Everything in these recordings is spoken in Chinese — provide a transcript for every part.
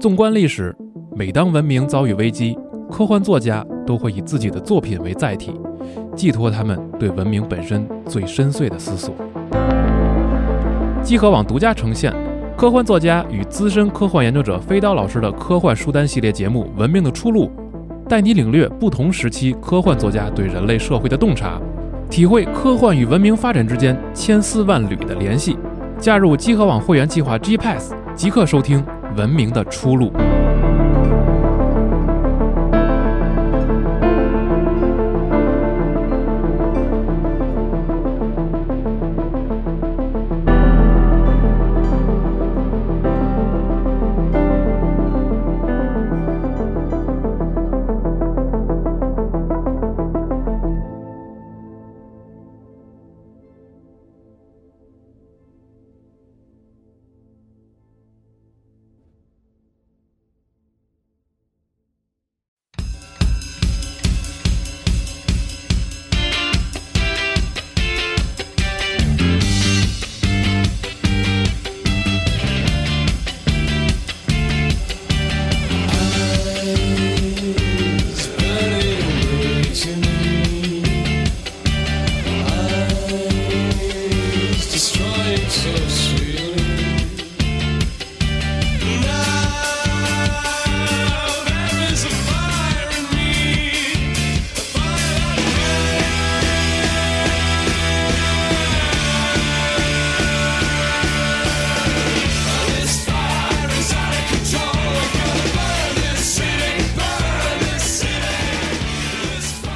纵观历史，每当文明遭遇危机，科幻作家都会以自己的作品为载体，寄托他们对文明本身最深邃的思索。集合网独家呈现科幻作家与资深科幻研究者飞刀老师的科幻书单系列节目《文明的出路》，带你领略不同时期科幻作家对人类社会的洞察，体会科幻与文明发展之间千丝万缕的联系。加入集合网会员计划 G Pass，即刻收听《文明的出路》。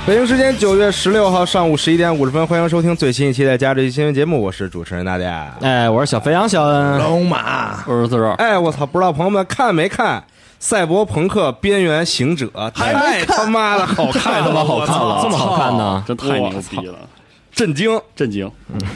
北京时间九月十六号上午十一点五十分，欢迎收听最新一期的《加这新闻节目》，我是主持人大家。哎，我是小肥羊小恩，龙马我是四哦肉，哎，我操，不知道朋友们看没看《赛博朋克：边缘行者》？太他妈的好看了，太他妈好看了我操这么好看呢真太牛逼了，震惊，震惊，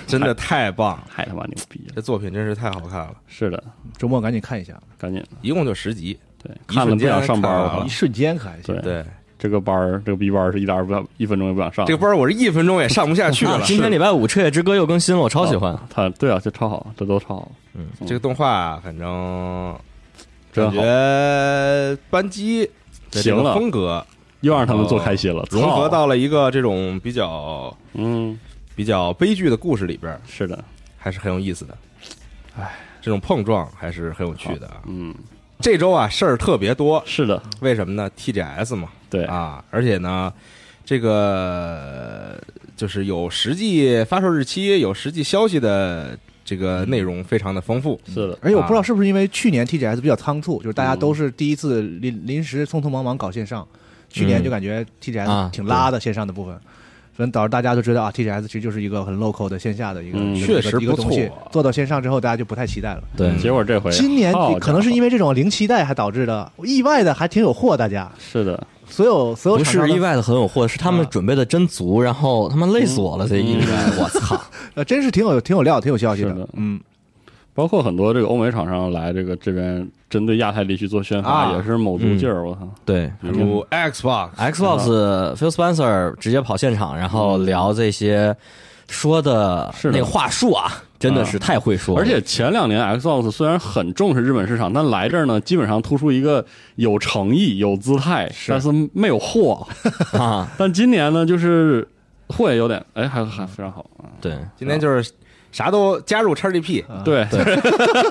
真的太棒了，太他妈牛逼了！这作品真是太好看了，是的，周末赶紧看一下，啊赶紧一共就十集，对，一看了瞬不间想上班看完了了一。瞬间可还行。对，对，这个班儿，这个逼班儿是一点儿不想，一分钟也不想上。这个班儿我是一分钟也上不下去了 啊。今天礼拜五《彻夜之歌》又更新了，我超喜哦欢。他对啊，这超好，这都超好，这个动画，反正真感好，觉班机的这行个了风格又让他们做开心了，融合操到了一个这种比较嗯，比较悲剧的故事里边儿，是的，还是很有意思的。哎，这种碰撞还是很有趣的啊。嗯，这周啊事儿特别多，是的，嗯为什么呢？TGS 嘛，对，啊，而且呢，这个就是有实际发售日期、有实际消息的这个内容非常的丰富。啊是的，哎而且哎我不知道是不是因为去年 TGS 比较仓促，就是大家都是第一次临临时匆匆忙忙搞线上，去年就感觉啊 TGS 挺拉的线上的部分，所以导致大家都觉得啊 TGS 其实就是一个很 local 的线下的一个嗯一个确实一个不错东西，做到线上之后大家就不太期待了。对结果这回嗯哎今年好家伙可能是因为这种零期待还导致的，意外的还挺有货，大家是的，所有所有不厂商是都意，外的很有货，是他们啊准备的真足，然后他们累死我了，这一礼拜，我操！呃，真是挺有挺有料，挺有消息是的嗯，包括很多这个欧美厂商来这个这边针对亚太地区做宣发，啊也是卯足劲儿，我操，对比如 Xbox，哎，Xbox Phil Spencer 直接跑现场，然后聊这些说的是的那个话术啊，真的是太会说了，而且前两年 Xbox 虽然很重视日本市场，但来这儿呢，基本上突出一个有诚意、有姿态，但是没有货。 啊，但今年呢，就是货也有点，哎，还还非常好啊。对今天就是啥都加入 XGP，对，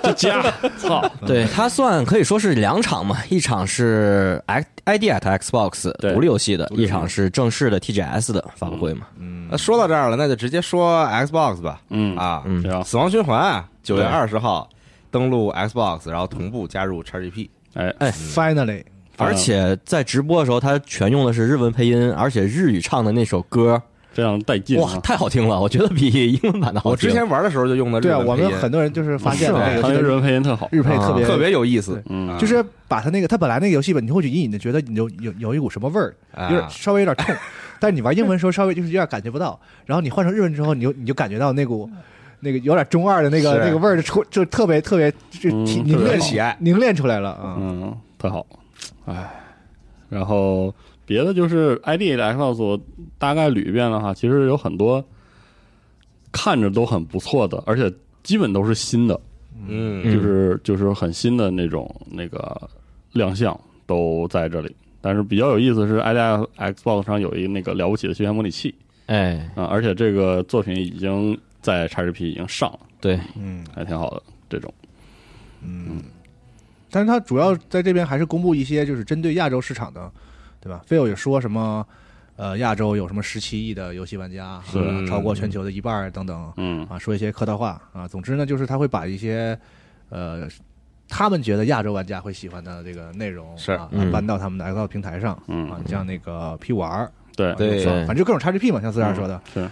就加，操，对，它算可以说是两场嘛，一场是 X ID at Xbox 对独立游戏的，立一场是正式的 TGS 的发布会嘛。那嗯说到这儿了，那就直接说 Xbox 吧。嗯，啊，这样，死亡循环九月对二十号登陆 Xbox，然后同步加入 XGP。哎， ，Finally，嗯而且在直播的时候，它全用的是日文配音，而且日语唱的那首歌，非常带劲哇，啊！太好听了！我觉得比英文版的好我听。之前玩的时候就用的日对啊，文我配们音很多人就是发现是了啊吗这个他那游戏日的文配音特 好，日配特别啊特别有意思，嗯，就是把他那个他本来那个游戏吧，你会隐隐的觉得你有有有一股什么味儿，有点啊稍微有点 冲，但是你玩英文的时候稍微就是有点感觉不到，然后你换成日文之后，你就你就感觉到那股。那个有点中二的那个是那个味儿就出，就特别特别就嗯提特凝别练好喜爱凝练出来了啊！嗯，特好，哎，然后别的就是 ID 的 Xbox，我大概捋一遍的话，其实有很多看着都很不错的，而且基本都是新的，嗯就是就是很新的那种那个亮相都在这里。但是比较有意思是，IDF Xbox 上有一个那个了不起的学员模拟器哎，啊、而且这个作品已经在 XGP 已经上了，对，嗯还挺好的。这种嗯，但是它主要在这边还是公布一些就是针对亚洲市场的，对吧？菲欧也说什么，呃，亚洲有什么十七亿的游戏玩家，啊是超过全球的一半儿等等嗯啊，说一些客套话啊。总之呢，就是他会把一些呃他们觉得亚洲玩家会喜欢的这个内容是啊嗯搬到他们的 Xbox 平台上啊，嗯，你像那个 P 五 R，对对反正就各种 XGP 嘛，像四十二说的是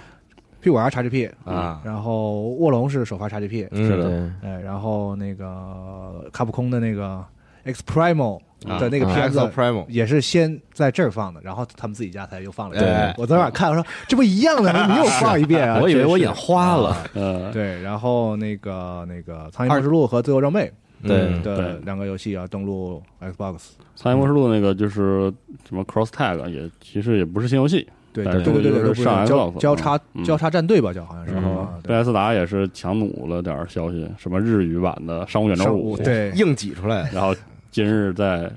P 五 R XGP，啊，然后卧龙是首发 XGP，嗯是的，哎，然后那个卡普空的那个 X Primo 啊的那个啊 PS、 ，Exo Primo，也是先在这儿放的，然后他们自己家才又放了。对我昨天晚上看，我说这不一样的吗，你又放一遍啊！我以为我真眼是花了，呃，对，然后那个那个《苍蝇末世录》和《最后装备》对嗯的对两个游戏要登录 Xbox。苍蝇模式录那个就是什么 Cross Tag 也其实也不是新游戏，对但对是对对对，就是都不上交 Xbox 交叉嗯交叉战队吧，叫好像是。嗯啊贝对莱斯达也是强弩了点儿消息，什么日语版的《商务远征上五午》，对硬挤出来的，然后今日在，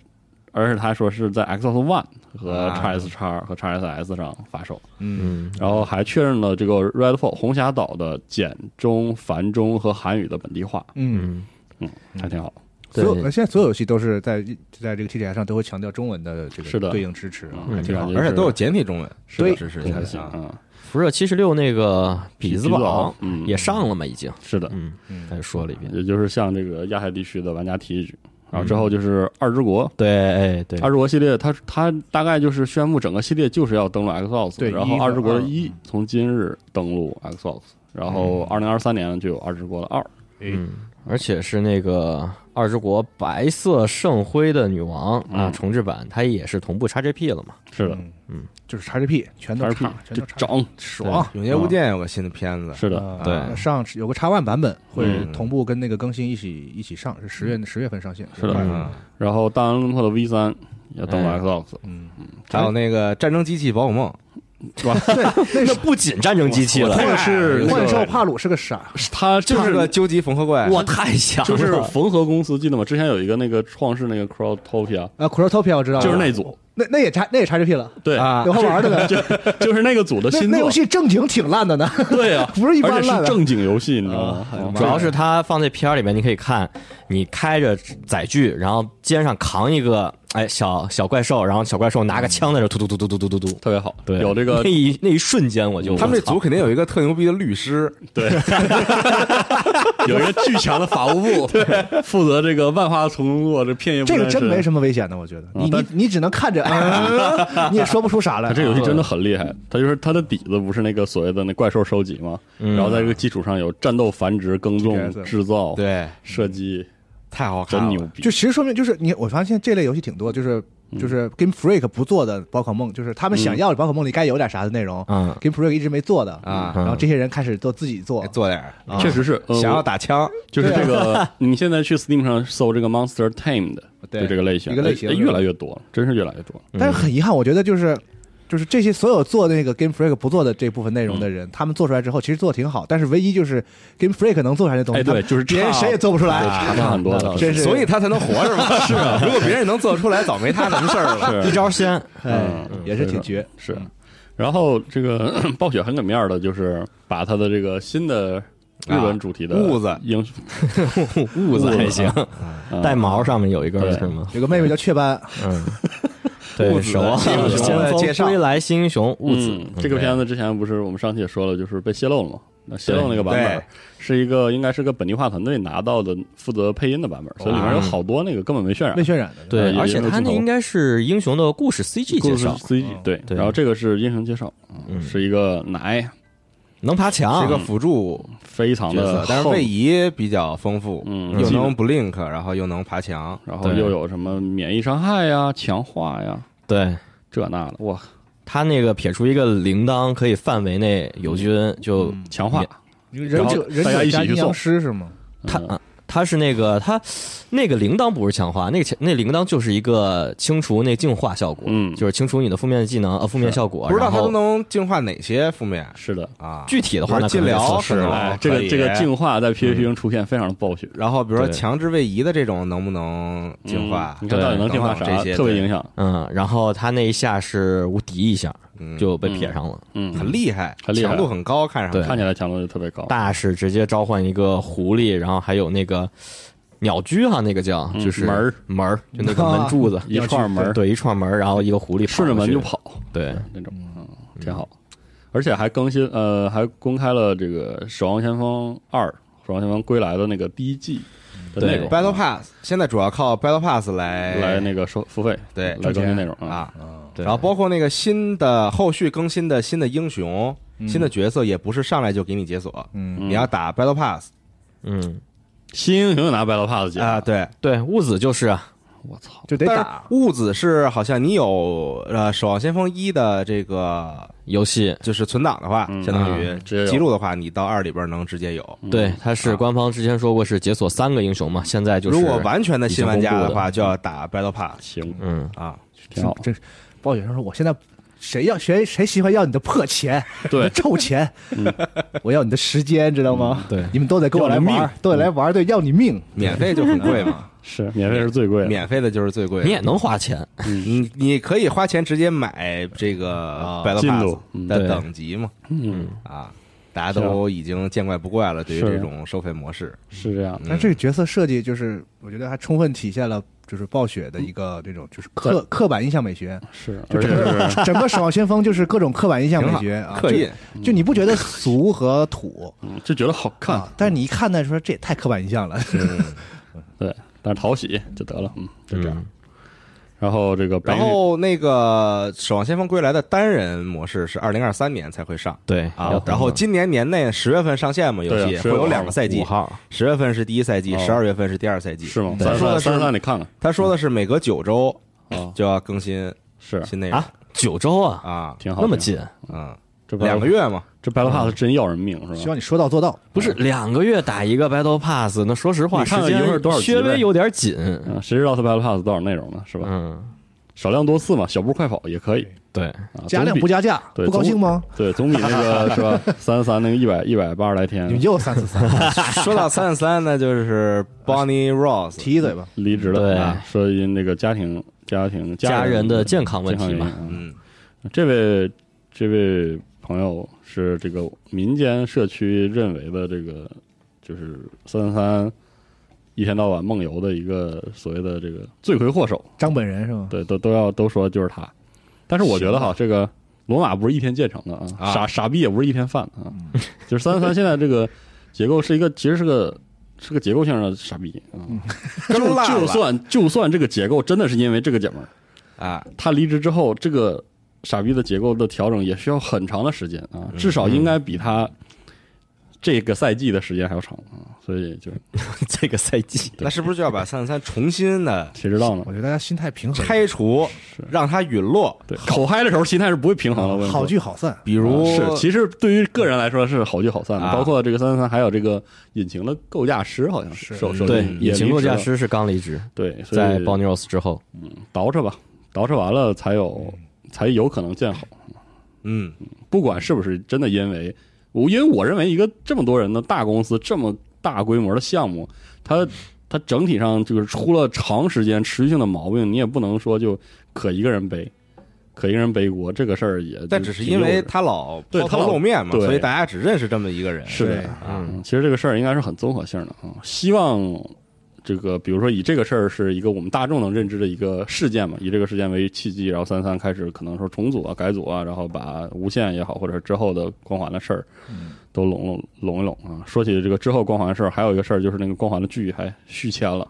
而且他说是在 Xbox One 和 x S x 和 x SS 上发售，嗯嗯，然后还确认了这个 Redfall 红霞岛的简中、繁中和韩语的本地化，嗯，嗯，嗯，还挺好。所对，有现在所有游戏都是在在这个 TGS 上都会强调中文的这是个的对应支持啊，嗯还挺好的。而且都有简体中文，是的支持挺开一心下。嗯，辐射七十六那个比子堡堡，嗯，也上了嘛，已经，是的，嗯，嗯他又说了一遍，也就是向这个亚太地区的玩家提一句。然后之后就是二之国，对，哎，对，二之国系列，它它大概就是宣布整个系列就是要登陆 Xbox，对然一后和二之国的二一嗯从今日登陆 Xbox，然后二零二三年就有二之国的二，嗯，而且是那个二之国白色圣辉的女王啊嗯重置版，它也是同步 XGP 了嘛，是的，嗯嗯，就是 XGP 全都 r 差 P，全就都差，涨，爽。永劫无间有个新的片子，是的，呃对上有个 X One 版本会嗯同步跟那个更新一起一起上，是十月十月份上线。是的嗯嗯，然后《大安伦坡》的 V 三也登哎了 Xbox，嗯，还有那个战争机器宝可梦， 那不仅战争机器了，幻是兽那个幻兽帕鲁是个傻，它就就是个究极缝合怪，我太想了，就是缝合公司，记得吗？之前有一个那个创世那个 Crowtopia，呃 c r o t o p i a 我知道了，就是那组，那那也差那也 XGP 了，对 啊有好玩的呢。就是那个组的那新那游作，戏正经挺烂的呢，对啊，不是一般而且烂是的。正经游戏，你知道吗？嗯主要是它放在片儿里面，你可以看，你开着载具，然后肩上扛一个哎小小怪兽，然后小怪兽拿个枪在这突突突突突突突突，特别好，对，有这个那一那一瞬间我就他们这我操组肯定有一个特牛逼的律师， 对，有一个巨强的法务部，对，负责这个万花丛中过，这片叶不这沾个真身没什么危险的，我觉得。你但你你只能 看着，嗯你也说不出啥来。啊他这游戏真的很厉害，他就是他的底子不是那个所谓的那怪兽收集嘛，然后在这个基础上有战斗、繁殖、耕种 GPS、制造、对，射击，太好看了，真牛逼！就其实说明就是你，我发现这类游戏挺多，就是嗯就是 Game Freak 不做的宝可梦，就是他们想要宝可梦里该有点啥的内容啊嗯，Game Freak 一直没做的啊然后这些人开始都自己做哎，做点儿啊确实是，呃想要我打枪，就是这个，你现在去 Steam 上搜这个 Monster Tamed 对就这个类型，一个类型哎哎越来越多了，真是越来越多了。但是很遗憾，我觉得就是就是这些所有做那个 Game Freak 不做的这部分内容的嗯人，他们做出来之后其实做的挺好，但是唯一就是 Game Freak 能做出来的东西，哎，对，他就是别人差谁也做不出来对差差很多那倒的，是真所以他才能活着嘛。是啊，如果别人能做得出来，早没他什么事儿了。一招鲜，哎嗯也是挺绝。是。嗯然后这个 暴雪很给面儿的，就是把他的这个新的日本主题的痦子英痦子还啊行，带毛上面有一根嗯对是吗？有个妹妹叫雀斑，嗯，痦对，子 守望新英雄先的介锋绍归来新英雄物子嗯，这个片子之前不是我们上期也说了，就是被泄露了嘛。那泄露那个版对本是一个应该是个本地化团队拿到的负责配音的版本，所以里面有好多那个根本没渲染被，渲染的，呃对，也而且也有它镜那头应该是英雄的故事 CG 介故事绍， CG 嗯对。对然后这个是英雄介绍，嗯是一个奶，能爬是一墙个，辅助非常角的色厚，，但是位移比较丰富，嗯又记得能 blink，然后又能爬墙，然后又有什么免疫伤害呀、强化呀对，这那的，哇，他那个撇出一个铃铛，可以范围内友军就强化人然后嗯者人嗯大家者一起加去阴阳做师是吗？他嗯啊它是那个它那个铃铛不是强化，那个强那铃铛就是一个清除那净化效果，嗯就是清除你的负面技能呃负面效果。不知道然它后都能净化哪些负面是的，啊？具体的话，那比如说哦可禁能得测试聊了可能哎，这可个以嗯这个净化在 PVP 中出现非常的暴雪，然后比如说对强制位移的这种能不能净化嗯？你看到底能净化啥等等这？些特别对影响，嗯，然后他那一下是无敌一下嗯就被撇上了，嗯，很厉害，很厉害强度很高，看上去对看起来强度就特别高。大使直接召唤一个狐狸，然后还有那个鸟居哈，那个叫嗯就是门儿门儿，就那个门柱子， 一串门儿对，一串门儿，然后一个狐狸顺着门就跑跑，过去，对，那种，嗯，挺好。而且还更新，呃，还公开了这个《守望先锋二》《守望先锋归来》的那个第一季的对内容 Battle Pass 现在主要靠 Battle Pass 来来那嗯个收付费，对来更新内容。啊，对然后包括那个新的后续更新的新的英雄、新的角色，也不是上来就给你解锁，嗯，嗯你要打 Battle Pass 嗯，新英雄就拿 Battle Pass 解啊，，对，对，物子就是啊，我操，就得但是打。物子是好像你有呃《守望先锋一》的这个游戏，就是存档的话，嗯相当于啊直接有记录的话，你到二里边能直接有。嗯对，它是官方之前说过是解锁三个英雄嘛，现在就是如果完全的新玩家的话，就要打 Battle Pass 行，嗯，啊，挺好。这鲍宇生说：“我现在谁要谁谁喜欢要你的破钱，你的对，臭钱，我要你的时间，知道吗？对你们都得跟我来玩要你儿，都得来玩儿，对，要你命。免费就很贵嘛，是免费是最贵的，免费的就是最贵的。你也能花钱，你你可以花钱直接买这个 Battle 进度 Pass 嗯的对等级嘛，嗯，啊，大家都已经见怪不怪了，对于是这种收费模式，是这嗯样的。但这个角色设计就是，我觉得还充分体现了就是暴雪的一个这种就是刻刻板印象美学，是，就整而且个是整个《守望先锋》就是各种刻板印象挺美好学啊，，刻印就。就你不觉得俗和土嗯就觉得好看，啊，但是你一看呢，说这也太刻板印象了。对，但是讨喜就得了，嗯，就这样。嗯然后这个白然银后那个《守望先锋归来》的单人模式是二零二三年才会上对啊，然后今年年内十月份上线嘛，游对戏啊会10有号两个赛五季，号，十月份是第一赛季，哦十二月份是第二赛季。是吗？他咱说的三是三，你看看他说的是每隔九周啊，就要更新是新内容啊九周啊，啊，挺好，那么挺近好，，嗯，这 Battle- 两个 月嘛，这 Battle Pass 真要人命 是希吧？望你说到做到。不是两个月打一个 Battle Pass，那说实嗯话，你看看时间一会儿多少级呗稍微有点紧，嗯，谁知道它 Battle Pass 多少内容呢？是吧？嗯，少量多次嘛，小步快跑也可以对，啊，加量总比不加价，对不高兴吗？对，总比那个是吧？三十三那个一百一百八十来你们天又三四三， 说到三十三呢，就是 Bonnie Ross，提一嘴吧。离职了，对啊说因那个家庭家庭家人人的健康问健康题原因嘛，啊。嗯，这位这位朋友是这个民间社区认为的这个，就是三三三一天到晚梦游的一个所谓的这个罪魁祸首，张本人是吗？对，都都要都说就是他。但是我觉得哈，这个罗马不是一天建成的啊，啊傻傻逼也不是一天犯的啊， 就是三三三现在这个结构是一个，其实是个。是个结构性的傻逼啊！更 就烂就 了算就算这个结构真的是因为这个姐们儿，啊，他离职之后，这个傻逼的结构的调整也需要很长的时间嗯啊，至少应该比他这个赛季的时间还要长啊。所以就这个赛季，那是不是就要把三十三重新的谁知道呢嗯我？觉得大家心态平衡，拆除，让它陨落？对，口嗨的时候心态是不会平衡的。我跟你说啊嗯好聚好散。比如啊是，其嗯实对于个人来说是好聚好散的，啊包括这个三三三，还有这个引擎的构架师，好像是手手对，也引擎构离职架了师是刚离职，对，所在以 b o n n i Rose 之后，倒饬吧，倒饬完了才有才有可能见好。嗯，不管是不是真的因为我，因为我认为一个这么多人的大公司，这么大规模的项目，它它整体上就是出了长时间持续性的毛病，你也不能说就可一个人背，可一个人背锅这个事儿也就挺幼稚，但只是因为他老对抛他头老露面嘛，对所以大家只认识这么一个人。是的对，啊嗯，其实这个事儿应该是很综合性的啊，希望。这个，比如说以这个事儿是一个我们大众能认知的一个事件嘛，以这个事件为契机，然后三三开始可能说重组啊、改组啊，然后把无线也好，或者是之后的光环的事儿，都拢拢拢一拢啊。说起这个之后光环的事儿，还有一个事儿就是那个光环的剧还续签了，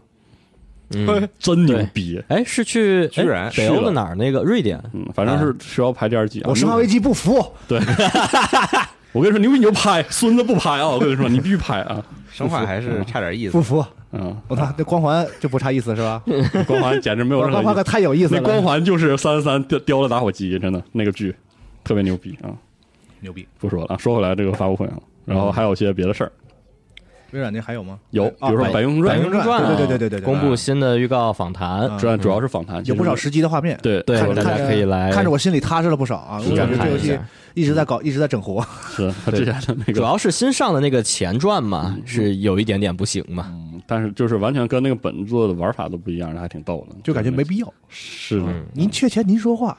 嗯，真牛逼！哎，是去居然哎去北了欧的哪儿？那个瑞典，嗯，反正是是要拍第二季啊。我生化危机不服，我跟你说，牛逼你就拍，孙子不拍啊！我跟你说，你必须拍啊！生化还是差点意思不。服！嗯，我操，那光环就不差意思是吧？光环简直没有任光何意环思可太有意思那光了，环就是三三雕雕了打火机，真的那个剧特别牛逼啊！牛逼！啊嗯不说了，说回来这个发布会啊，然后还有些别的事儿，微软那还有吗？有，比如说啊《百用百传用》传啊对对对对对对对，公布新的预告访啊谈，主要主要是访谈，有不少其实实机的画面，对对看着大看家着可以来看着我心里踏实了不少啊！是嗯我感觉看这游一戏下。一直在搞，一直在整活。是他之前的那个，主要是新上的那个前传嘛，是有一点点不行嘛。但是就是完全跟那个本作的玩法都不一样，还挺逗的，就感觉没必要。是的嗯您缺钱您说话，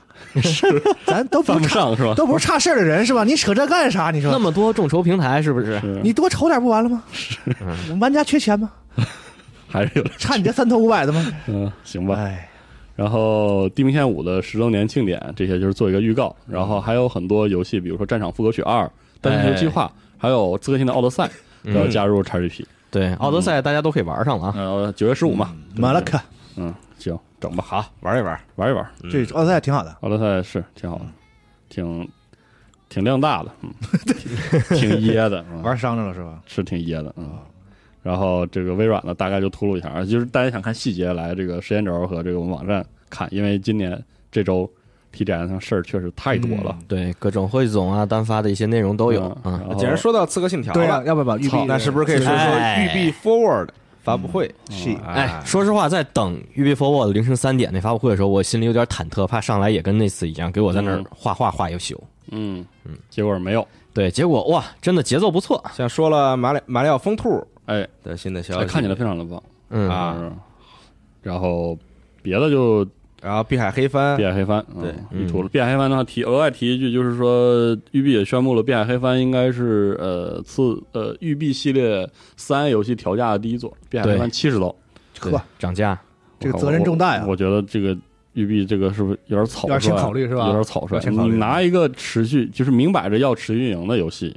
咱都不犯是不差上是吧？都不是差事儿的人是吧？你扯这干啥？你那说么多众筹平台是不是？是你多筹点不完了吗？我们玩家缺钱吗？还是有点差你这三头五百的吗？嗯，行吧。哎，然后《地平线五》的十周年庆典，这些就是做一个预告。然后还有很多游戏，比如说《战场复刻曲二》《单哎星球计划》还有《刺客信条：奥德赛》嗯都要加入 XGP。啊对，奥德赛大家都可以玩上了啊。呃，九月十五嘛，马拉克，嗯，行，整吧，好玩一玩，玩一玩。这奥赛挺好的，奥德赛是挺好的，挺挺量大的，嗯，挺噎的，嗯玩伤着了是吧？是挺噎的，嗯。然后这个微软呢，大概就秃噜一下，就是大家想看细节，来这个时间轴和这个我们网站看，因为今年这周 TGS 上事儿确实太多了。对，各种汇总啊，单发的一些内容都有嗯啊。然既然后说到《刺客信条》哦对呀，了，要不要把育操碧那是不是可以说说哎育碧 Forward 发布会？嗯啊是哎，说实话，在等《育碧 Forward》凌晨三点那发布会的时候，我心里有点忐忑，怕上来也跟那次一样，给我在那儿嗯画画画一宿。嗯，结果没有。对，结果哇，真的节奏不错，像说了马里马里奥风兔哎，的新的消哎息，看起来非常的棒嗯啊嗯然后别的就然后碧海黑帆碧，海黑帆，嗯对一出了碧海黑帆的话提额外提一句，就是说育碧也宣布了，碧海黑帆应该是呃次呃育碧系列三 A 游戏调价的第一座，碧海黑帆七十刀，哎呵对涨价，这个我责任重大哎呀我我觉得这个育碧这个是不是有点草率？啊有点轻考虑是吧有点草率有。点轻考虑你拿一个持续就是明摆着要持续运营的游戏，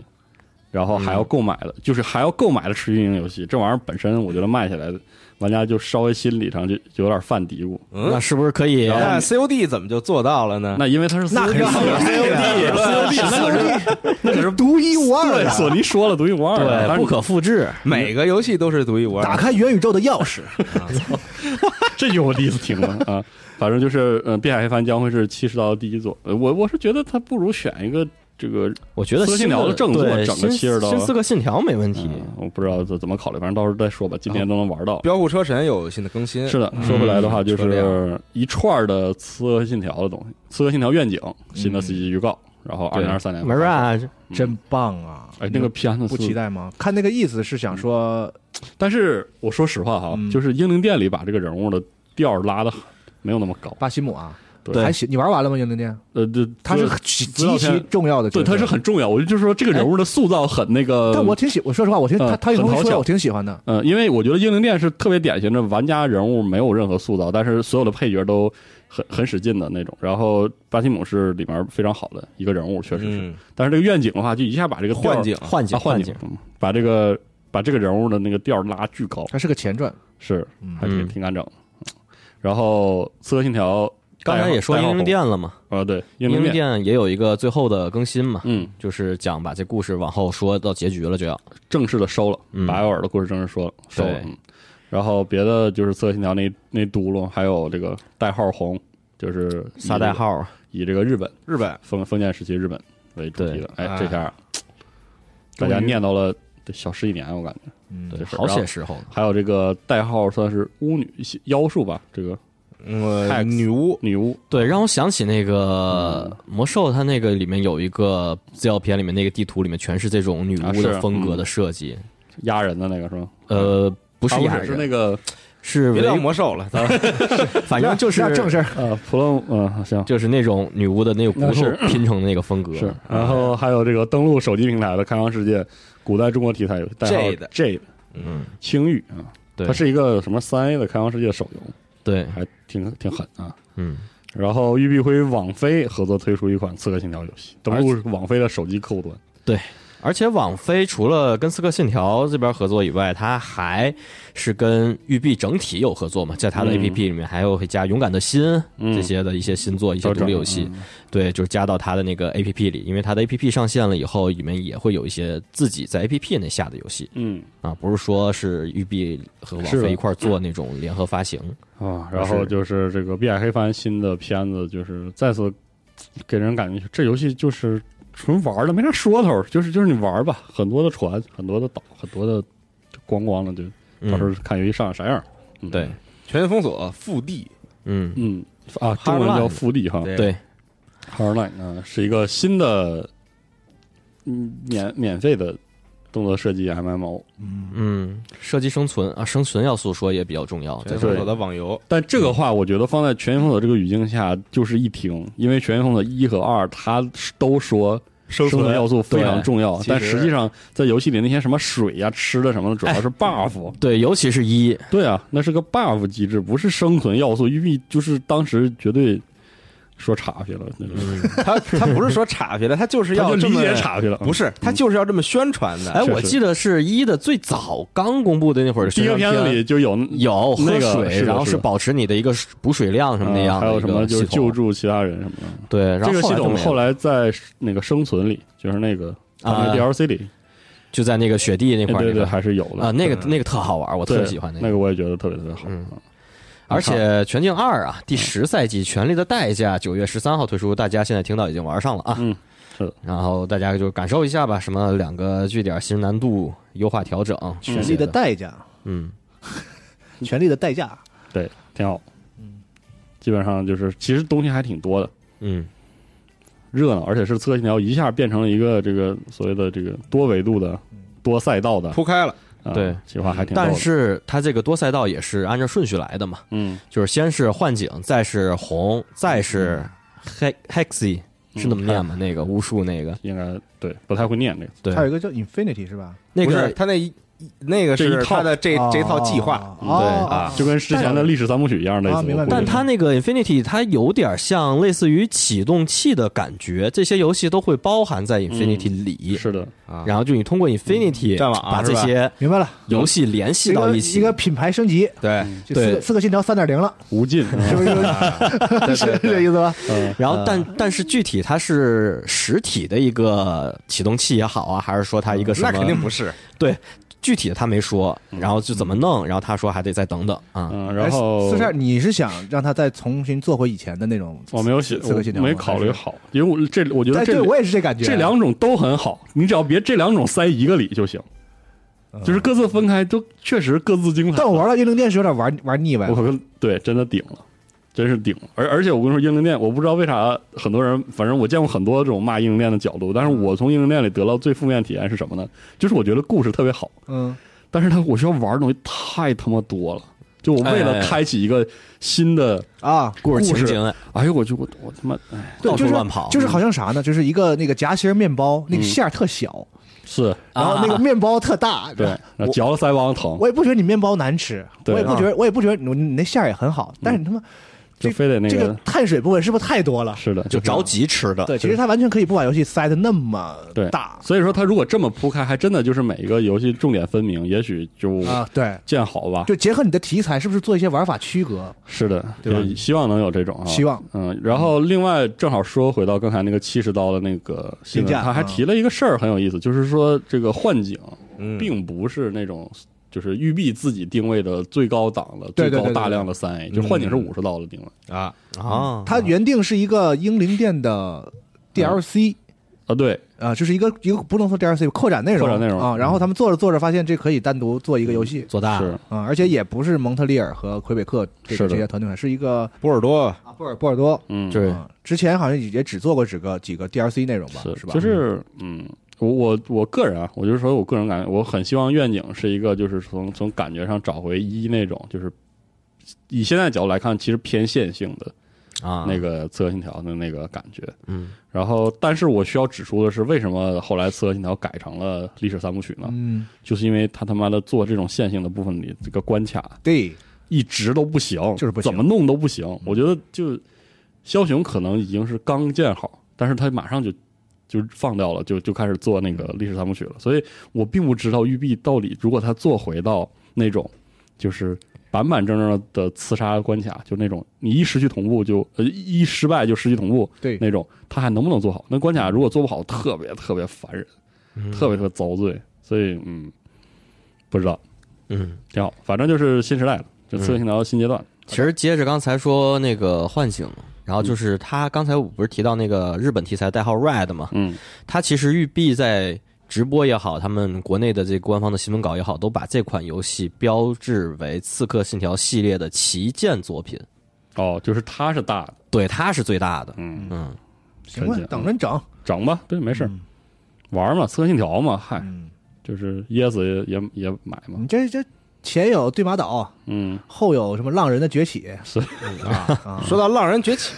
然后嗯还要购买的，就是还要购买的持续运营游戏，这玩意儿本身我觉得卖起来，玩家就稍微心理上就就有点犯嘀咕。嗯那是不是可以？哎那 COD 怎么就做到了呢？那因为它是嗯那肯定索尼啊那是独一无二对，的，索尼说了独一无二啊的，但啊对，是不可复制。每个游戏都是独一无二的，打开元宇宙的钥匙，这句我第一次听了啊。 反正就是，嗯，《碧海黑帆》将会是七十刀的第一座。呃我我是觉得它不如选一个这个，我觉得刺客新信条的正作对整个新70刀新刺客信条没问题。嗯我不知道怎怎么考虑，反正到时候再说吧。今天都能玩到。标户车神有新的更新，是的，说回来的话，就车是辆一串的《刺客信条》的东西，《刺客信条：愿景》新的 CG 预告，然后二零二三年 m a 啊发 r 售 a 啊真棒啊！嗯哎，那个片子不是嗯期待吗？看那个意思是想说，但是我说实话哈，嗯就是《英灵殿》里把这个人物的调儿拉的没有那么高。巴西姆啊，对还行。你玩完了吗？英灵殿，呃，这他是这极资料极片其重要的角对，色，他是很重要。我就就是说，这个人物的塑造很那个。哎但我挺喜，我说实话，我挺嗯他他有很东西讨说巧的我挺喜欢的，嗯，因为我觉得英灵殿是特别典型的玩家人物没有任何塑造，但是所有的配角都很很使劲的那种。然后巴西姆是里面非常好的一个人物，确实是。嗯，但是这个愿景的话，就一下把这个调儿幻景幻啊境，幻境，嗯把这个把这个人物的那个调儿拉巨高，他是个前传。是嗯还挺嗯挺敢整。然后《刺客信条》刚才也说代英号灵红殿了嘛，啊，对英英灵灵殿，殿也有一个最后的更新嘛，嗯，就是讲把这故事往后说到结局了，就要正式的收了，嗯白尔的故事正式说了，收了对。嗯然后别的就是《刺客信条那》那嘟噜，还有这个代号红，就是以撒代，号。以这个日本日本封封建时期日本为主题的。对啊哎，这下大终于家念叨了得小十几年，我感觉。嗯，这对，事儿好然后些时候呢。还有这个代号算是巫女妖术吧，这个呃 Hex 女巫女巫对，让我想起那个嗯魔兽，它那个里面有一个资料片里面那个地图里面全是这种女啊巫是的风格的设计，压人的那个是吗？呃，不不是雅是人，那个是别聊维魔兽了，咱们反正就是那正事儿，呃普罗嗯行。就是那种女巫的那个骨那头 是嗯拼成的那个风格，是，然后还有这个登录手机平台的《开放世界》，古代中国题材游戏，代号 Jade Jade 嗯，青玉啊，对它，是一个什么三 A 的开放世界手游，对，还挺挺狠啊。嗯，然后育碧会网飞合作推出一款《刺客信条》游戏，登录网飞的手机客户端。而且网飞除了跟《刺客信条》这边合作以外，它还是跟育碧整体有合作嘛，在它的嗯 APP 里面还有会加《勇敢的心》嗯这些的一些新作、一些都独立整游戏，嗯对，就是加到它的那个 APP 里，因为它的 APP 上线了以后，里面也会有一些自己在 APP 内下的游戏嗯啊，不是说是育碧和网是的飞一块儿做那种联合发行，啊，然后是就是这个《碧海黑帆》新的片子，就是再次给人感觉这游戏就是纯玩的，没啥说头，就是就是你玩吧，很多的船，很多的岛，很多的咣咣的就到时候看游戏上啥样。嗯，嗯对，全封锁腹地，嗯，嗯啊，中文叫复地哈，对， Hardline 啊，是一个新的，嗯，免免费的动作设计 MMO，嗯，射击生存啊，生存要素说也比较重要，全对封锁的网游，但这个话我觉得放在《全员封锁》这个语境下就是一停，因为《全员封锁》一和二它都说生生存要素非常对重要其，但实实际上在游戏里那些什么水呀、吃的什么的，主要是 buff，、对，尤其是一，对啊，那是个 buff 机制，不是生存要素，因为就是当时绝对说岔去了，那是他他不是说岔去了，他就是 他要就这理么解岔去了，不是，他就是要这么宣传的。哎，确我实记得是一的最早刚公布的那会儿的第宣一个传片片子里就有有喝那个是水，的然后是是的保持你的一个补水量什么那啊样的还一有个什系统，么就是救助其他人什么的。对，然后这个系后来就统没后了来在那个生存里，就是那个他们啊 DLC 里，就在那个雪地那块儿对那对，个还是有的啊，那个嗯那个特好玩，我对特喜欢那那个。个，我也觉得特别特别好。嗯啊而且《全境二》啊，第十赛季《权力的代价》九月十三号推出，大家现在听到已经玩上了啊。嗯，是的。然后大家就感受一下吧，什么两个据点新难度优化调整，权力的代，代价，嗯，权力的代价，对，挺好。嗯基本上就是，其实东西还挺多的，嗯，热闹，而且是《刺客信条》一下变成了一个这个所谓的这个多维度的、嗯多赛道的，铺开了，啊对，企划还挺多的。但是它这个多赛道也是按照顺序来的嘛，嗯，就是先是幻景，再是红，再是嗯 hex hexy，是那么念吗？那个巫术那个，嗯应该对，不太会念这个。对还，有一个叫 Infinity 是吧？那不是个他那一一那个这是一套他的这哦这套计划，哦对哦啊就跟之前的历史三部曲一样类似，啊明白我估计但它那个 Infinity 它有点像类似于启动器的感觉，这些游戏都会包含在嗯 Infinity 里，是的，然后就你通过 Infinity 战网把是这吧些明白了，游戏联系到一一个一起个。品牌升级，对就四个对四个信条三点零了，无尽， 是不是？对是对这个意对，思吧？嗯然后呃但，但是具体它是实体的一个启动器也好啊，还是说它一个什么？那肯定不是，具体的他没说，嗯然后就怎么弄，然后他说还得再等等啊。嗯，然后哎四十二，你是想让他再重新做回以前的那种？我没有写，四个信条我吗没考虑。好，因为我这我觉还是但得这对我也是这感觉，啊这两种都很好，你只要别这两种塞一个里就行，嗯就是各自分开，都确实各自精彩但。我玩到英灵殿是有点玩玩腻歪我了，可跟对，真的顶了，真是顶了。而而且我跟你说，英灵殿，我不知道为啥很多人，反正我见过很多这种骂英灵殿的角度，但是嗯我从英灵殿里得到最负面体验是什么呢？就是我觉得故事特别好，嗯，但是它我需要玩的东西太他妈多了。就我为了哎开启一个新的，啊，故事故事情景哎呦我就我我他妈哎对到处就是乱跑，就是好像啥呢？就是一个那个夹心面包，那个馅儿特小，是然后那个啊面包特大，对，然后嚼了腮帮子疼，我也不觉得你面包难吃，对我也不觉得，我也不觉得你你那馅儿也很好，但是你他妈就非得那这个个碳水部分是不是太多了？是的，就着急吃的。对，其实他完全可以不把游戏塞的那么啊对大所以说，他如果这么铺开，还真的就是每一个游戏重点分明，也许就啊，对，见好吧。就结合你的题材，是不是做一些玩法区隔？是的，对吧就是希望能有这种啊，希望。嗯，然后另外正好说回到刚才那个七十刀的那个新评闻价啊他还提了一个事儿很有意思，就是说这个幻景嗯并不是那种就是育碧自己定位的最高档的、对对最对高对大对量的三 A，就幻景是嗯五十刀的定位啊，啊，它原定是一个英灵殿的 DLC 啊，对，啊，就是一个一个不能说 DLC 扩展内容，扩展内容嗯啊。然后他们做着做着发现这可以单独做一个游戏做大是啊，而且也不是蒙特利尔和魁北克这是的这些团队，是一个波尔多？啊波尔波尔多。嗯，对啊，之前好像也只做过几个几个 DLC 内容吧，是是吧？就是嗯，我我我个人啊，我就是说我个人感觉，我很希望愿景是一个，就是从从感觉上找回一那种，就是以现在角度来看，其实偏线性的啊，那个《刺客信条》的那个感觉。嗯然后，但是我需要指出的是，为什么后来《刺客信条》改成了历史三部曲呢？嗯，就是因为他他妈的做这种线性的部分里，这个关卡对，一直都不行，就是不行嗯怎么弄都不行。我觉得就枭雄可能已经是刚建好，但是他马上就就放掉了，就就开始做那个嗯历史三部曲了。所以我并不知道育碧到底如果他做回到那种就是板板正正的刺杀关卡，就那种你一失去同步就呃一失败就失去同步对那种，他还能不能做好？那关卡如果做不好，特别特别烦人，嗯特别特别遭罪。所以嗯，不知道。嗯。挺好，反正就是新时代了，就刺客信条新阶段。其实接着刚才说那个幻景，然后就是他刚才我不是提到那个日本题材代号 Red 嘛，嗯它其实育碧在直播也好，他们国内的这官方的新闻稿也好，都把这款游戏标志为《刺客信条》系列的旗舰作品。哦，就是它是大的，对，它是最大的。嗯，嗯，行吧纯洁，等着你整。整吧，对，没事儿嗯玩嘛，刺客信条嘛，嗨，嗯，就是噎死也也也买嘛你，这这前有对马岛，嗯，后有什么浪人的崛起是啊 说到浪人崛起，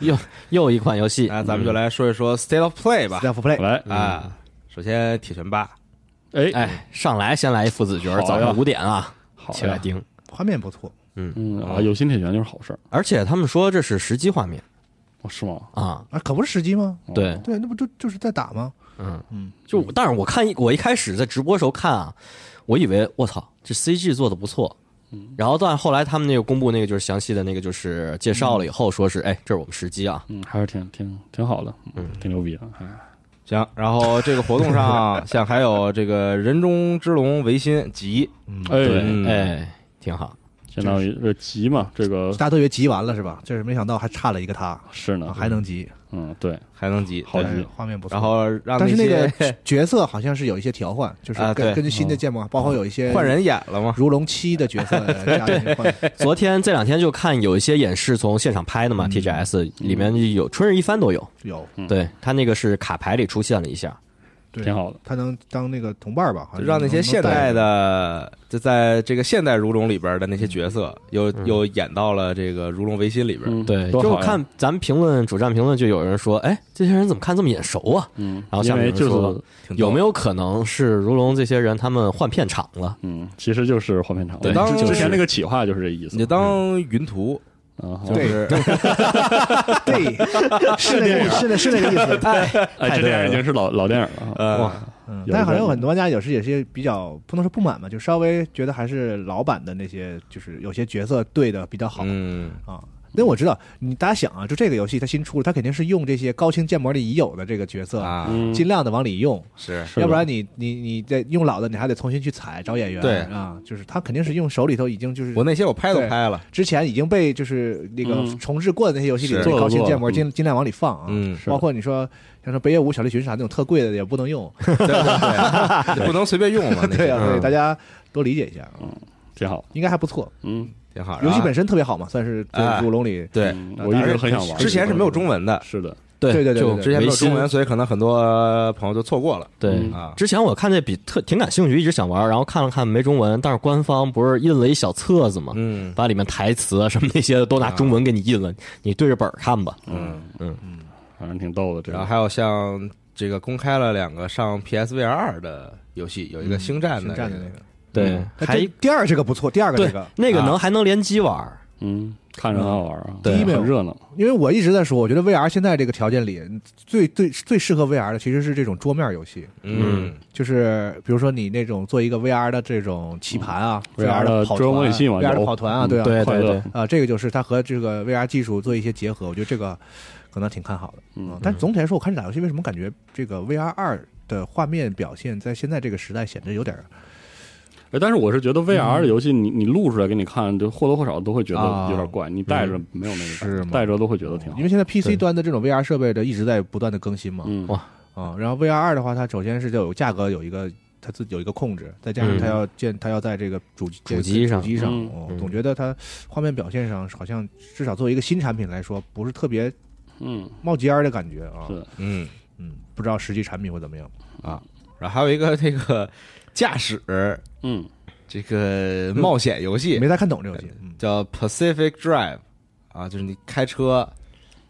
又又一款游戏，哎，咱们就来说一说 State of Play 吧。 Staff Play，来，啊，首先铁拳八，哎，哎，上来先来一父子角好，呀早上五点啊，好起来呀，盯。画面不错，嗯啊，有新铁拳就是好事儿，而且他们说这是实际画面哦是吗？啊，啊，可不是时机吗？哦对，对，那不就就是在打吗？就我但是我看一我一开始在直播时候看啊，我以为我操这 CG 做的不错，然后但后来他们那个公布那个就是详细的那个就是介绍了以后，说是哎这是我们时机啊，嗯，还是挺挺挺好的，嗯，挺牛逼的，哎，行。然后这个活动上，啊 像还有这个人中之龙维新集，哎，嗯，哎挺好，相当于这急嘛，这哦个大家都以为急完了是吧？就是没想到还差了一个他，是啊呢，还能急，嗯，对，还能集，好对急，画面不错。然后让但是那些个角色好像是有一些 调换，就是啊对根根据新的建模，包括有一些换人演了吗？如龙七的角色 加进去换。昨天这两天就看有一些演示从现场拍的嘛、t g s 里面有春日一番都有，有，对他那个是卡牌里出现了一下，对，挺好的，他能当那个同伴儿吧？好就像让那些能现代，的，就在这个现代如龙里边的那些角色，又嗯又演到了这个如龙维新里边。嗯，对，多就好我呀，看咱们评论主站评论就有人说，哎这些人怎么看这么眼熟啊？嗯，然后下因面为有人就说是，挺有没有？有可能是如龙这些人他们换片场了？嗯，其实就是画面厂，对我之就是之前那个企划就是这意思你就，当云图，啊，好就是 对，是那个意是那是那个 意思。哎，这电影已经是老老电影了啊，呃，嗯有但一好像个有很多玩家有时也是比较不能说不满吧，就稍微觉得还是老版的那些，就是有些角色对的比较好嗯，啊。因为我知道，你大家想啊，就这个游戏它新出了，它肯定是用这些高清建模里已有的这个角色，啊，嗯，尽量的往里用，是是的要不然你你你再用老的，你还得重新去采找演员，对啊，就是他肯定是用手里头已经就是我那些我拍都拍了，之前已经被就是那个嗯重置过的那些游戏里是的高清建模做尽尽量往里放啊，嗯，是的包括你说像说北野武、小栗旬啥那种特贵的也不能用，对 对对，不能随便用嘛，那对些啊，所以嗯大家多理解一下，挺好，应该还不错。嗯，挺好。游戏然后本身特别好嘛，算是在哎如龙里对，嗯，我一直很想玩，之前是没有中文的，是的，对对对对就对之前没维有新中文，所以可能很多朋友就错过了对。嗯啊。之前我看这笔特挺感兴趣，一直想玩，然后看了看没中文，但是官方不是印了一小册子嘛，嗯把里面台词啊什么那些的都拿中文给你印了，你对着本儿看吧。嗯，反正挺逗的，这然后个还有像这个公开了两个上 PSVR 二的游戏，有一个星哎战的嗯星战的这那个个，对，嗯还这第二这个不错，第二个这对个，那个能啊还能联机玩，嗯，看着很好玩啊，对第一没有很热闹，因为我一直在说，我觉得 VR 现在这个条件里最最最适合 VR 的其实是这种桌面游戏。嗯就是比如说你那种做一个 VR 的这种棋盘啊、嗯 VR 的跑桌团游模拟器嘛 VR 的有嗯跑团啊，对啊，对快对乐对，啊，这个就是它和这个 VR 技术做一些结合，我觉得这个可能挺看好的。啊嗯，但是总体来说，我开始打游戏为什么感觉这个 VR 二的画面表现在现在这个时代显得有点儿哎但是我是觉得 VR 的游戏，你你录出来给你看，就或多或少都会觉得啊有点怪，你戴着没有那个是感觉，吗戴着都会觉得挺好因，为现在 PC 对端的这种 VR 设备的一直在不断的更新嘛，嗯哇啊，然后 VR 二的话，它首先是就有价格有一个它自己有一个控制，再加上嗯它要建，它要在这个主机主机上主机上，嗯我、嗯总觉得它画面表现上好像至少作为一个新产品来说，不是特别嗯，冒尖儿的感觉啊。是嗯。嗯，不知道实际产品会怎么样。然后还有一个这个驾驶嗯，这个冒险游戏没太看懂这游戏，嗯，叫 Pacific Drive 啊，就是你开车，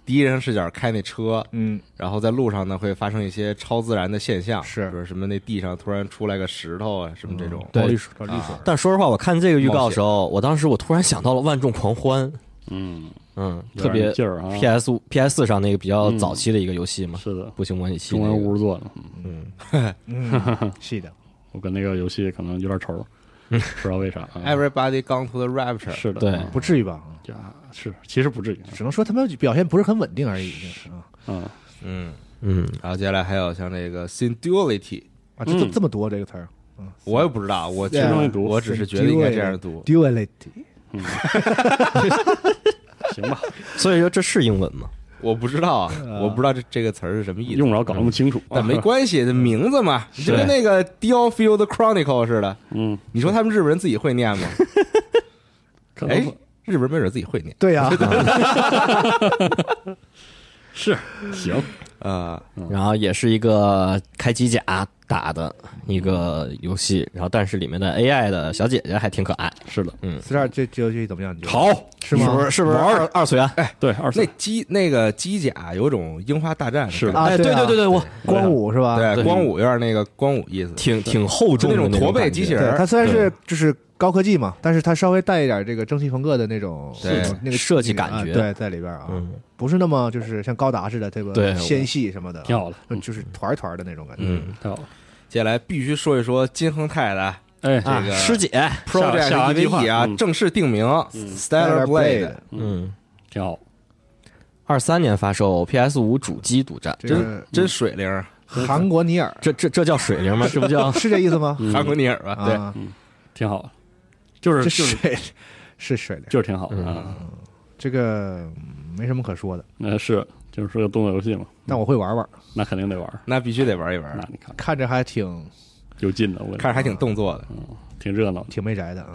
第一人称视角开那车，嗯然后在路上呢会发生一些超自然的现象，是嗯就是什么那地上突然出来个石头啊，什么这种。对暴力水，暴力水啊，但说实话，我看这个预告的时候，我当时我突然想到了《万众狂欢》，嗯，嗯，有特点别劲儿啊， PS 五 PS 四上那个比较早期的一个游戏嘛，是的，步行模拟器中那文个。屋做的，嗯嗯，嗯，是的，我跟那个游戏可能有点仇，不知道为啥啊， Everybody gone to the rapture，是的，对啊不至于吧？嗯呀，是，其实不至于，只能说他们表现不是很稳定而已。就是啊，嗯，嗯，嗯，然后接下来还有像这个 Sinduality，啊，这嗯这么多这个词儿我也不知道，我其这实么一读我只是觉得应该这样读， ，duality，行吧，所以说这是英文吗？我不知道啊，我不知道这这个词儿是什么意思用。不着搞那么清楚。嗯但没关系，这名字嘛，就跟那个《Deal Field Chronicle》似的。嗯，你说他们日本人自己会念吗？可哎能，日本人没准自己会念对 呀、是行，呃啊。然后也是一个开机甲打的一个游戏，然后但是里面的 AI 的小姐姐还挺可爱，是的，四十二这这游戏怎么样？你觉得好，是吗？是不是？是不是二二啊次元？对，二那三机那个机甲有种樱花大战的是感觉啊，哎，对对啊对对，我光武是吧？对对光武有点那个光武意思，挺挺厚就重那的种驼背机器人，人对，它儿。嗯虽然是就是高科技嘛，但是它稍微带一点这个蒸汽朋克的那种对那个设计感啊觉对，在里边啊，嗯不是那么就是像高达似的这个对纤细什么的，挺好的，嗯就是团儿团儿的那种感觉。啊嗯，太好了。接下来必须说一说金亨泰的哎，啊这，个师姐， Project 下完计划 EVE 啊，嗯正式定名 Stellar Blade。嗯，挺好，二三年发售 PS 五主机独占，这个真水灵儿，韩国尼尔这这这叫水灵吗？这不叫是这意思 嗯吗？韩国尼尔吧？对，啊，挺好，就是这就是水是水灵，就是挺好的嗯啊。这个嗯没什么可说的，那是就是个动作游戏嘛，但我会玩玩，那肯定得玩儿。那必须得玩一玩那，你看看着还挺有劲的，我跟你看着还挺动作的。挺热闹的。挺没宅的啊。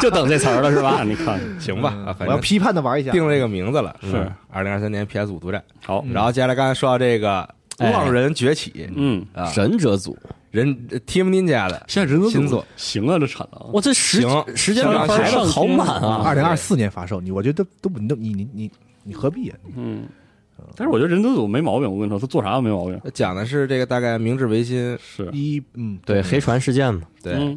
就等这词儿了是吧 那？你看行吧，啊，我反要正批判的玩一下，定了这个名字了，嗯是二零二三年 PS 五独占。好，然后接下来刚才说到这个哎浪人崛起嗯，啊，神者组，人呃 Team Ninja 的现在人都新作，行啊，这产能我这时行时间表排的好满啊！二零二四年发售，你我觉得都不你都你你你你何必啊？嗯，但是我觉得人德组没毛病，我跟你说，他做啥都没毛病。讲的是这个大概明治维新，是，一嗯，对黑船事件嘛，对，嗯，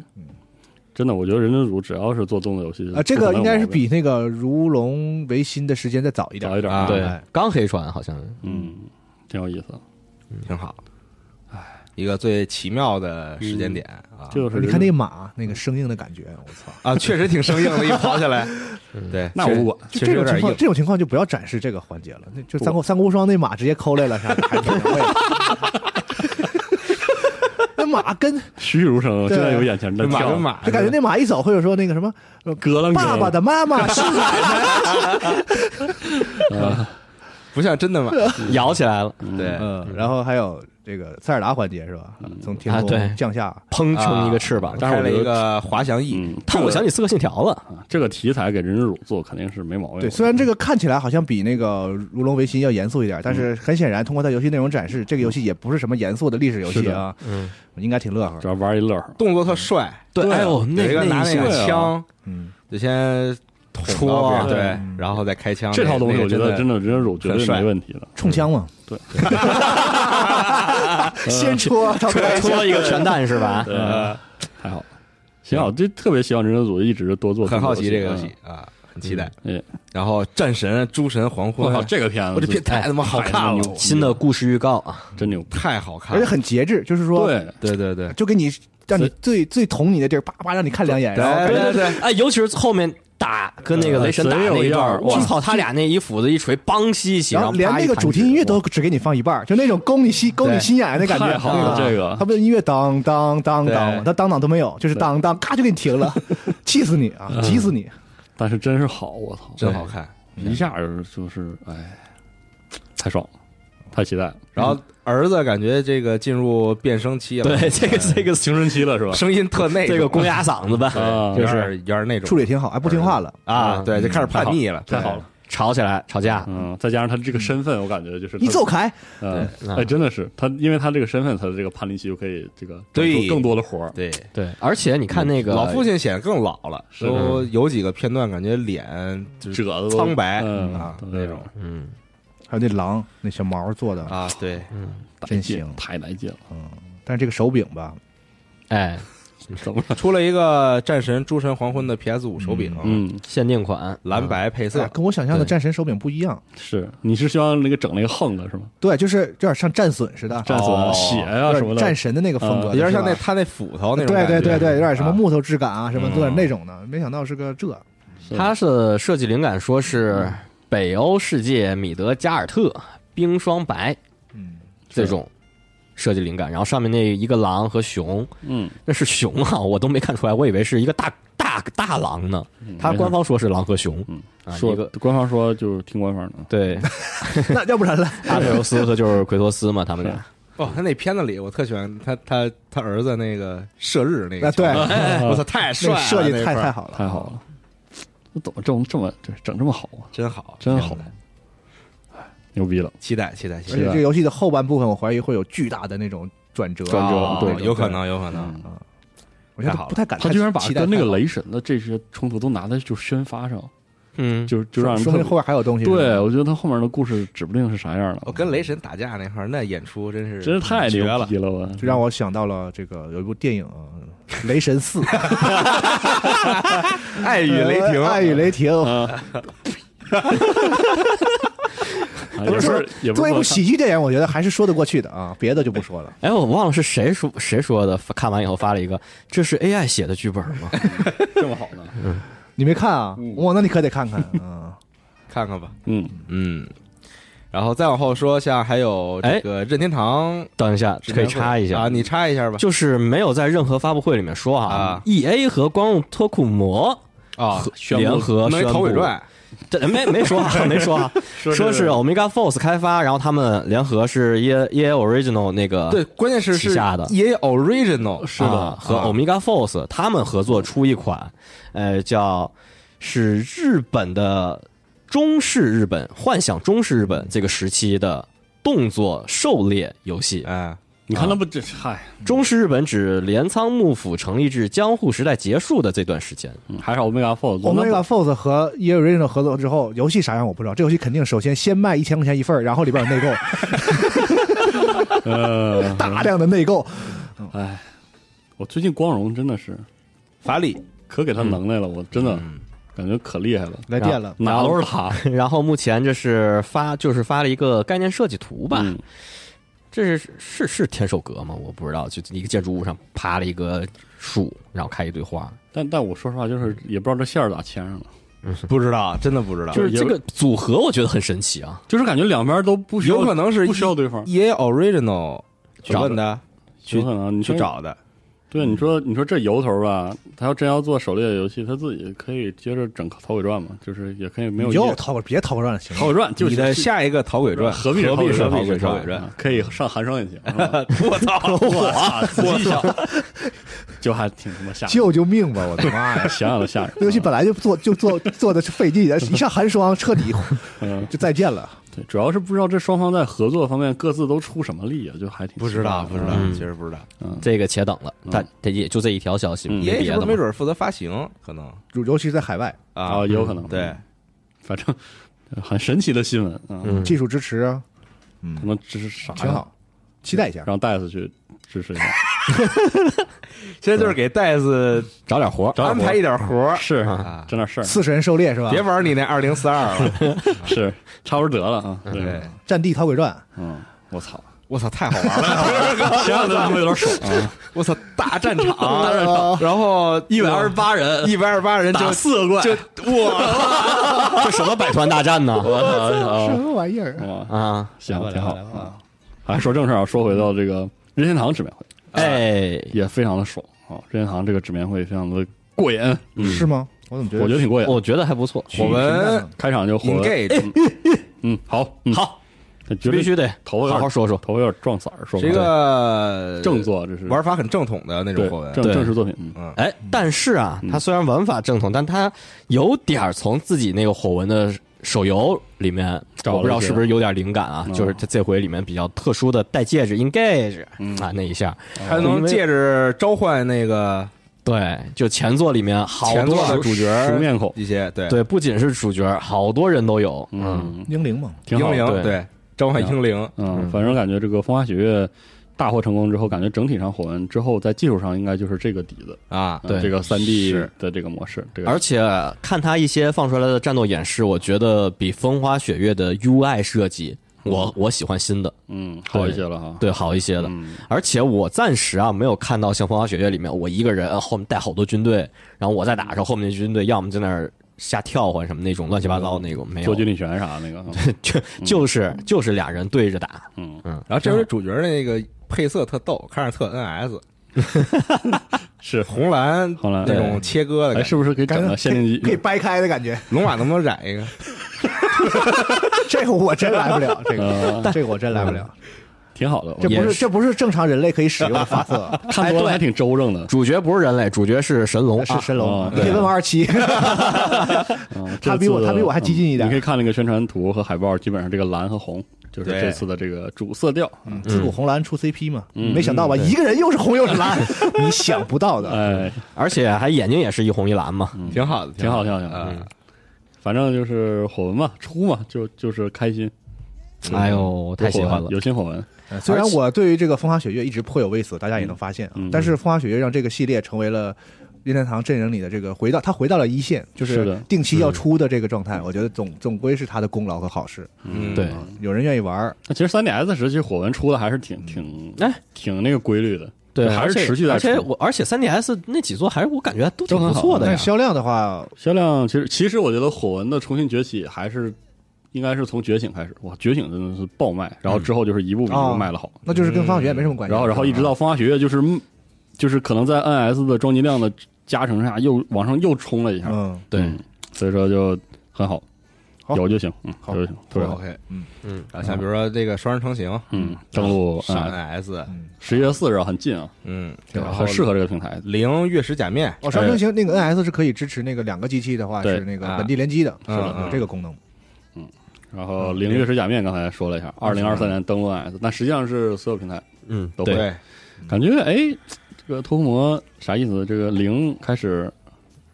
真的，我觉得人德组只要是做动作游戏啊，这个应该是比那个如龙维新的时间再早一点早。一点啊儿，对哎，刚黑船好像嗯，挺有意啊思的。挺好。一个最奇妙的时间点啊，嗯就是你看那人个马那个生硬的感觉，我操！啊，确实挺生硬的，一 跑起来，对，那确实我不管就确实这有种点情况，硬，这种情况就不要展示这个环节了。那就三国三国无双那马直接抠来了，啥的，还挺会的 那马跟栩栩如生，对现在有眼前的马跳跟，马，就感觉那马一走，或者说那个什么咯楞爸爸的妈妈是不像真的马，嗯摇起来了，对，嗯，然后还有这个塞尔达环节是吧？从天啊对空降下，砰成一个翅膀。但嗯是开我了觉一得个滑翔翼，嗯，啊看，我想起刺客信条 了，这个题材给人乳做肯定是没毛病。对，虽然这个看起来好像比那个《如龙维新》要严肃一点，但是很显然，通过它游戏内容展示，这个游戏也不是什么严肃的历史游戏啊，嗯，应该挺乐呵主。要玩一乐呵，动作特帅，对，哎呦，有那一个拿那哦那一下个枪，嗯，就先捅戳到别啊人对嗯，然后再开枪。这套东西我觉啊那得个真真的人乳绝对很帅没问题的。冲枪嘛， 对，先戳，然后再 戳一个全蛋是吧？对，还嗯好，行啊，这特别希望人德组一直多做。很好奇这个游戏，啊，很期待。嗯，然后战神、诸神、黄我昏哦靠，，这个片子我这片太他妈好看了，哦新的故事预告啊，真牛逼，太好看而且了。很节制，就是说，对，对对对，就给你让你最最捅你的地儿，叭叭让你看两眼，然后对对对，哎，尤其是后面打跟那个雷神打那一段，我操，他俩那一斧子一锤，梆吸一起，然后后连那个主题音乐都只给你放一半儿，就那种勾你心勾你心眼的感太觉，好对了，吧这个他不是音乐当当当当吗？对他当当都没有，就是当当，咔就给你停了，气死你啊，急死你！但是真是好，我操，真好看。一下就是就是哎，太爽了，太期待了，然后儿子感觉这个进入变声期了，对，哎这个这个青春期了是吧？声音特内，这个公鸭嗓子吧，啊，就就是有点那种处理挺好，哎，不听话了，啊，对，就开始叛逆了，太好了，吵起来吵架，嗯，再加上他这个身份，我感觉就是你走，开！嗯，啊哎，真的是他，因为他这个身份，他的这个叛逆期就可以这个干对出更多的活儿，对。对，而且你看那个老父亲显得更老了，是都有几个片段感觉脸就是褶子都苍白嗯啊都那种嗯，还有那狼那小毛做的，啊，对，带真劲行太来劲了，但是这个手柄吧，哎，嗯怎么了？出了一个战神、诸神、黄昏的 PS 五手柄，嗯，限定款蓝白配色哎，跟我想象的战神手柄不一样。是，你是希望那个整那个横的是吗？对，就是有点像战损似的，战损啊、哦血有啊什么点的，战神的那个风格，啊有点像是那吧他那斧头那种对感对觉。对对，有点什么啊木头质感啊，什么嗯有点那种的。没想到是个这，是嗯它是设计灵感说是北欧世界米德加尔特冰霜白嗯，这种设计灵感，然后上面那一个狼和熊，嗯， 那是熊啊，我都没看出来，我以为是一个大大大大狼呢，他官方说是狼和熊，嗯啊，说一个官方说就是听官方的， 对那要不然呢？阿特柔斯和就是奎托斯 嘛，他们俩是哦，他那片子里我特喜欢他他他儿子那个射日那啊个对桥段，我操，太帅那了，设计那太块儿太好了，太好了，哦那怎么这么这么这整这么好啊？真好，真好，牛逼了！期待期待期而待，且是这的个游戏的后半部分，我怀疑会有巨大的那种转折。啊转折哦对对有可能有可能，嗯我现在太都好了不太敢太他期待太好。居然把跟那个雷神的这些冲突都拿在就宣发上，嗯，就就让人说特明后面还有东西。是对，吧，我觉得他后面的故事指不定是啥样了。我哦跟雷神打架那块儿，那演出真是真是太绝牛了，逼了，我就让我想到了这个有一部电影啊《雷神四》，爱与 雷霆，呃爱与雷霆，啊，啊也不是也不作为是一部我看喜剧电影，我觉得还是说得过去的啊，别的就不说了。哎，我忘了是谁说谁说的，看完以后发了一个，这是 AI 写的剧本吗？这么好呢，你没看啊嗯？哇，那你可得看看啊！看看吧，嗯，嗯。然后再往后说，像还有这哎个任天堂等一下直，可面会，以插一下啊，你插一下吧。就是没有在任何发布会里面说啊啊，EA 和光用脱库摩啊，宣布联合弄一宣头布尾，转，这没没说 啊，没说啊，说是哦 Omega Force 开发，然后他们联合是 E EA EA Original 那个对，关键是旗是下的 EA Original 是的啊和啊 Omega Force 他们合作出一款，呃，叫是日本的中式日本幻想中式日本这个时期的动作狩猎游戏。哎，你看那不这嗨，中式日本指镰仓幕府成立至江户时代结束的这段时间。嗯还是 Omega Force，我们那把 Force 和 e a Original 合作之后，游戏啥样我不知道。这游戏肯定首先先卖一千块钱一份儿，然后里边有内购，呃， 大量的内购。哎，我最近光荣真的是法理可给他能耐了，我真的嗯感觉可厉害了，嗯嗯来电了，哪都是他 然后目前这是发就是发了一个概念设计图吧，嗯这是是是天守阁吗？我不知道，就一个建筑物上爬了一个树，然后开一堆花。但但我说实话，就是也不知道这线儿咋牵上了，不知道，真的不知道，就是这个组合，我觉得很神奇啊。就是感觉两边都不需要，有可能是不需要对方， EA Original 去问的，去有可能你去说。找的，对，嗯你说你说这由头吧，他要真要做狩猎游戏，他自己可以接着整《逃鬼传》嘛，就是也可以没有你一就《掏别掏乱了，行逃吗。鬼传》就你的下一个《逃鬼传》何必何必是是《逃逃鬼鬼传传》？啊传？可以上 寒霜也行。是吧我操！ 我操，仔细想， 就还挺他妈吓人，救救命吧！我的妈 呀！想想都 吓人。啊这游戏本来就做就做做的是费劲，一上寒霜彻底嗯，就再见了。对，主要是不知道这双方在合作方面各自都出什么力啊，就还挺不知道，奇不怪知的道嗯，其实不知道。这个且等了，嗯但这也就这一条消息，嗯没 EA 别是不是的没嘛。准负责发行？可能尤尤其是在海外，啊啊，，有可能。对，，反正很神奇的新闻啊，嗯技术支持啊，他们支持啥呀挺，好，期待一下。让戴斯去支持一下。现在就是给戴斯找点活儿，安排一点活儿是啊整点 事儿，四神狩猎是吧别？玩你那二零四二了。是差不多得了啊。对嗯对，，战地逃鬼传，嗯，我操，我操，太好玩了！想想都他妈有点爽啊！ 我操，大战场，然后 一百二十八人一百二十八人就打四个怪，就哇，这什么百团大战呢？ 我什操么玩意儿啊？啊！啊，哦行来吧，挺好来吧来吧啊。还说正事儿啊，说回到这个任天堂直面会，哎，也非常的爽啊！任天堂这个直面会非常的过瘾，嗯是吗？我怎么觉得？我觉得挺过瘾。我觉得还不错，我们开场就火， engage 嗯，好，嗯，好，绝对必须得头发有好点好说说。头发有点撞色儿，说不这个正作，这是玩法很正统的那种对火纹正对正式作品，嗯嗯哎，但是啊，它虽然玩法正统，但它有点儿从自己那个火纹的手游里面，找了我不知道一些是不是有点灵感啊，嗯就是它这回里面比较特殊的戴戒指 engage 嗯啊那一下，还能借着召唤那个对，就前作里面好前多作的主角熟面孔，一些对对，不仅是主角，好多人都有，嗯，英灵嘛，挺英好的，灵对对召唤英灵，嗯，反正感觉这个风花雪月大获成功之后，感觉整体上火纹之后，在技术上应该就是这个底子，啊，嗯对这个三 D 是的这个模式，这个而且看他一些放出来的战斗演示，我觉得比《风花雪月》的 UI 设计，我我喜欢新的，嗯好一些了哈，对，好一些的。嗯而且我暂时啊没有看到像《风花雪月》里面，我一个人呃后面带好多军队，然后我在打的时候，后面的军队要么在那儿瞎跳唤什么那种乱七八糟那种，没做有军，力拳啥那个，就 就是就是俩人对着打，嗯，然 后这回主角那个配色特逗，看着特 NS，是红蓝红蓝那种切割的哎，感是觉，不是给整个限定嗯可 以机？掰开的感 觉，龙马能不能染一个？这个我真来不了， 这呃个这个我真来不了，嗯挺好的，这我不也是是这不是正常人类可以使用的发色， 看多了还挺周正的。主角不是人类，主角是神龙，是神啊龙，你对可以问问二七，嗯他比我这次他比我还激进一点嗯你可以看那个宣传图和海报，基本上这个蓝和红就是对这次的这个主色调。嗯自古红蓝出 CP 嘛，没想到吧，一个人又是红又是 蓝，你想不到的，哎，而且还眼睛也是一红一蓝嘛。嗯挺好的，挺好，的挺好，挺好。啊嗯反正就是火纹嘛，出嘛，就就是开心。哎呦，太喜有火欢纹了！有新火纹，呃虽然我对于这个风花雪月一直颇有微词，大家也能发现啊嗯嗯，但是风花雪月让这个系列成为了。任天堂阵营里的这个回到，他回到了一线，就是是的嗯定期要出的这个状态，我觉得总总归是他的功劳和好事。嗯对，有人愿意玩儿，那其实3 DS 时期火纹出的还是挺挺哎挺那个规律的，对，还是而且持续在而且出。我而且 3DS 那几座还是我感觉都挺都很不好错的但呀是。销量的话，销量其实其实我觉得火纹的重新崛起还是应该是从觉醒开始，哇，觉醒真的是爆卖，然后之后就是一步比一步哦卖的好，那就是跟风花雪月没什么关系。嗯然后然后一直到风花雪月就是就是可能在 NS 的装机量的加成下又往上又冲了一下，嗯，对嗯，所以说就很好，好有就行，嗯，好有就行，特别好， ，OK，嗯嗯，啊，像比如说这个双人成行，嗯，登录上啊， NS，嗯十一月四日啊很近啊，嗯，对吧？然后很适合这个平台，零月食假面，哦，双生型那个 NS 是可以支持那个两个机器的话哎对是那个啊本地联机的，嗯嗯有这个功能。然后零月食假面刚才说了一下，二零二三年登陆 NS，但实际上是所有平台嗯，都会对，对，感觉哎，这个托福魔啥意思？这个零开始，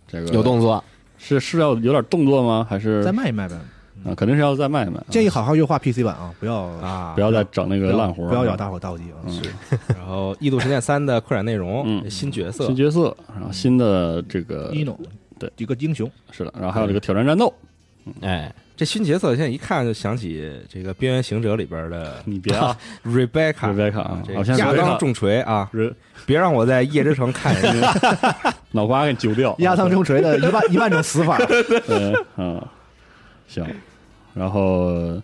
这个有动作，是是要有点动作吗？还是再卖一卖呗，啊？肯定是要再卖一卖啊， 建议好好优化 PC 版啊，不要啊不，要再整那不个要烂活儿，不要咬大伙大火机啊。嗯然后《异度神剑三》的扩展内容，嗯新角色新，角色，然后新的这个一诺对一个英雄，是的，然后还有这个挑战战斗，哎，这新角色现在一看就想起这个《边缘行者》里边的你别啊 Rebecca， ，Rebecca 啊，这好像亚 Rebecca- 当重锤啊， Re- 别让我在夜之城看人 家脑瓜给揪掉， 压当重锤的一万一万种死法，对，嗯， 行，然后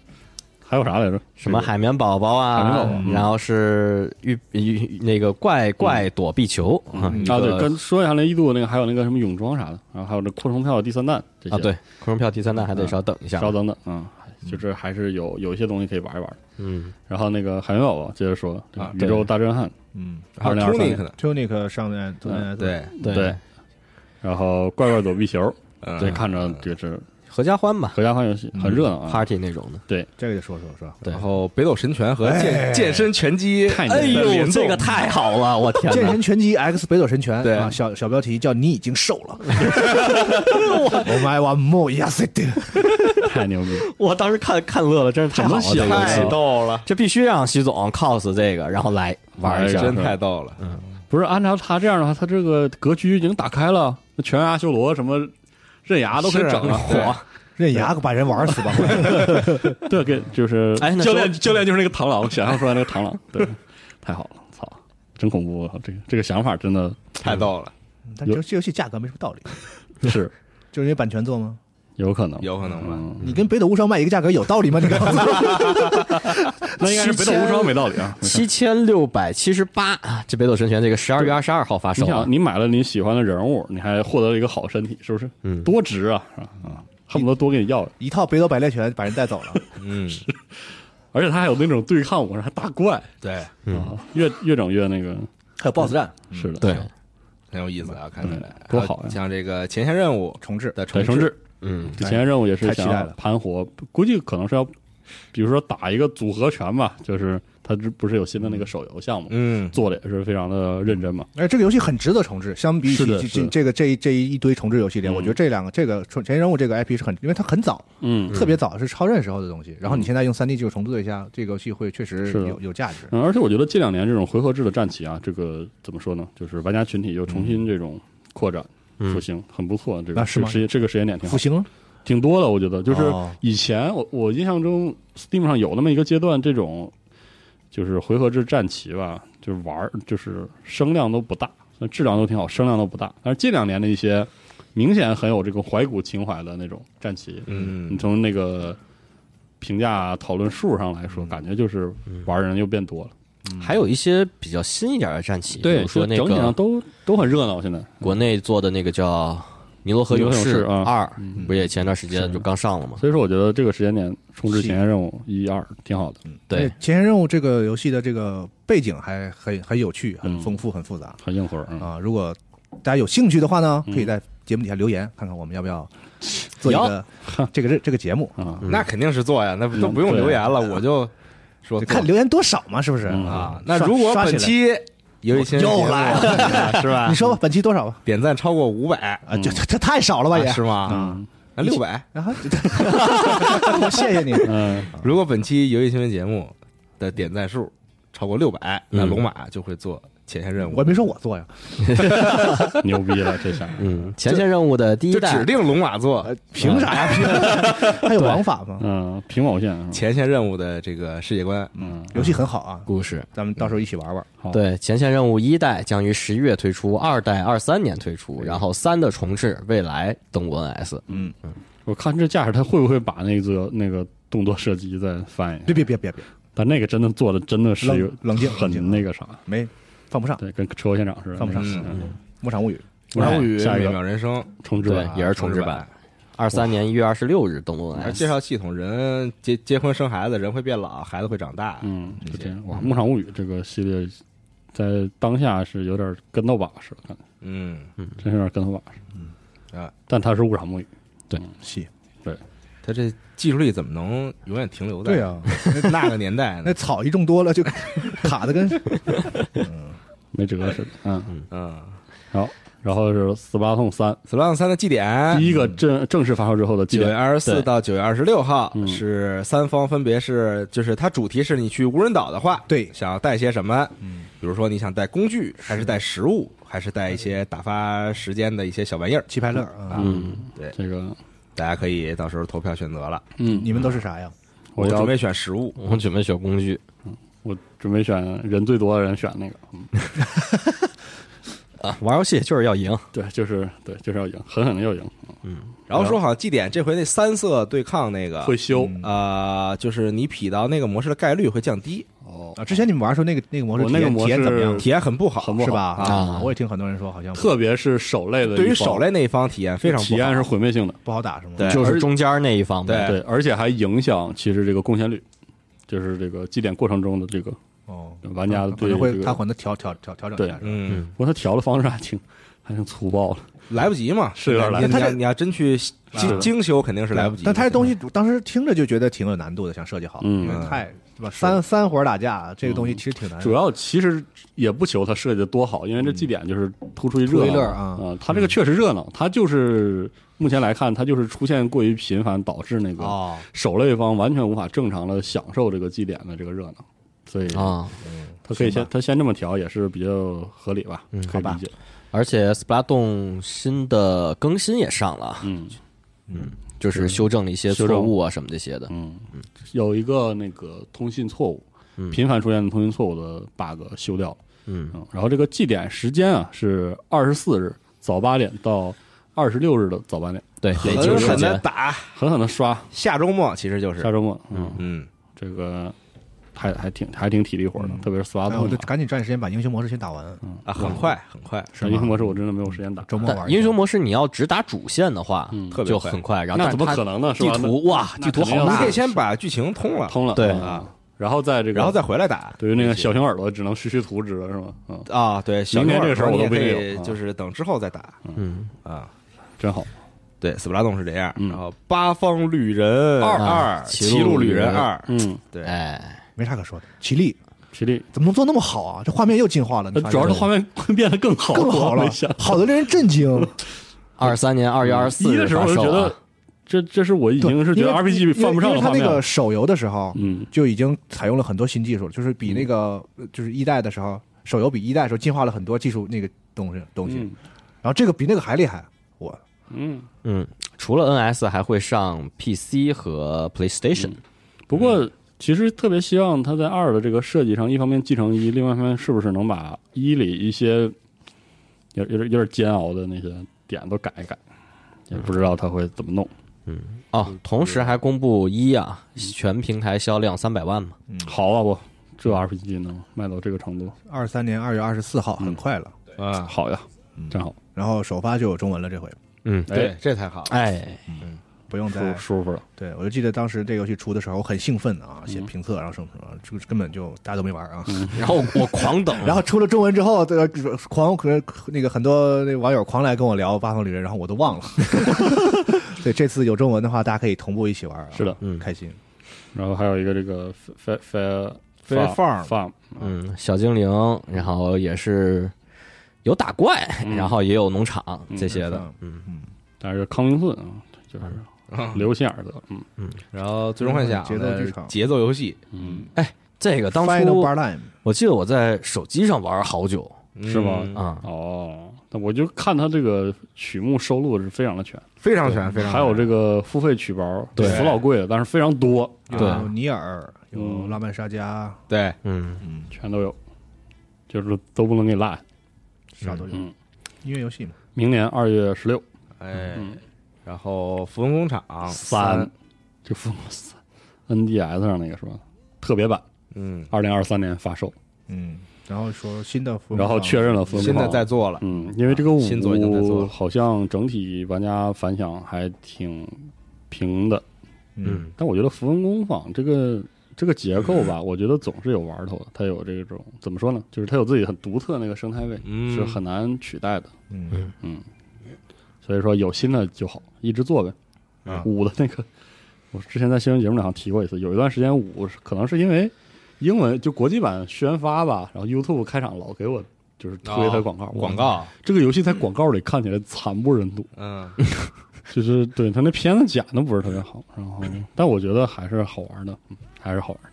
还有啥来着？什么海绵宝宝海绵宝啊宝嗯，然后是玉玉那个怪怪躲避球啊这一个啊？对，个跟说一下那一度那个，还有那个什么泳装啥的，然后还有这扩充票第三弹这些啊，对，空中票第三弹还得稍等一下，稍等等，嗯，就是还是有有一些东西可以玩一玩。嗯，然后那个海绵宝宝接着说这个啊宇对宙大震撼，嗯然后2023 Tunic 呢， ，Tunic 上面嗯对，对，然后怪怪躲避球，嗯这看着就是合家欢吧合家欢游戏很热闹啊， ，party 那种的，这个得说说是吧？对然后北斗神拳和健健身拳击，哎太哎牛了呦，联动这个太好了，我天健哪！身拳击 X 北斗神拳对啊，小小标题叫你已经瘦了。 我买完莫亚塞德，太 牛逼，我当时看看乐了，真是太好了，这啊个游戏太逗了，这必须让习总 cos 这个，然后来玩一哎下。真太逗了，不是按照他这样的话，他这个格局已经打开了，那全员阿修罗什么。刃牙都可以是啊整了，对火任牙把人玩死吧！嗯对，给就是哎那教说 练教练就是那个螳螂，想象出来那个螳螂，对，太好了，操，真恐怖，啊这个这个想法真的太逗了，但这这游戏价格没什么道理，是 就是因为版权做吗？有可能，有可能吧？嗯，你跟北斗无双卖一个价格有道理吗？你告诉我，那应该是北斗无双没道理啊，七千六百七十八啊！这《北斗神拳》这个十二月二十二号发售你啊想，，你买了你喜欢的人物，你还获得了一个好身体，是不是？嗯多值啊！啊啊，恨不得多给你要了。一套北斗百猎拳把人带走了。嗯，而且他还有那种对抗模式，还打怪对，啊，越越整越那个，还有 BOSS 战是的，对，很有意思啊，看起来多好呀还有像这个前线任务重置，的对，重重置，置嗯，之前任务也是太期想待要了盘活，估计可能是要，比如说打一个组合拳吧，就是他这不是有新的那个手游项目，嗯，做的也是非常的认真嘛，哎，这个游戏很值得重置。相比起是的这是的这这个这一这一堆重置游戏里，嗯我觉得这两个这个《前任务》这个 IP 是很，因为它很早，嗯。特别早，是超任时候的东西。然后你现在用三 D 技术重做一下，这个游戏会确实是的有有价值。嗯，而且我觉得近两年这种回合制的战棋啊，这个怎么说呢？就是玩家群体又重新这种扩展、嗯复兴，很不错。这个啊是这个吗时间这个时间点挺好复。兴了，挺多的，我觉得就是哦以前我我印象中 Steam 上有那么一个阶段，这种就是回合制战棋吧，就是玩儿就是声量都不大，那质量都挺好，声量都不大。但是近两年的一些明显很有这个怀古情怀的那种战棋，你嗯，从嗯那个评价讨论数上来说，感觉就是玩儿人又变多了。还有一些比较新一点的战旗，比对，如说就那整体上个都都很热闹。现在国内做的那个叫《尼罗河尼罗勇河勇士士啊二》，不是也前段时间是就刚上了吗？所以说，我觉得这个时间点冲刺前沿任务一二挺好的，而对且，前线任务这个游戏的这个背景还很很有趣，很嗯丰富，很复杂很硬核啊。啊。如果大家有兴趣的话呢，嗯可以在节目底下留言，看看我们要不 要做一个这个这这个节目，啊，嗯那肯定是做呀，那不都嗯不用对留言了，我就说看做留言多少嘛，是不是？嗯啊。那刷如果刷起本来期有一些又来了， 是啊吧？你说吧，本期多少吧？点赞超过五百啊，这这这太少了吧也是。吗？嗯那六百。然后， 我谢谢你。嗯，如果本期游戏新闻节目的点赞数超过六百，那龙马就会做前线任务。我没说我做呀，牛逼了，这下嗯，前线任务的第一就代指定龙马做凭啥呀？凭 还有王法吗？嗯，平保线是吧前线任务的这个世界观。嗯，游戏很好啊，故事，咱们到时候一起玩玩。好对，前线任务一代将于十一月推出，二代二三年推出，然后三的重置未来登陆 NS。嗯，我看这架势，他会不会把那个那个动作射击再翻一下别？别别别别，但那个真的做的真的是有冷冷静冷静很那个啥，没犯不上。对，跟车祸现场似的。犯不上那个嗯《牧场物语》牧场物语、下一美个妙人生重置对版，，也是重重置版版，，二三年一月二十六日登陆还 NS。介绍系统：人结结婚生孩子，人会变老，孩子会长大。嗯，就这样。哇，《牧场物语》这个系列在当下是有点跟到把式了，感觉嗯，真是有点跟到把式。嗯啊，但它是《牧场物语》，嗯戏，他这技术力怎么能永远停留在对啊，那个年代那呢？草一种多了就卡的跟没 辙似的。嗯，嗯，好，然后是《斯巴达痛三《死亡三》的祭典》，第一个正正式发售之后的纪九月念。二十四对到九月二十六号嗯是三方分别是，就是它主题是你去无人岛的话，对想要带些什么？嗯，比如说你想带工具，还是带食物，还是带一些打发时间的一些小玩意儿？棋牌乐啊。嗯，对这个，大家可以到时候投票选择了。嗯，你们都是啥呀？我我要准备选食物，我准备选工具，我准备选人最多的人选那个。嗯，啊，玩游戏就是要赢。对，就是对，就是要赢，狠狠的要赢，然后说好祭典这回那三色对抗那个会修。呃，就是你匹到那个模式的概率会降低，哦，啊，之前你们玩的时候那个那个模式我体那个验模体验怎么式样？体验很不好，很不好是吧？啊我也听很多人说好像特别是手类的一方，对于手类那一方体验非常不好体验是毁灭性的，嗯不好打是吗？对就是中间那一方嘛对对，而且还影响其实这个贡献率，就是这个祭典过程中的这个哦，玩家可对能这会个，他可能调调调调整一下。嗯，不过他调的方式还挺还挺粗暴的，来不及嘛，是有点来你不及你要你要真去是精的精修，肯定是来不及。但他这东西当时听着就觉得挺有难度的，想设计好，嗯因为太对吧？三三活打架这个东西其实挺难的。主要其实也不求它设计的多好，因为这祭典就是突出一图热一闹乐啊啊，它这个确实热闹，它就是目前来看，它就是出现过于频繁，导致那个哦，手类方完全无法正常的享受这个祭典的这个热闹，所以啊，它可以行先吧它先这么调也是比较合理吧，嗯可以好吧理解，而且 Splatoon 新的更新也上了，嗯就是修正了一些修错正误啊什么这些的。嗯，有一个那个通信错误嗯，频繁出现的通信错误的 bug 修掉了。嗯嗯，然后这个祭典时间啊是二十四日早八点到二十六日的早八点，对，嗯北京狠时狠的间，打，狠狠的刷下周末其实就是下周末，嗯，嗯，这个还还挺还挺体力活的，嗯特别是斯巴哎达我就赶紧抓紧时间把英雄模式先打完，啊，很快嗯很快，嗯英雄模式我真的没有时间打，周末玩但一下。英雄模式你要只打主线的话，特别就快很快。然后那但怎么它可能呢？是嗯地吧？图哇，那地图肯定好要你大得，先把剧情通那了，通了，对啊，然后在这个然后再回来打。对于那个小熊耳朵只能虚虚图纸了是吗？嗯，啊，对，小明年牛这个事儿我你也都不一可定以有啊就是等之后再打嗯，啊。真好，对，斯普拉洞是这样，嗯然后八方旅人二啊二，骑骑路路旅旅人人二，啊嗯，对，哎，没啥可说的，起立体力，怎么能做那么好啊？这画面又进化了，你发现呃主要是没画面会变得更好，更好我了没想，好的令人震惊。二三年二月二十四一日的时候我就发售觉啊得，这这是 我已对经是觉得因为 RPG 犯不上因为因的为画它面那个了，手游的时候嗯，就已经采用了很多新技术了，就是比那个呃就是一代的时候，手游比一代的时候进化了很多技术那个东西东西。嗯然后这个比那个还厉害，我嗯。嗯，除了 NS 还会上 PC 和 PlayStation，嗯不过其实特别希望它在二的这个设计上，一方面继承一，另外一方面是不是能把一里一些有有点有点煎熬的那些点都改一改，也不知道他会怎么弄。嗯哦，同时还公布一啊，全平台销量三百万嘛，嗯好啊，不，这 RPG 能卖到这个程度，二三年二月二十四号，很快了。啊，好呀嗯，嗯真好，然后首发就有中文了，这回嗯，对，这太好了，哎，不用再舒舒服了。对我就记得当时这个游戏出的时候，我很兴奋啊，嗯写评测，然后什么什么，就根本就大家都没玩啊。 然后我狂等，然后出了中文之后，这个狂可那个很多那个网友狂来跟我聊《八方旅人》，然后我 都忘了。对，这次有中文的话，大家可以同步一起玩、啊。是的，开心。然后还有一个这个 Fa Fa Fair Farm Farm，嗯，小精灵，然后也是有打怪，嗯然后也有农场这些的，嗯嗯，但是康明顿啊，就是留心眼儿的，嗯然后最终幻想节奏的剧场节奏游戏嗯，这个当 Final 初 Bar Line 我记得我在手机上玩好久是吗嗯啊，哦，那我就看他这个曲目收录的是非常的全，非常全，非常全还有这个付费曲包，对死老贵了，但是非常多，啊对有尼尔，有嗯拉曼沙加，对嗯，嗯，全都有，就是都不能给你落下。啥都有。嗯音乐游戏嘛，明年二月十六，哎，嗯，然后《符文工厂》三，，这疯了三，NDS 上那个是吧？特别版，嗯，二零二三年发售，嗯，然后说新的服，然后确认了分现在在做了，嗯，因为这个啊新作已经在做五了好像整体玩家反响还挺平的，嗯，但我觉得符文工坊这个这个结构嗯吧，我觉得总是有玩头的，它有这种怎么说呢？就是它有自己很独特的那个生态位，嗯是很难取代的。嗯嗯，所以说有新的就好，一直做呗。啊五的那个，我之前在新闻节目里好像提过一次，有一段时间五是可能是因为英文就国际版宣发吧，然后 YouTube 开场老给我就是推哦它广告，广。告，这个游戏在嗯广告里看起来惨不忍睹，嗯，就是对它那片子剪的不是特别好，然后但我觉得还是好玩的，嗯还是好玩的。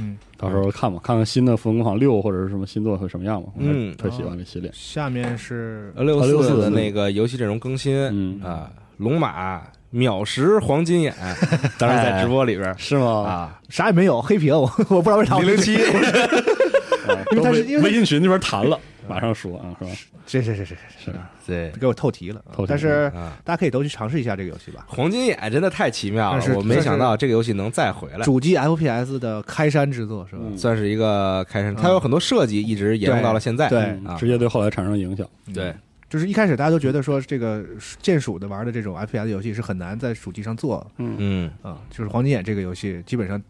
嗯，到时候看吧，看看新的《风工坊六》或者是什么新作会什么样吧。我还嗯特喜欢这系列。下面是六64的那个游戏阵容更新嗯，啊，龙马秒识黄金眼，当时在直播里边是吗？啊，啥也没有，黑屏，我我不知道为啥我零零 七，因为它是因为它微信群那边 谈了，马上说啊，是吧？这这这这对这给我透题了啊透。题但是啊，大家可以都去尝试一下这个游戏吧。黄金眼真的太奇妙但是了，我没想到这个游戏能再回来。主机 FPS 的开山之作是吧？嗯算是一个开山，它有很多设计一直沿用到了现在。对嗯啊直接对后来产生影响。对，就是一开始大家都觉得说这个键鼠的玩的这种 FPS 游戏是很难在主机上做嗯，嗯，啊，就是黄金眼这个游戏基本上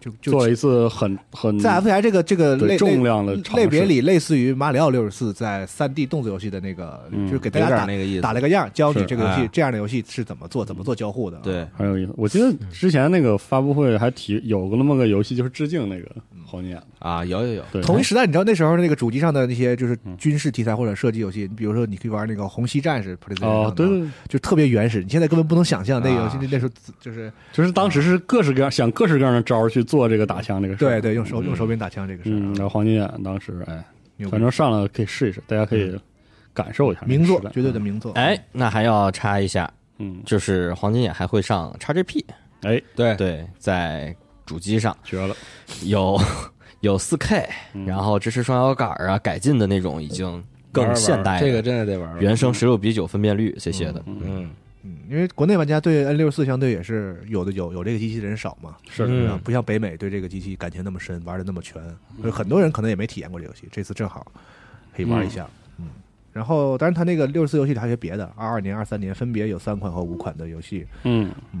就就做了一次很很在 FPS 这个这个对类重量的类尝试类别里，类似于马里奥六十四在三 D 动作游戏的那个，嗯就是给大有家点打那个意思打。了个样，教你是啊这个游戏哎这样的游戏是怎么做，怎么做交互的。啊对，很有意思。我记得之前那个发布会还提有过那么个游戏，就是致敬那个黄金眼。啊，有有有，对，嗯嗯同一时代，你知道那时候那个主机上的那些就是军事题材或者射击游戏，你比如说你可以玩那个《红溪战士》，PlayStation 哦上，的对，对，对就特别原始，你现在根本不能想象那个游戏啊那那时候就是就是当时是各式各样想各式各样的招儿去做这个打枪这个事儿。对对，用手用手柄打枪这个事嗯，然儿啊后黄金眼当时哎，牛逼反，正上了可以试一试，大家可以感受一下名作那个时代绝对的。名作。哎，那还要插一下，嗯，就是黄金眼还会上 XGP，哎，对，对，在主机上绝了！有有 4K，嗯然后支持双摇杆儿啊，改进的那种已经更现代这个的真的得玩玩。原生十六比九分辨率这些的，嗯，嗯，因为国内玩家对 N 六四相对也是有的有有这个机器的人少嘛，是嗯对吧不像北美对这个机器感情那么深，玩的那么全，所以很多人可能也没体验过这游戏，这次正好可以玩一下。嗯，然后当然它那个六十四游戏里还有些别的，二二年、二三年分别有三款和五款的游戏，嗯， 《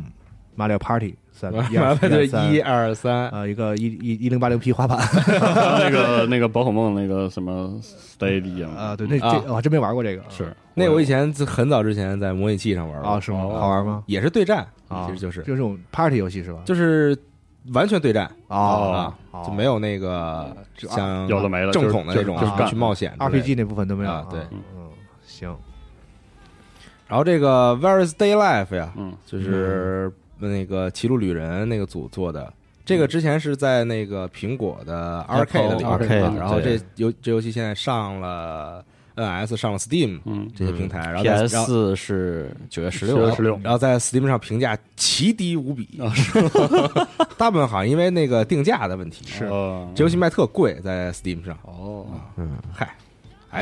马里奥 Party》三， 一麻二烦就是三一二三，呃一个一一一零八零 P 滑板嗯那个 那个宝可梦那个什么 Stadia 啊，对，那啊这我还真没玩过这个，是那我以前自很早之前在模拟器上玩啊过，是吗？哦好玩吗？也是对战，啊，其实就是就这种 Party 游戏是吧？就是完全对战啊啊，就没有那个像啊有的没的正统的这就是种就是啊干去冒险之类的 RPG 那部分都没有啊对嗯， 行，然后这个 Where's Day Life 呀，嗯就是那个《歧路旅人》那个组做的。这个之前是在那个苹果的嗯 Arcade 里边 Arcade，啊然后对这游这游戏现在上了 NS，上了 Steam 嗯，这些平台，然后在 PS 然后四是九月十六9月号16，16然后在 Steam 上评价奇低无 比啊， 大部分好像因为那个定价的问题，哦这游戏卖特贵，在 Steam 上，哦，嗨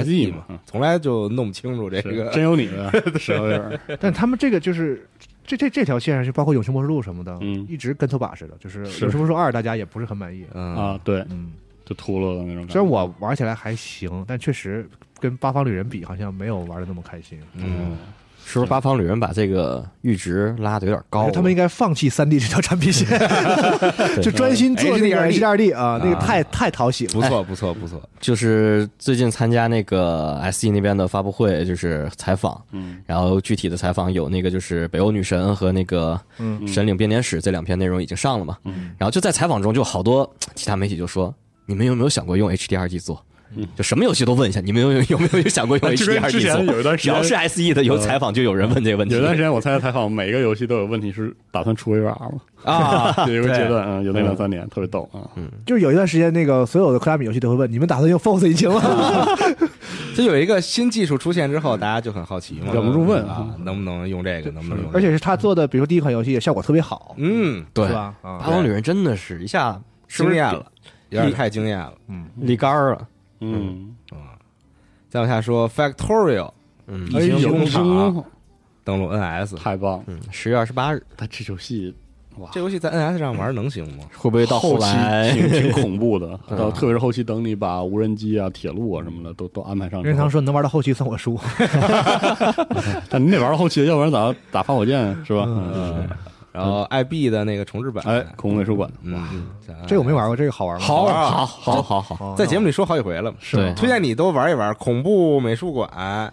SE ，SE E 嘛 E 嘛，从来就弄不清楚这是个真有你的，是有点但他们这个就是这这这条线上，就包括《永生魔术录》什么的，嗯一直跟头把似的，就是《是永生魔术二》大家也不是很满意，嗯啊，对，嗯，就秃噜的那种感觉。虽然 我玩起来还行，但确实跟八方旅人比，好像没有玩的那么开心。嗯，是不是八方旅人把这个阈值拉的有点高我觉了？得他们应该放弃三 D 这条产品线，就专心做那个 H 二 D 啊，那个太太讨喜了。不错，不错，不错。就是最近参加那个 SE 那边的发布会，就是采访，嗯，然后具体的采访有那个就是北欧女神和那个嗯神领编年史这两篇内容已经上了嘛，嗯，然后就在采访中就有好多其他媒体就说，你们有没有想过用 HDRG 做？就什么游戏都问一下，你们有有没有想过用就跟嗯 之 HDRG 前做？有一段时只要间是 SE 的有采访，就有人问这个问题有一段时间我参加采访，每个游戏都有问题是打算出 VR 吗？啊。 有一个对阶段，嗯，有那两三年特别逗啊。就是有一段时间，那个所有的科达米游戏都会问你们打算用 Force 引擎吗？这有一个新技术出现之后，大家就很好奇嘛，忍不住问啊，能不能用这个？能不能用？而，且是他做的，比如说第一款游戏也效果特别好，嗯，对是，吧？啊八，王旅人真的是一下是不惊是艳了，有点太惊艳了。立杆儿了？嗯，再往下说，Factorial 嗯哎已经有工厂厂，登陆 NS，太棒！了。嗯，十月二十八日但这游戏哇这，游戏在 NS 上玩能行吗？会不会到后期来挺挺恐怖的，到特别是后期等你把无人机啊、铁路啊什么的都都安排上之后，任天堂说能玩到后期算我输，但你得玩到后期，要不然咋打发火箭是吧？嗯，然后 IB 的那个重置版，哎，恐怖美术馆，嗯，在这个我没玩过，这个好玩吗？好玩啊好好好好，哦，在节目里说好几回了嘛，是吗推荐你多玩一玩《恐怖美术馆》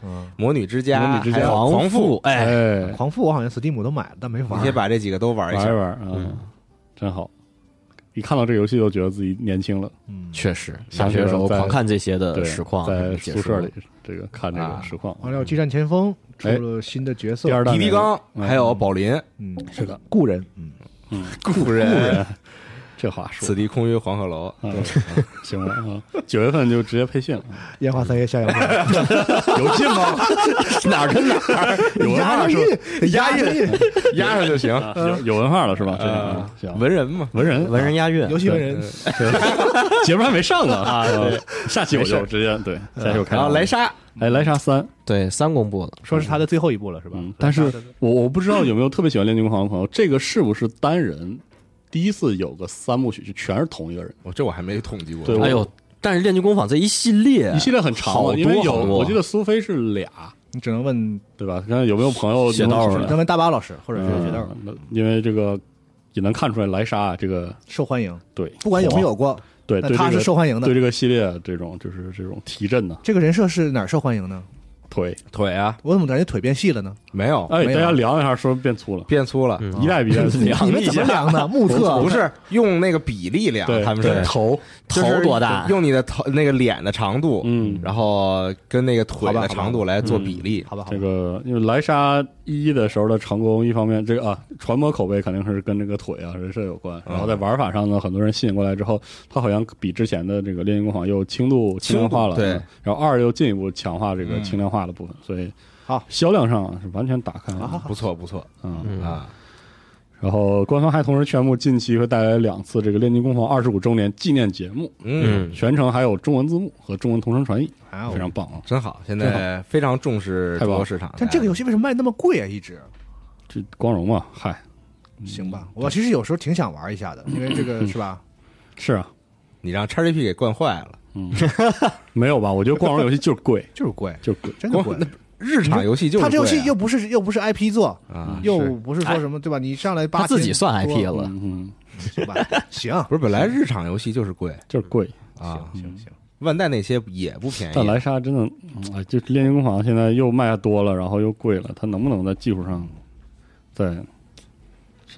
嗯魔女之家》魔女之家还有《狂父父》，哎，哎，狂富我好像 Steam 都买了，但没玩你。先把这几个都玩一玩一下。玩，嗯，真好。一看到这个游戏，就觉得自己年轻了。嗯，确实，想大起学来的时候在狂看这些对的，实况在解宿说舍里，这个看这个啊实况， 完了，激战前锋出了新的角色，第二代迪迪刚嗯还有宝林，嗯，是的，故人，嗯，故人，这话说此地空余黄鹤楼。嗯，行了啊，九月份就直接配信了，烟花三月下扬有劲吗？ 哪儿跟哪儿？有文化压是抑吧？，啊压抑，压上就行。有有文化了是吧？这呃个行，文人嘛，文人文人押韵，游戏文人，节目还没上呢啊，下期我就直接对，下期我开然后莱莎，哎莱莎三，对三公布了，说是他的最后一部了，是吧嗯？，但是我我不知道有没有特别喜欢练军狂的朋友，这个是不是单人？第一次有个三部曲，就全是同一个人，我哦这我还没统计过。对我哎呦，但是《炼金工坊》这一系列，一系列很长好了，多因为有好多我记得苏菲是俩，你只能问，对吧？看看有没有朋友写道能只能问大巴老师或者是雪豆嗯，那因为这个也能看出来莱莎啊这个受欢迎，对，不管有没有过，对，那对他这是个受欢迎的对。这个系列这种就是这种提振呢、这个人设是哪儿受欢迎呢？腿，腿啊，我怎么感觉腿变细了呢？没有哎，没有大家量一下，说变粗了，变粗了，嗯一代比一代粗，你们怎么量的？目测不是用那个比例量，对，他们对是头，头多大？用你的头那个脸的长度，嗯然后跟那个腿的长度来做比例。好吧，好这吧，个因为莱莎一的时候的成功，一方面这个啊传播口碑肯定是跟这个腿啊人设有关，然后在玩法上呢，很多人吸引过来之后，它好像比之前的这个《炼金工坊》又轻度轻量化了，对嗯，然后二又进一步强化这个轻量化的部分，所以好销量上是完全打开好好了，好不错不错嗯。嗯啊，然后官方还同时宣布，近期会带来两次这个炼金工坊二十五周年纪念节目，嗯，嗯，全程还有中文字幕和中文同声传译，啊非常棒啊！真好，现在非常重视太中棒国了市场。但这个游戏戏为什么卖那么贵啊？一直这光荣嘛，嗨，行吧，我其实有时候挺想玩一下的，因为这个是吧？是啊，你让 XGP 给惯坏了，嗯，没有吧？我觉得光荣游戏就是贵， 就是贵，就是贵，真的光贵。那日常游戏就是他这游戏贵啊又不是又不是 IP 做，啊，又不是说什么对吧？你上来八他千自己算多 IP 了，嗯，行吧？行不是本来日常游戏就是贵就是贵。啊，行行，万代那些也不便但宜。莱莎真的，嗯哎，就是炼金工坊现在又卖多了，然后又贵了，它能不能在技术上再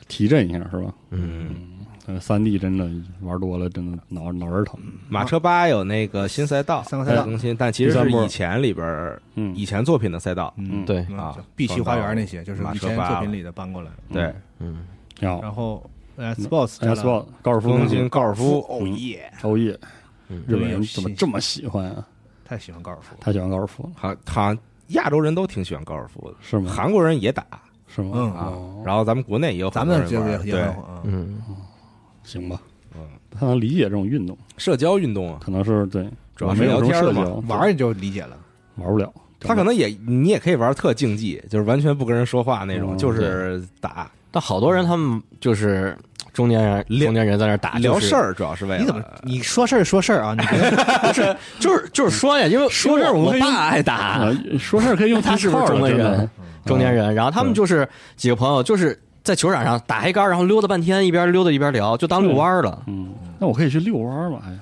提振一下，是吧？嗯，三 D 真的玩多了，真的脑脑仁疼。马车八有那个新赛道，三个赛道更新，但其实第三是波以前里边儿嗯以前作品的赛道。嗯，对，嗯啊行碧琪花园那些就是以马前车八作品里的搬过来，对，嗯，挺好。然后呃 Sports 展览 S b o 哎高尔夫东中京心高尔夫，嗯哦耶，欧嗯耶，日本人怎么嗯这么喜欢啊？太喜欢高尔夫了。太喜欢高尔夫了，好，好像亚洲人都挺喜欢高尔夫的，是吗？韩国人也打是吗？嗯啊哦，然后咱们国内也有咱很多们人就玩是儿，也很对火，啊嗯，行吧，嗯，他能理解这种运动，社交运动啊，可能是对，主要是没聊有这种天社嘛交，玩儿你就理解了。玩不了。他可能也你也可以玩儿特竞技，就是完全不跟人说话那种，嗯就是打。但好多人他们就是中年人聊中年人在那儿打聊啊就是事儿主要是为了你怎么你说事儿说事儿啊？你别 就是就是说呀，因为 说这这儿我我可以用爸爱打啊，说事儿可以用 他是不是套儿中了年真的嗯人？嗯中年人，然后他们就是几个朋友，就是在球场上打一杆儿，然后溜达半天，一边溜达一边聊，就当遛弯儿了。嗯，那我可以去遛弯儿嘛？哎呀，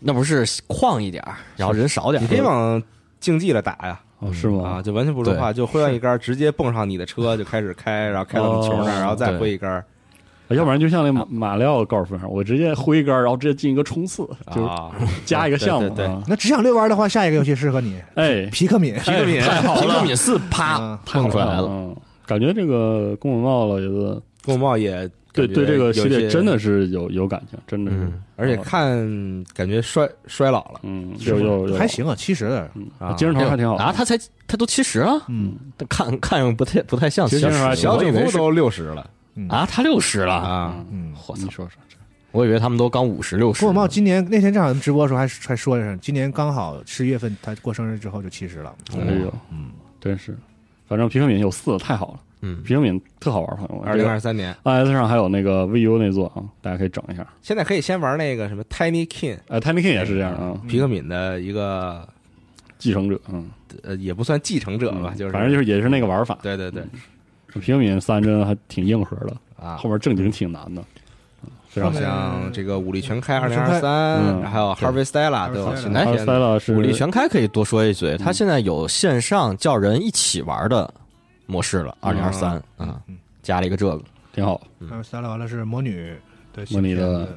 那不是旷一点儿，然后人少点你可以儿， 往竞技了打呀哦，是吗啊，？就完全不说话，就挥完一杆儿直接蹦上你的车就开始开，然后开到你球那儿，哦然后再对挥一杆儿啊要不然就像那啊马马里奥高尔夫上，我直接挥一杆儿，然后直接进一个冲刺，就是啊，加一个项目。对对对啊那只想遛弯的话，下一个游戏适合你，哎，皮克敏。皮克敏太好平了克，敏四嗯啪蹦出来了。嗯，感觉这个宫本茂老爷子宫本茂也对感觉对这个系有列些真的是有有感情，真的是嗯，而且看感觉衰衰老了嗯，有有 有还，行啊，其实嗯啊精神头儿还挺好啊，他才他都七十了，嗯但看看上不太不太像其实精七十神头儿还挺小好我以酒为后是都六十了啊，他六十了，啊，嗯，我操你！说说，我以为他们都刚五十六十。郭永茂今年那天正好咱们直播的时候还还说了声，今年刚好十一月份他过生日之后就七十了。哎呦，嗯，真是，反正皮克敏有四太好了，嗯皮克敏特好玩儿，朋友们，二零二三年， iOS 上还有那个 VU 那座啊，大家可以整一下。现在可以先玩那个什么 Tiny King 哎，Tiny King 也是这样啊，皮克敏的一个继承者，嗯，呃，也不算继承者吧，嗯就是反正就是也是那个玩法。对对对皮克敏三真的还挺硬核的，啊后。面正经挺难的，嗯非常后面像这个武力全开二武力零全开二三，嗯还有 Harvey Stella 对吧？ Harvey Stella 现哎在二塞了是啊武力呃全开可以多说一嗯嘴，他现在有线上叫人一起玩的模式了，二零二三啊嗯，加了一个这个。哎挺好，还有三了完了是魔女的模拟的的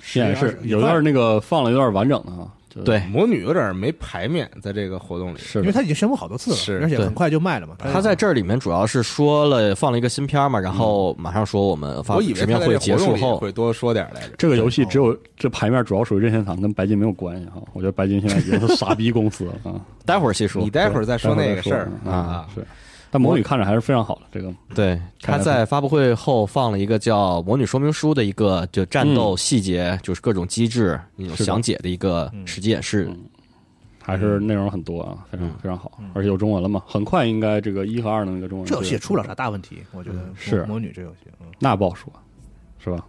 实验室是有一段那个放了有点完整的啊，就，对，魔女有点没排面，在这个活动里是因为的，他已经宣布好多次是了，而且对很快就卖了嘛。他在这里面主要是说了放了一个新片儿嘛，然后马上说我们发嗯我以直为他面在这会个结活动束里后，会多说点来着。这个游戏只有这牌面主要属于任天堂，跟白金没有关系哈。我觉得白金现在已经是傻逼公司了 啊，待会儿细说你。待会儿再说那个事儿待会儿再说啊，是。但魔女看着还是非常好的，这个对，他在发布会后放了一个叫《魔女说明书》的一个就战斗细节，就是各种机制那种是的详嗯解的嗯一个实际演示。嗯还是嗯内容很多啊，非常非常好，而且有中文了嘛，很快应该这个一和二能有中文。这游戏也出不了啥大问题，我觉得魔是魔女这游戏，嗯那不好说，是吧？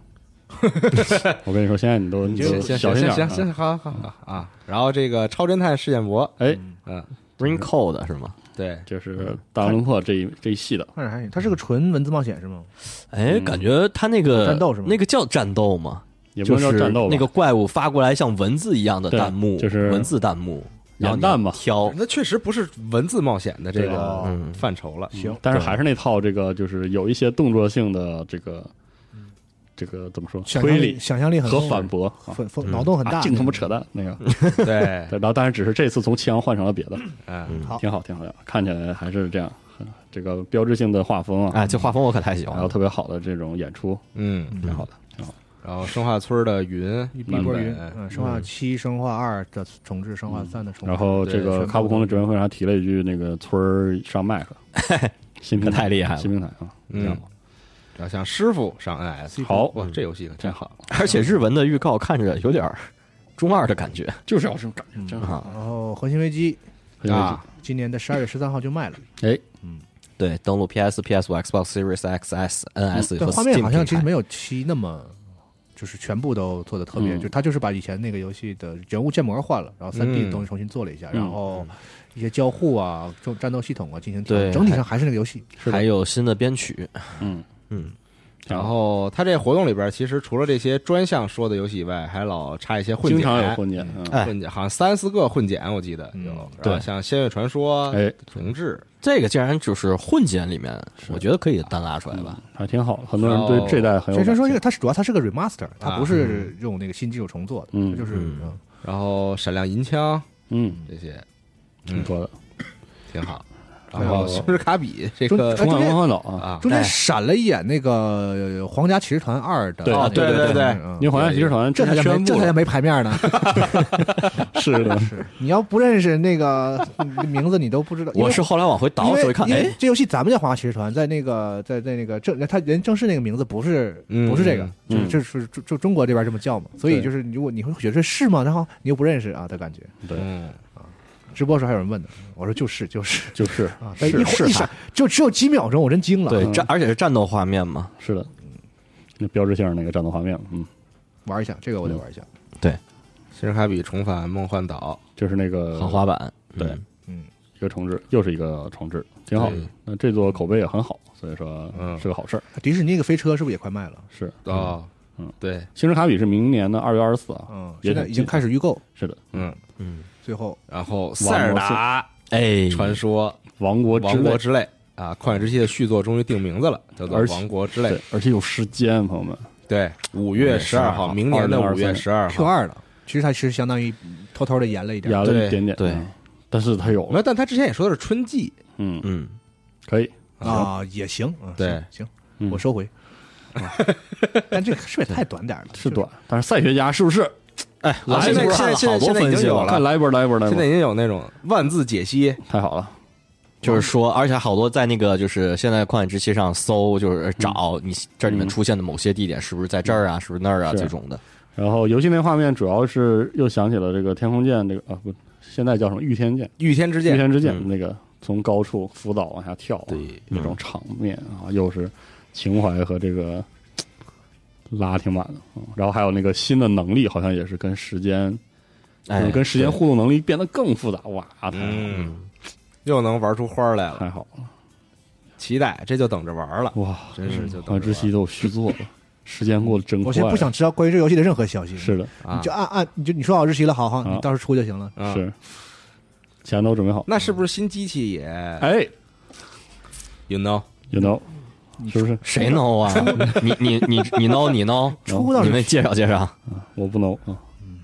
我跟你说，现在你都你行都行小心行点行行，儿啊。好好好啊！然后这个超侦探事件簿，哎，嗯， Ring Code 是吗？对，就是大龙破这一这一系的，看着还行。它是个纯文字冒险是吗？哎，感觉他那个战斗是吗那个叫战斗吗？也不就能叫是战斗吧那个怪物发过来像文字一样的对弹幕，就是文字弹幕，元然后你旦吧挑那确实不是文字冒险的这对个嗯范畴了。行，但是还是那套这个，就是有一些动作性的这个这个怎么说想象推力理想象力很和丰富反，驳啊，很丰脑洞很大，净他妈扯淡那个。 对，对，然后但是只是这次从七阳换成了别的，嗯，好挺好挺好的，看起来还是这样，很这个标志性的画风啊，哎，这画风我可太喜欢然后了。特别好的这种演出，嗯，挺好的，挺好的。然后生化村的云一版波本云，嗯，生化七、生化二的重置，生化三的重置，嗯然后这对个全卡普空的指挥会上还提了一句，那个村儿上麦克，新平台可太厉害了新平台啊，嗯这样好然后像师傅上 NS，好哇，这游戏可真好，而且日文的预告看着有点儿中二的感觉就是要这种感觉，真好啊。然后核心危机很有意思啊。今年的十二月十三号就卖了，哎，对，登录 PS、PS5、Xbox Series X、S、NS 嗯但和画面 Steam 好像其实平台没有七那么。就是全部都做的特别，嗯就他就是把以前那个游戏的人物建模换了，然后三 D 嗯的东西重新做了一下，嗯然后一些交互啊、这种战斗系统啊进行调对整，整体上还是那个游戏。是的还有新的编曲，嗯，嗯，啊然后他这活动里边，其实除了这些专项说的游戏以外，还老插一些混经剪，常有混剪，嗯哎混剪好像三四个混剪，我记得嗯有。对然后像《仙乐传说》哎，重置，这个竟然就是混剪里面，我觉得可以单拉出来吧。嗯还挺好的，很多人哦对这代很有所以感情。说这个它是主要它是个 remaster，啊它不是用那个新技术重做的，嗯它就是嗯嗯然后《闪亮银枪嗯，》这些嗯挺多的。挺好。嗯然后《星之卡比》呃这中个哎重返中间梦幻岛啊，啊，中间哎闪了一眼那个《皇家骑士团二》的，对哦对对对啊对嗯因为皇家骑士团这才之前叫宣没这布才叫没牌了，面呢。 是的，你要不认识那个名字，你都不知道。因为我是后来往回因倒为走一看，因为哎，这游戏咱们叫《皇家骑士团》，在那个在在那个正他人正式那个名字不是嗯不是这个，就嗯是就是就就中国这边这么叫嘛。所以就是如果你会觉得是吗？然后你又不认识啊的感觉。对，嗯，直播的时候还有人问呢，我说就是就是 就是啊，但一会是一他闪就只有几秒钟，我真惊了。啊对，战而且是战斗画面嘛，是的。那标志性那个战斗画面了，嗯，玩一下，这个我得玩一下。星之卡比重返梦幻岛，就是那个航滑板，对嗯嗯，一个重置，又是一个重置，挺好对。那这座口碑也很好，所以说嗯是个好事儿。迪士尼那个飞车是不是也快卖了？是哦，嗯，对，星之卡比是明年的二月二十四啊，嗯，也现在挺已经开始预购，是的，嗯，嗯，最后然后塞尔达哎，传说、王国之王国泪，之泪啊，旷野之息的续作终于定名字了，叫做而《且王国之泪》对。，而且有时间，朋友们，对，五月十二12号，明年的2023五月十二 Q 号。二了，其实它其实相当于偷偷的延了一点压。了对一点点，对嗯，但是它有没了，有，但他之前也说的是春 季，嗯，嗯，可以，啊，也行，嗯对行，嗯行我收 回。啊但这个是不是也太短点了？是短，但是赛学家是不是？哎，我现在来一波现在现在现在已经有了，看来一波，来一波，来一现在波，已经有那种万字解析，太好了，就是嗯说，而且好多在那个就是现在旷野之息上搜，就是找嗯你这里面出现的某些地点是不是在这儿啊，是不是那儿啊是这种的。然后游戏内画面主要是又想起了这个天空剑，这个啊不，现在叫什么御天剑，御天之御剑，天之剑、嗯那个从高处辅导往下跳、啊，对那种场面啊，又是情怀和这个嘖拉挺满的、嗯然后还有那个新的能力，好像也是跟时间，哎，跟时间互动能力变得更复杂，哇，太好了、嗯，又能玩出花儿来了，太好了，期待，这就等着玩了。哇，真是就等着幻之嗯息都有续作了，时间过得真快，啊我现在不想知道关于这个游戏的任何消息。是的，啊你就，按按，你就你说好日期了，好好，啊你到时候出就行了。啊是钱都准备好，那是不是新机器也哎，you know， ，you know，是不是？谁孬啊？你你你你孬你孬，出到你们介绍介绍。我不能啊，嗯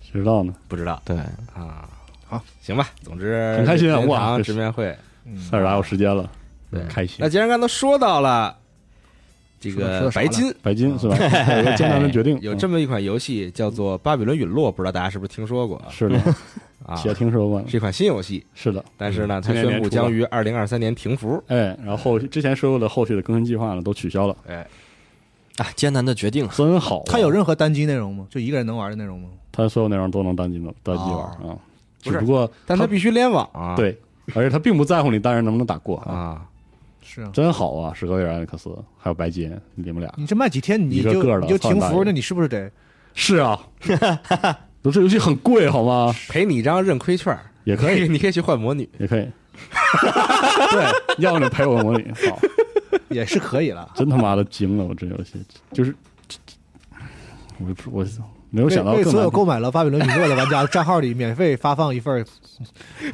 谁知道呢？不知道对，啊？好，行吧，总之很开心啊任天哇堂这直是啊面会。嗯塞尔达有时间了，嗯对开心那。既然刚才说到了这说到说个到啥白金，白 金是吧？有个艰难的决定，啊有这么么一款游戏叫做《巴比伦陨落》，不知道大家是不是听说过嗯是的，啊？且听说过了，是一款新游戏，是的，但是呢，嗯它今年宣年布初将吧于二零二三年停服。哎，然后后续之前说过的后续的更新计划呢都取消了，哎，啊，艰难的决定啊，真好啊。它有任何单机内容吗？就一个人能玩的内容吗？他所有内容都能单机的单机玩啊，哦不只是不过但它必须联网啊。对，而且他并不在乎你单人能不能打过啊，啊，是啊，真好啊！史克威尔艾尼克斯还有白金，你们俩你这卖几天你一个就个的你就停放大服，一那你是不是得是啊，都 这游戏很贵好吗？赔你一张认亏券儿也可 以，你可以去换魔女。也可以。 对，要不你陪我模拟，好，。也是可以了真他妈的惊了！我这游戏就是，我也不是我没有为想到为更所有难购买了《巴比伦陨落》的玩家，账号里免费发放一 份《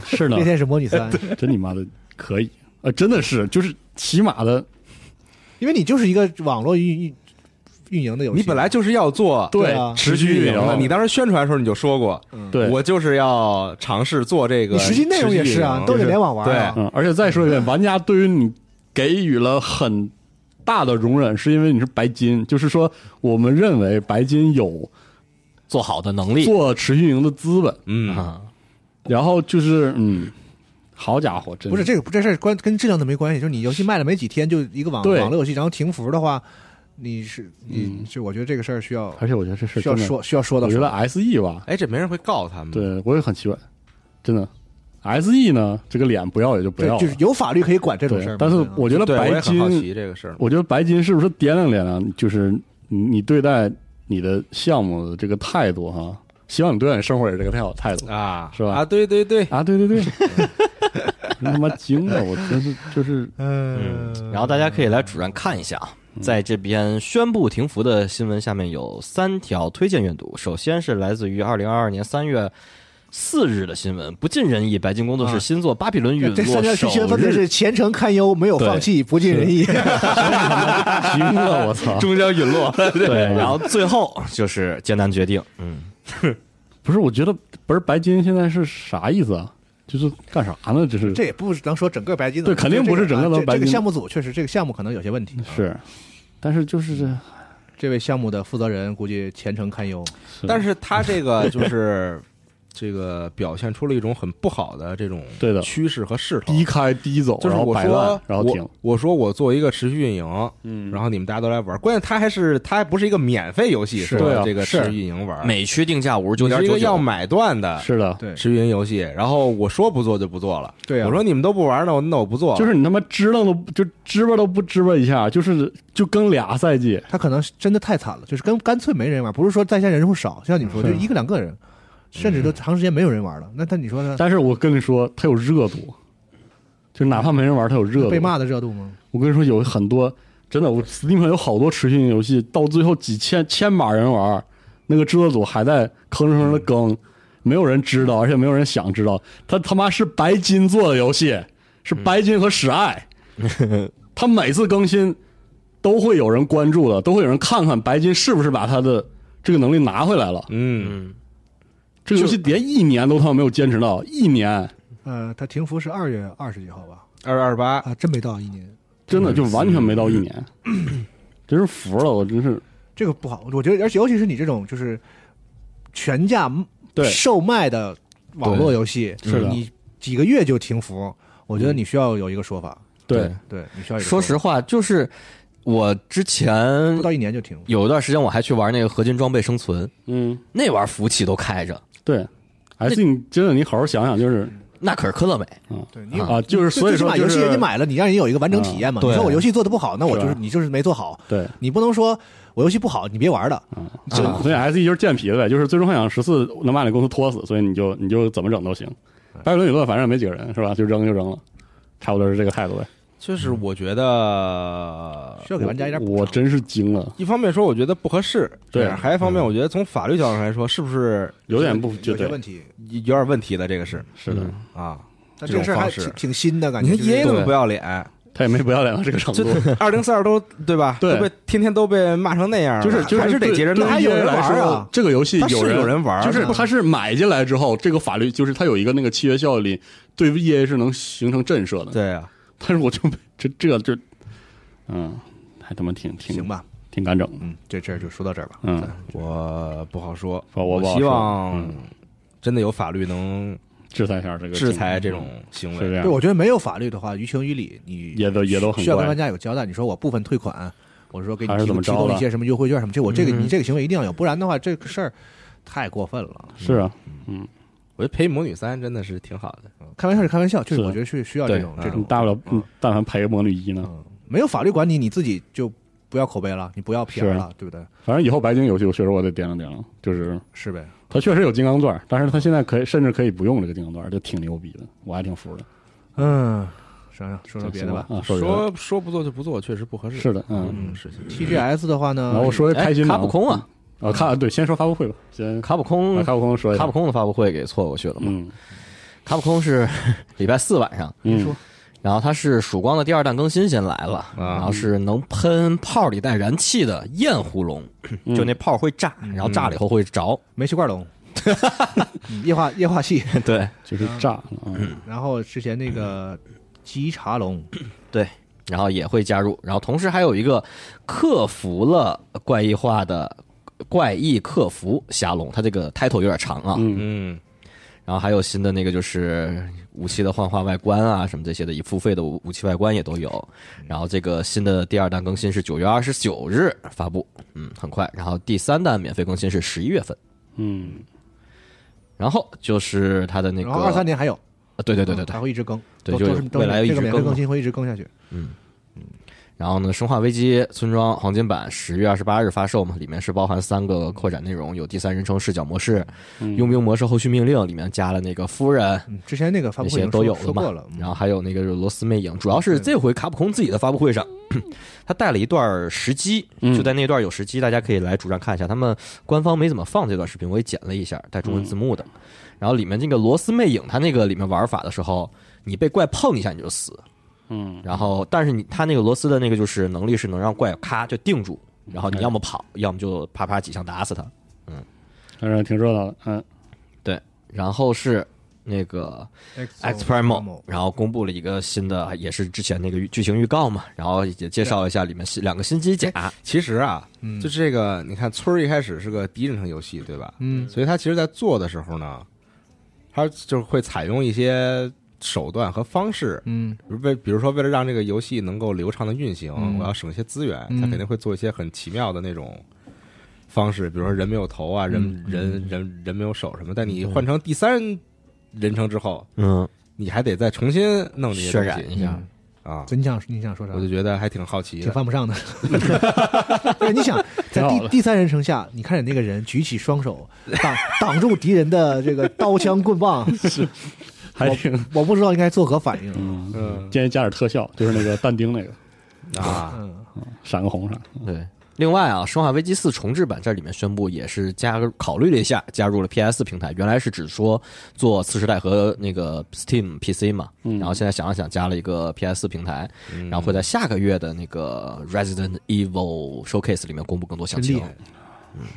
是呢那，天是模拟 三》，真你妈的可以啊！真的是，就是起码的，因为你就是一个网络运运运营的游戏。你本来就是要做对啊持续运运营的，营，你当时宣传的时候你就说过，对我就是要尝试做这个你持实续际运营。内容也是啊，都得联网玩啊。嗯，而且再说一遍，玩家对于你给予了很大的容忍，是因为你是白金，就是说我们认为白金有做好的能力做持续运营的资本，嗯，啊，然后就是嗯，好家伙，真不是这个这事儿关跟质量都没关系，就是你游戏卖了没几天，就一个网对网络游戏，然后停服的话，你是你就我觉得这个事儿需要而且我觉得这事儿需要真的，说需要说到嗯我觉说得到， S E 吧，哎，这没人会告他们。，对我也很奇怪，真的。S E 呢，这个脸不要也就不对要，了，就是有法律可以管这种事儿嘛。。对但是对啊我觉得对，我白也很金，好我奇这个事儿。觉得白金是不是掂量掂量，就是你你对待你的项目的这个态度哈，希望你对待你生活也是这个态度态度啊，是吧啊，对对对，啊，对对对，真他妈惊了，我真是就是嗯，然后大家可以来主站看一下啊。在这边宣布停服的新闻下面有三条推荐阅读，首先是来自于二零二二年三月四日的新闻，不尽人意，白金工作室啊新作《巴比伦陨这落三条》首信息分别日是前程堪忧，没有放弃，不尽人意。惊了，我操！终将陨 落。对，嗯然后最后就是艰难决定，不是，我觉得不是白金现在是啥意思啊？就是干啥呢？这是这也不能说整个白金的，嗯对肯定不是整个这都白这金嗯个项目组确实这个项目可能有些问题。啊是，但是就是这，这位项目的负责人估计前程堪忧。但是他这个就是这个表现出了一种很不好的这种对的趋势和势头。低开低走，就是然后我摆说烂，，然后停我，我说我做一个持续运营，嗯然后你们大家都来玩。关键它还是它还不是一个免费游戏，是吧对啊这个持是续运营嗯玩，每区定价五十九你点是一九个要九，买断的是的，对持续运营游戏。然后我说不做就不做了，对啊我说你们都不玩，那我那我不做，就是你他妈支棱都就支吧都不支吧一下，就是就更俩赛季，他可能是真的太惨了，就是跟干脆没人玩，不是说在线人数少，像你说是啊就一个两个人，甚至都长时间没有人玩了。那他你说呢？但是我跟你说，它有热度，就哪怕没人玩，它有热度。被骂的热度吗？我跟你说，有很多真的，我 Steam 上有好多持续性游戏，到最后几千千把人玩，那个制作组还在吭哧吭哧的更，没有人知道，而且没有人想知道。他他妈是白金做的游戏，是白金和史爱，他每次更新都会有人关注的，都会有人看看白金是不是把他的这个能力拿回来了。嗯，嗯，这个游戏连一年都他妈没有坚持到一年。呃，他停服是二月二十几号吧？二月二十八，啊，真没到一年，真的就完全没到一年， 真是服了，我真是这个不好。我觉得，而且尤其是你这种就是全价对售卖的网络游戏，对是的嗯你几个月就停服，我觉得你需要有一个说法。对，对，你需要有一个说法实话，就是我之前不到一年就停，有一段时间我还去玩那个合金装备生存，嗯，那玩意儿服务器都开着，对。哎，这你真的，你好好想想，就是那可是科乐美。对你你啊，就是所最以起说码就游戏是啊人家买了，你让人有一个完整体验嘛。嗯对你说我游戏做的不好，那我就是是你就是没做好，对，啊你不能说我游戏不好，你别玩了。就所以 S E 就是贱皮子呗，就是最终幻想十四能把你公司拖死，所以你就你就怎么整都行。拜伦理论反正也没几个人是吧？就扔就扔了，差不多是这个态度呗。就是嗯我觉得需要给玩家一点补我我偿。真是惊了，一方面说我觉得不合适，对嗯这样还一方面我觉得从法律角度上来说，是不是有点不有绝些对问题，有点问题的？这个是是的，啊，但这个事儿还这种挺方式挺新的感你觉。看就是 E A 那么嗯对不要脸，他也没不要脸到这个程就度， 二零四二都对吧？对都被天天都被骂成那样了，就是就是还是得对接着对 E 弄，还有人来玩说啊，这个游戏他是人有人玩儿，就是他是买进来之后，这个法律就是他有一个那个契约效力，对 EA 是能形成震慑的。对啊，但是我就没这这这，嗯，还他妈挺挺行，吧，挺敢整的。嗯，这事儿就说到这儿吧。嗯，我不好说，我我不好希说望嗯真的有法律能制裁一下这个啊制裁这种行嗯是为这。样对，，我觉得没有法律的话，于情于理，你也都也都很需要跟怪玩家有交代。你说我部分退款，我是说给你还是提怎供么提着供了一些什么优惠券什么，这我这个嗯你这个行为一定要有，不然的话这个事儿太过分了。是啊，我觉得陪母女三真的是挺好的，开玩笑是开玩笑，就是是我觉得是需要这种对这你种，啊大不了嗯但凡赔个魔女一呢，嗯，没有法律管你，你自己就不要口碑了，你不要 PR 是了，对不对？反正以后白金游戏我确实我得掂量掂量，就是是呗？他确实有金刚钻，但是他现在可以甚至可以不用这个金刚钻，就挺牛逼的，我还挺服的。嗯，想想说说别的吧。啊，说别的说说不做就不做，确实不合适。是的，嗯。嗯，是情。 TGS 的话然后呢我，说哎开心的卡啊普空啊，啊，卡对，先说发布会吧，先卡普空把，啊卡普空说一下卡普，空的发布会给错过去了嘛？嗯卡普空是 礼拜四晚上，嗯，然后它是曙光的第二弹更新先来了，然后是能喷泡里带燃气的焰狐龙，嗯就那泡会炸，然后炸了以后会着。煤气罐龙， 嗯液化液化系，对就是炸了，嗯， 然后之前那个吉茶龙，对，然后也会加入，然后同时还有一个克服了怪异化的怪异克服侠龙，它这个 title 有点长啊。嗯嗯，然后还有新的那个就是武器的幻化外观啊，什么这些的，已付费的武武器外观也都有。嗯然后这个新的第二弹更新是九月二十九日发布，嗯，很快。然后第三弹免费更新是十一月份。嗯，然后就是它的那个，然后二三年还有，嗯啊对对对对还对。会一直更，对都就都是是都未是来一这直个免费更更新会一直更下去。然后呢，《生化危机：村庄》黄金版十月二十八日发售嘛，里面是包含三个扩展内容，有第三人称视角模式、嗯佣兵模式、后续命令，里面加了那个夫人。嗯，之前那个发那布会已些经都说有说嘛啊过了，嗯然后还有那个就是罗斯魅影，主要是这回卡普空自己的发布会上，他带了一段时机，嗯就在那段有时机，大家可以来主站看一下。他们官方没怎么放这段视频，我也剪了一下，带中文字幕的。然后里面这个罗斯魅影，它那个里面玩法的时候，你被怪碰一下你就死，嗯，然后但是你它那个螺丝的那个就是能力是能让怪咔就定住，然后你要么跑，要么就啪啪几枪打死它。反正挺热闹的，嗯，对，然后是那个 X Primo，然嗯后公布了一个新的，也是之前那个剧情预告嘛，然后也介绍一下里面新两个新机甲，其实啊，嗯就是这个，你看村儿一开始是个第一人称游戏，对吧？嗯所以他其实在做的时候呢，它就是会采用一些手段和方式，嗯为比如说为了让这个游戏能够流畅的运行，嗯我要省一些资源，嗯它肯定会做一些很奇妙的那种方式，比如说人没有头啊，人、嗯人人人没有手什么。但你换成第三人称之后，嗯，你还得再重新弄这些渲东染一西下，啊。嗯所以你想你想说啥？我就觉得还挺好奇挺的，犯不上的。对，你想在挺好第的第三人称下，你看着那个人举起双手挡挡住敌人的这个刀枪棍棒，还挺我不知道应该作何反应。啊嗯，嗯建议加点特效，就是那个但丁那个啊，嗯，闪个红啥。对。另外啊，《生化危机四》重置版这里面宣布也是加入考虑了一下，加入了 PS 平台。原来是只说做次时代和那个 Steam PC 嘛，嗯然后现在想了想，加了一个 PS 平台，嗯然后会在下个月的那个 Resident Evil Showcase 里面公布更多详真情厉。害。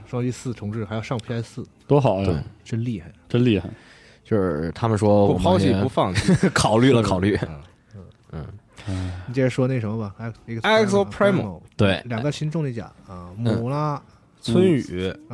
双击四重置还要上 PS 四，多好对呀，真厉害。真厉害！就是他们说不我抛们弃也不放弃 考虑了考虑，嗯你接着说那什么吧，X Exo Primo 对两个新重力甲啊，姆拉啊村雨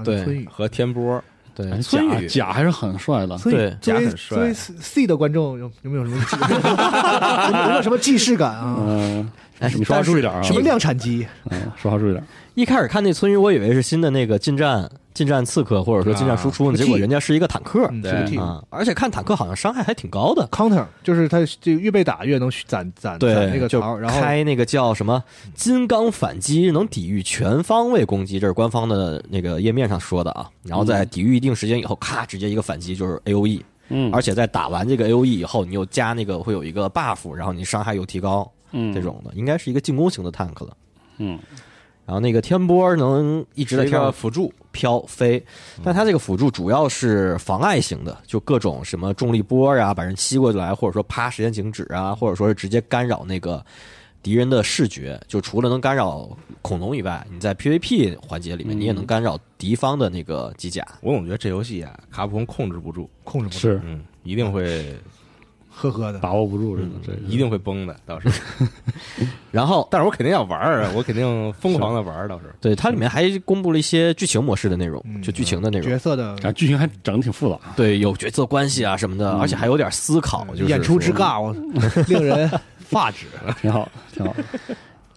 对村雨。和天波，对，孙甲宇甲哎还是很帅的，所以对作甲为很帅作为 C- C 的观众有有没有什么 有没有有没有什么既视感啊？嗯，哎你说话注意点啊但！什么量产机？嗯，说话注意点。一开始看那村鱼，我以为是新的那个近战近战刺客，或者说近战输出啊呢，结果人家是一个坦克嗯，对是个 T 啊，而且看坦克好像伤害还挺高的。 counter，就是它这个越被打越能攒攒攒那对，个就槽，然后开那个叫什么“金刚反击”，能抵御全方位攻击，这是官方的那个页面上说的啊。然嗯后在抵御一定时间以后，咔，直接一个反击就是 A O E，嗯，而且在打完这个 A O E 以后，你又加那个会有一个 buff，然后你伤害又提高，嗯这种的应该是一个进攻型的 tank 了。嗯，然后那个天波能一直在是一天个上辅助，飘飞，嗯但它这个辅助主要是妨碍型的，就各种什么重力波啊，把人吸过来，或者说啪时间静止啊，或者说是直接干扰那个敌人的视觉。就除了能干扰恐龙以外，你在 PVP 环节里面，嗯你也能干扰敌方的那个机甲。我总觉得这游戏啊，卡普空控制不住，控制不住，是嗯，一定会呵呵的。把握不住这个，这个一定会崩的，倒是。然后，但是我肯定要玩儿，啊我肯定疯狂的玩儿，倒是。对它里面还公布了一些剧情模式的内容嗯，就剧情的内角容。色的啊，剧情还整的挺复 杂。对，有角色关系啊什么的，而且还有点思考，就是嗯演出之说尬， 我令人发指。挺好，挺好。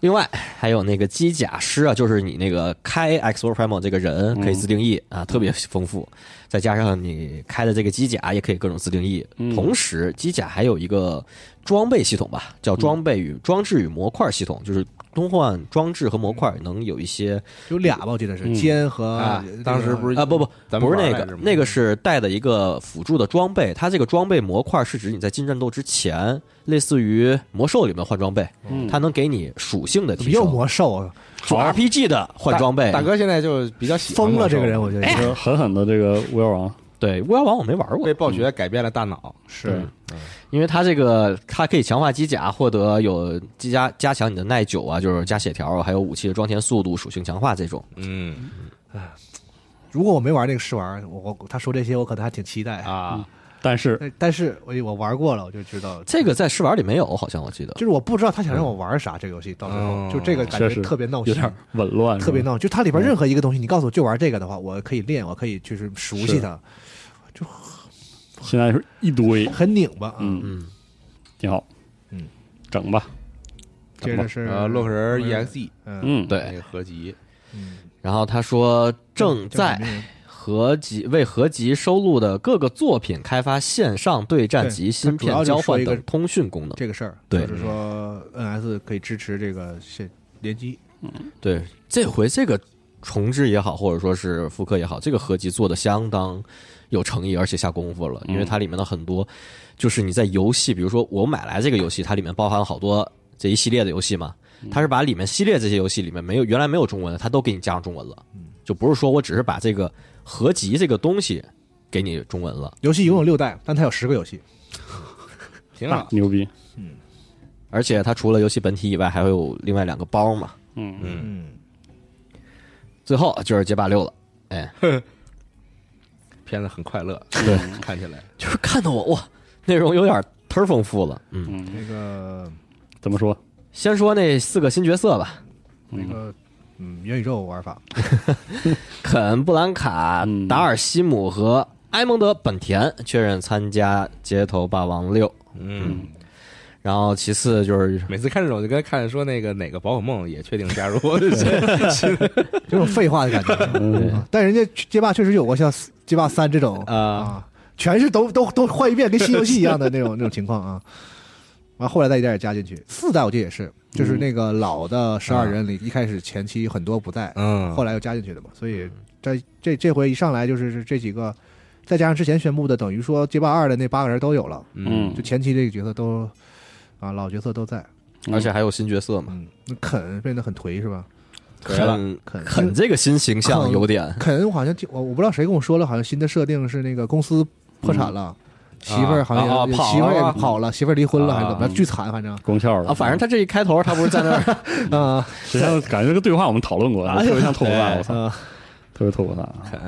另外还有那个机甲师啊，就是你那个开 X o Primo 这个嗯人可以自定义、啊，特别丰富。再加上你开的这个机甲也可以各种自定义。嗯同时，机甲还有一个装备系统吧，嗯叫装备与、装置与模块系统，就是通换装置和模块能有一些有俩吧，我记得是嗯肩和呃啊这个当时不是啊不不咱们不是那玩儿来个着吗那个是带的一个辅助的装备，它这个装备模块是指你在进战斗之前，类似于魔兽里面换装备，嗯它能给你属性的怎提么又升。魔兽啊？主 RPG 的换装备，大大哥现在就比较喜欢疯了魔兽这个人，我觉得哎这个嗯狠狠的这个巫妖王，对，巫妖王我没玩过被，暴雪改变了大脑，是因为它这个它可以强化机甲，获得有机加加强你的耐久啊，就是加血条啊，还有武器的装填速度、属性强化这种。嗯如果我没玩那个试玩，我我他说这些我可能还挺期待。啊，但是但但是我我玩过了，我就知道这个在试玩里没有，好像我记得。就是我不知道他想让我玩啥，这个游戏到最后嗯就这个感确觉实特别闹有心，点紊乱，特别是吧。闹。就它嗯里边任何一个东西，你告诉我就玩这个的话，我可以练，我可以就是熟悉它，现在是一堆，很拧巴。啊哎嗯，嗯，挺好，嗯，整吧，接着是呃，洛克人 EXE 嗯嗯，那对。个合集，嗯，然后他说正在合集为合集收录的各个作品开发线上对战及芯片交换等通讯功能。这个事儿，对就是说 NS 可以支持这个线联机，对，这回这个重置也好，或者说是复刻也好，这个合集做的相当有诚意，而且下功夫了，嗯因为它里面的很多就是你在游戏，比如说我买来这个游戏，它里面包含好多这一系列的游戏嘛，它是把里面系列这些游戏里面没有原来没有中文的，它都给你加上中文了，就不是说我只是把这个合集这个东西给你中文了。游戏一共有六代，但它有十个游戏， 啊挺大好，牛逼，而且它除了游戏本体以外，还会有另外两个包嘛。嗯，嗯，嗯，最后就是街霸六了，哎，片子很快乐，对，看起来就是看得我哇，内容有点忒丰富了。嗯，那个怎么说？先说那四个新角色吧，那个嗯元宇宙玩法，肯、布兰卡、嗯达尔西姆和埃蒙德·本田确认参加《街头霸王六》，嗯，然后其次就是每次看这种就跟看说那个哪个宝可梦也确定加入， 这种废话的感觉。啊嗯，但人家街霸确实有过像街霸三这种呃啊，啊，全是都都都换一遍，跟新游戏一样的那种那种情况啊。完后来再一点点加进去，四代我记得也是，嗯就是那个老的十二人里，一开始前期很多不在，啊嗯，后来又加进去的嘛，所以这这这回一上来就是这几个，再加上之前宣布的，等于说街霸二的那八个人都有了，嗯就前期这个角色都啊老角色都在，而且还有新角色嘛，嗯，那肯变得很颓是吧？对了肯肯肯这个新形象肯有点 肯我好像听我我不知道谁跟我说了，好像新的设定是那个公司破产了，媳妇儿好像也、啊啊也跑了媳妇儿也跑了，媳嗯妇儿离婚啊了、还是怎么着，巨惨，反正功效了啊，反正他这一开头他不是在那儿啊实际上感觉这个对话我们讨论过， 特别像脱口大，哎我操，啊特别脱口大，肯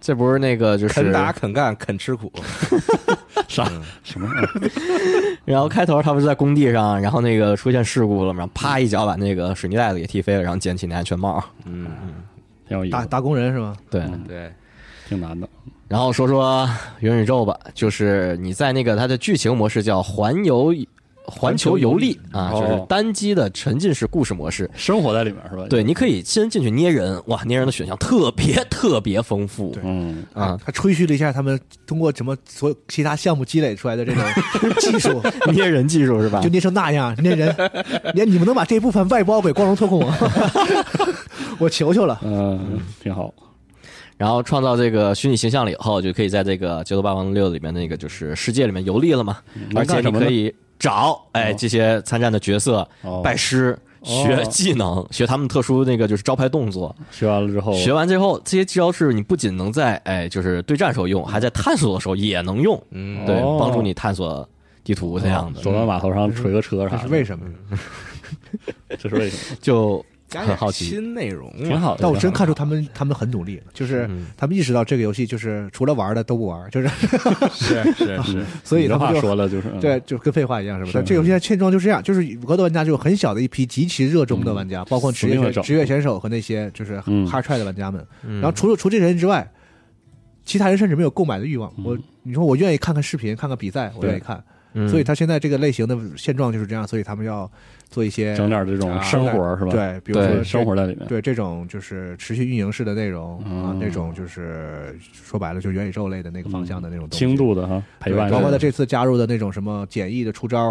这不是那个就是肯打肯干肯吃苦，啥什么玩意儿？然后开头他不是在工地上，然后那个出现事故了嘛，然后啪一脚把那个水泥袋子给踢飞了，然后捡起那安全帽。嗯，挺有意打思，打工人是吧？对，对，挺难的。然后说说元宇宙吧，就是你在那个它的剧情模式叫环游环球游历啊，哦就是单机的沉浸式故事模式。生活在里面是吧？对，，你可以先进去捏人，哇，捏人的选项特别 特别丰富对嗯，啊，他吹嘘了一下他们通过什么所有其他项目积累出来的这 种技术， 捏人技术是吧就？捏成那样，那 人，连你们能把这部分外包给光荣特控吗？ 我求求了。嗯，挺好。 然后创造这个虚拟形象了以后，就可以在这个《街头霸王六》里面那个就是世界里面游历了嘛，而能且干你什么呢可以找哎哦这些参战的角色哦拜师。学哦技能，学他们特殊那个就是招牌动作，学完了之后，哦学完之后，这些招式你不仅能在哎就是对战时候嗯用，还在探索的时候也能用，嗯，对，哦帮助你探索地图这样的，哦走到码头上这是锤个车啥嗯这的，是为什么？这是为 什么？就加很点好奇新内容啊挺，好的。但我真挺好看出他们他们很努力，就是嗯他们意识到这个游戏就是除了玩的都不玩，就是是是是，所以嗯你他们这话就说了就是嗯对，就跟废话一样，是吧？是嗯但这个游戏现在现状就是这样，就是格斗玩家就有很小的一批极其热衷的玩家，包括职业嗯死命选地找职业选手和那些就是嗯 hard try 的玩家们。嗯然后除了除这些人之外，其他人甚至没有购买的欲望。我你说我愿意看看视频，看看比赛，我嗯对愿意看。嗯所以他现在这个类型的现状就是这样，所以他们要做一些嗯整点这种生活是吧？啊对，比如说对，这生活在里面。对这种就是持续运营式的内容啊，嗯那种就是说白了就元宇宙类的那个方向的那种东西轻度的哈陪伴对式的，包括他这次加入的那种什么简易的出招，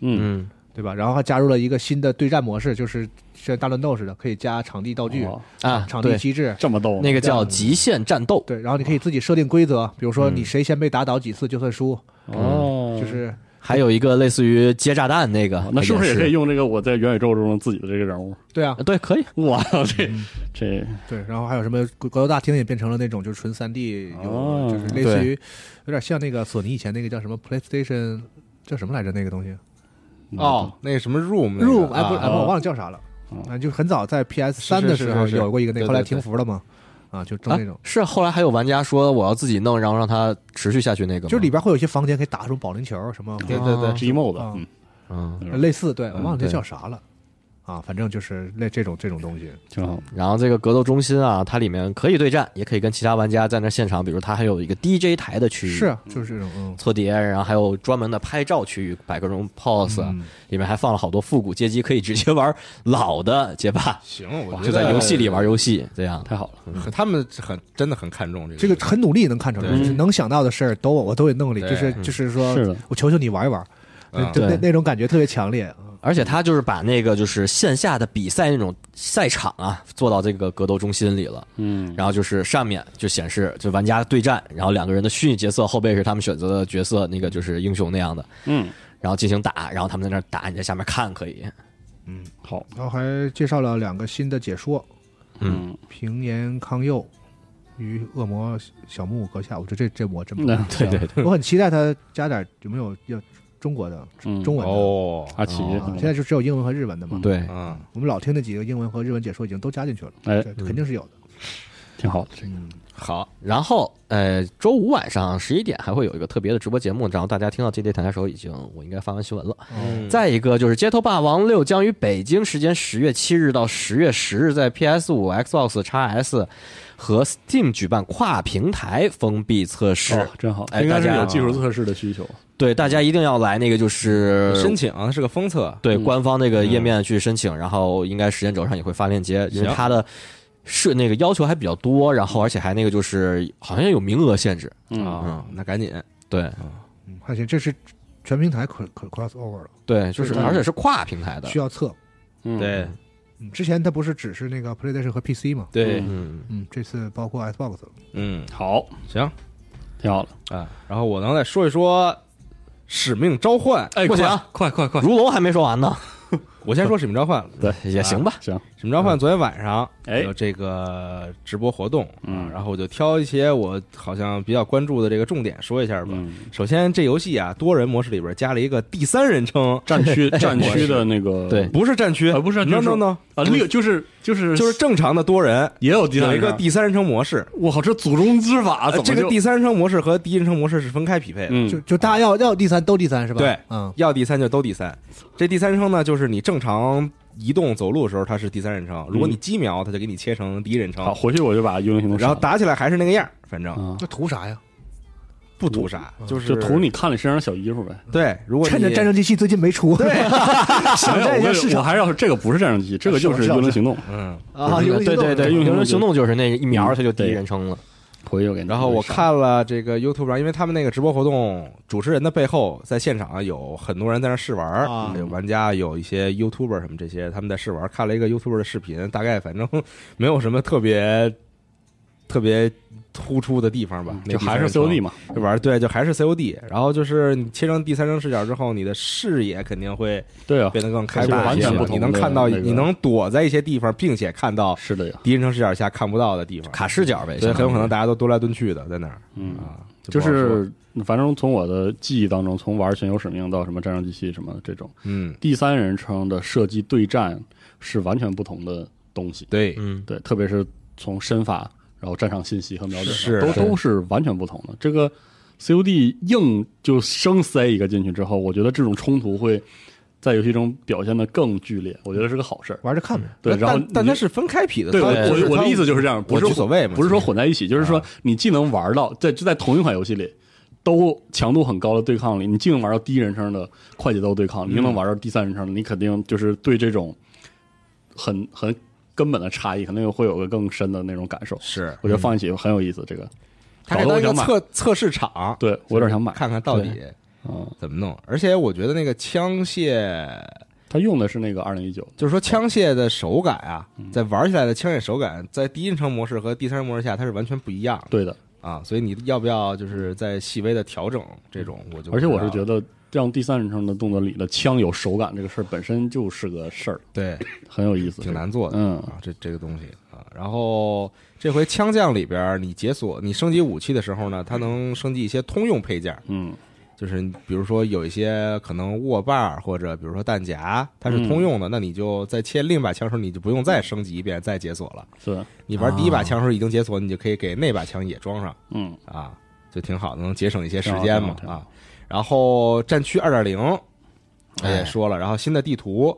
嗯，嗯对吧？然后还加入了一个新的对战模式，就是像大乱斗似的，可以加场地道具、哦啊场地对，机制。这么逗呢，那个叫极限战斗，对，然后你可以自己设定规则，比嗯如说你谁先被打倒几次就算输，哦，嗯就是还有一个类似于接炸弹那个哦，那是不是也可以用？用这个我在元宇宙中自己的这个人物？对呃啊，呃对，可以，哇，这这对，然后还有什么格格斗大厅也变成了那种就是纯三 D，有、哦就是类似于有点像那个索尼以前那个叫什么 PlayStation 叫什么来着那个东西嗯哦，，那什么 room 那个 Room 哎不啊哦哎不我忘了叫啥了，啊就很早在 PS 三的是是时候是是有过一个那对个，后来对对停服了嘛，啊就啊整那种，是后来还有玩家说我要自己弄，然后让它持续下去那个吗，就是里边会有一些房间可以打什么保龄球什么，对对对， G mode，啊嗯，嗯，嗯类似，对我忘了这对叫啥了。啊，反正就是那这种这种东西，挺好。然后这个格斗中心啊，它里面可以对战，也可以跟其他玩家在那现场，比如它还有一个 DJ 台的区域，是啊就是这种嗯错叠，然后还有专门的拍照区域，摆各种 pose，、嗯里面还放了好多复古街机，可以直接玩老的街霸，行，我觉得就在游戏里玩游戏这样。太好了，很，他们很真的很看重这个这个很努力能看出来，对就是能想到的事儿都我都得弄里，对就是就是说是的，我求求你玩一玩，啊就那对那种感觉特别强烈。嗯而且他就是把那个就是线下的比赛那种赛场啊，做到这个格斗中心里了。嗯，然后就是上面就显示就玩家对战，然后两个人的虚拟角色后背是他们选择的角色，那个就是英雄那样的，嗯，然后进行打，然后他们在那儿打，你在下面看可以。好，然后还介绍了两个新的解说，嗯，平岩康佑与恶魔小木阁下，我觉得这这我真不那对对对，我很期待他加点有没有要中国的嗯中文的。哦，阿奇，啊现在就只有英文和日文的嘛。嗯对，嗯，我们老听那几个英文和日文解说已经都加进去了，哎这肯定是有的。挺好的。这个好，然后呃，周五晚上十一点还会有一个特别的直播节目，然后大家听到这电台的时候，已经我应该发完新闻了。哦嗯再一个就是《街头霸王六》将于北京时间十月七日到十月十日在 PS 五、Xbox x S 和 Steam 举办跨平台封闭测试。哦真好，哎应该是大家有技术测试的需求。对，大家一定要来那个就是申请是个封测，对嗯官方那个页面去申请，然后应该时间轴上也会发链接，因为行它的是那个要求还比较多，然后而且还那个就是好像有名额限制。嗯，啊，那赶紧对嗯，还行，这是全平台可可 cross over 了，对，就是嗯而且是跨平台的需。要测。嗯，对嗯，之前它不是只是那个 PlayStation 和 PC 吗？对，嗯，嗯，这次包括 Xbox 了。嗯，好，行挺好的。啊，然后我能再说一说《使命召唤》，哎，不快行快快快，如龙还没说完呢，我先说《使命召唤》，嗯对，也行吧。行， 《使命召唤》昨天晚上哎有这个直播活动，嗯啊然后我就挑一些我好像比较关注的这个重点说一下吧。嗯，首先，这游戏啊，多人模式里边加了一个第三人称，战区战区的那个对不是战区，啊不是战区 no no no，啊，六就是就是就是正常的多人，也有第有三一个人第三人称模式。我靠，这祖宗之法啊怎么这个就第三人称模式和第一人称模式是分开匹配的，嗯就就大家要要第三都第三是吧？对嗯，要第三就都第三。这第三人称呢，就是你正常移动走路的时候，它是第三人称；如果你机瞄，它就给你切成第一人称。好，回去我就把《幽灵行动》然后打打起来还是那个样儿，反正啊，那图啥呀？不图啥，就是就图你看你身上小衣服呗。对。如果你趁着战争机器最近没出，对，抢占一下市我场。还是要说，这个不是战争机，这个就是《幽灵行动》。嗯，啊，幽对灵行动对对，幽灵行动幽灵行动就是那一嗯瞄它就第一对人称了。回去我给你。然后我看了这个 YouTube 上，因为他们那个直播活动，主持人的背后在现场啊有很多人在那试玩儿，啊有玩家，有一些 YouTuber 什么这些，他们在试玩儿。看了一个 YouTuber 的视频，大概反正没有什么特别特别突出的地方吧，那嗯就第还三是人称 COD 嘛，就玩儿对，就还是 COD。然后就是你切成第三人称视角之后，你的视野肯定会对啊，变得更开阔一而且些完全不了，同你能看到，的那个你能躲在一些地方，并且看到是的呀，第一人称视角下看不到的地方。卡视角呗，所以很有可能打。大家都蹲来蹲去的在那儿嗯。啊，就不好说是，反正从我的记忆当中，从玩《全球使命》到什么《战争机器》什么的这种嗯，第三人称的射击对战是完全不同的东西。对，嗯，对，特别是从身法，然后战场信息和瞄准是上都是都是完全不同的。这个 COD 硬就生塞一个进去之后，我觉得这种冲突会在游戏中表现的更剧烈，我觉得是个好事儿。 玩着看呗，对，然后但但你它是分开匹的，对我它就是我我它的意思就是这样，不是我无所谓嘛啊不是说混在一起，就是说你既能玩到在就在同一款游戏里。都强度很高的对抗里，你既能玩到第一人称的快节奏对抗，你嗯又能玩到第三人称的，你肯定就是对这种很很根本的差异，肯定会有个更深的那种感受。是嗯我觉得放一起很有意思。这个，它可以搞当得我一个想买，测测试场，对我有点想买。看看到底嗯，怎么弄。而且我觉得那个枪械，他用的是那个二零一九，就是说枪械的手感啊，嗯在玩起来的枪械手感，在第一人称模式和第三人模式下，它是完全不一样的对的。啊。所以你要不要就是在细微的调整这种？我就嗯啊而且我不是知道觉得，让第三人称的动作里的枪有手感这个事儿本身就是个事儿， 对很有意思，挺难做的。嗯，啊，这这个东西啊。然后这回枪匠里边儿，你解锁你升级武器的时候呢，它能升级一些通用配件儿，嗯，就是你比如说有一些可能握把儿或者比如说弹夹，它是嗯通用的，那你就在切另一把枪的时候，你就不用再升级一遍再解锁了。是，你玩第一啊把枪的时候已经解锁，你就可以给那把枪也装上嗯，啊，就挺好的，能节省一些时间嘛挺好挺好啊。然后战区二点零也哎说了，然后新的地图，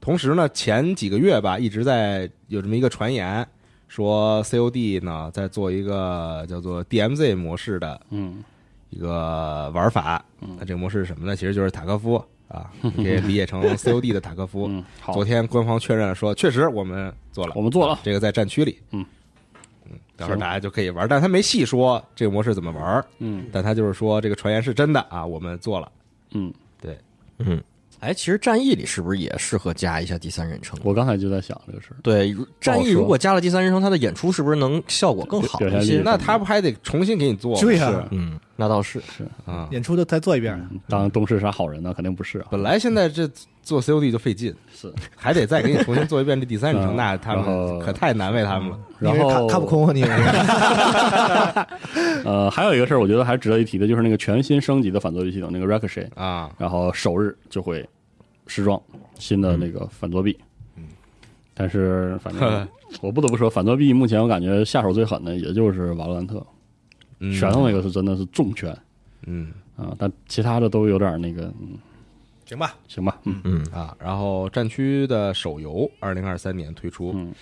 同时呢，前几个月吧，一直在有这么一个传言，说 COD 呢在做一个叫做 DMZ 模式的嗯，一个玩法。那这个模式是什么呢？其实就是塔科夫 啊，你可以理解成 COD 的塔科夫。嗯，好昨，天官方确认说，确实我们做了，我们做了，这个在战区里。嗯嗯，到时候大家就可以玩，但他没细说这个模式怎么玩儿，嗯但他就是说这个传言是真的啊，我们做了。嗯，哎，其实战役里是不是也适合加一下第三人称？我刚才就在想这个事儿，对，如战役如果加了第三人称，他的演出是不是能效果更好表现一力些？那他不还得重新给你做吗？对呀、是嗯嗯，那倒是，啊，演出都再做一遍，当东是啥好人呢？肯定不是啊，本来现在这做 COD 就费劲，是， 还得再给你重新做一遍这第三人称，嗯那他然后们可太难为他们了。你然是后看看不空啊你，呃，还有一个事儿，我觉得还值得一提的，就是那个全新升级的反作弊系统，那个 Ricochet，啊，然后首日就嗯会试装新的那个反作弊。但是反正我不得不说，反作弊目前我感觉下手最狠的也就是瓦罗兰特，拳头那个是真的是重拳嗯啊，但其他的都有点那个，嗯，行吧，行吧，嗯，嗯啊，然后战区的手游二零二三年推出，嗯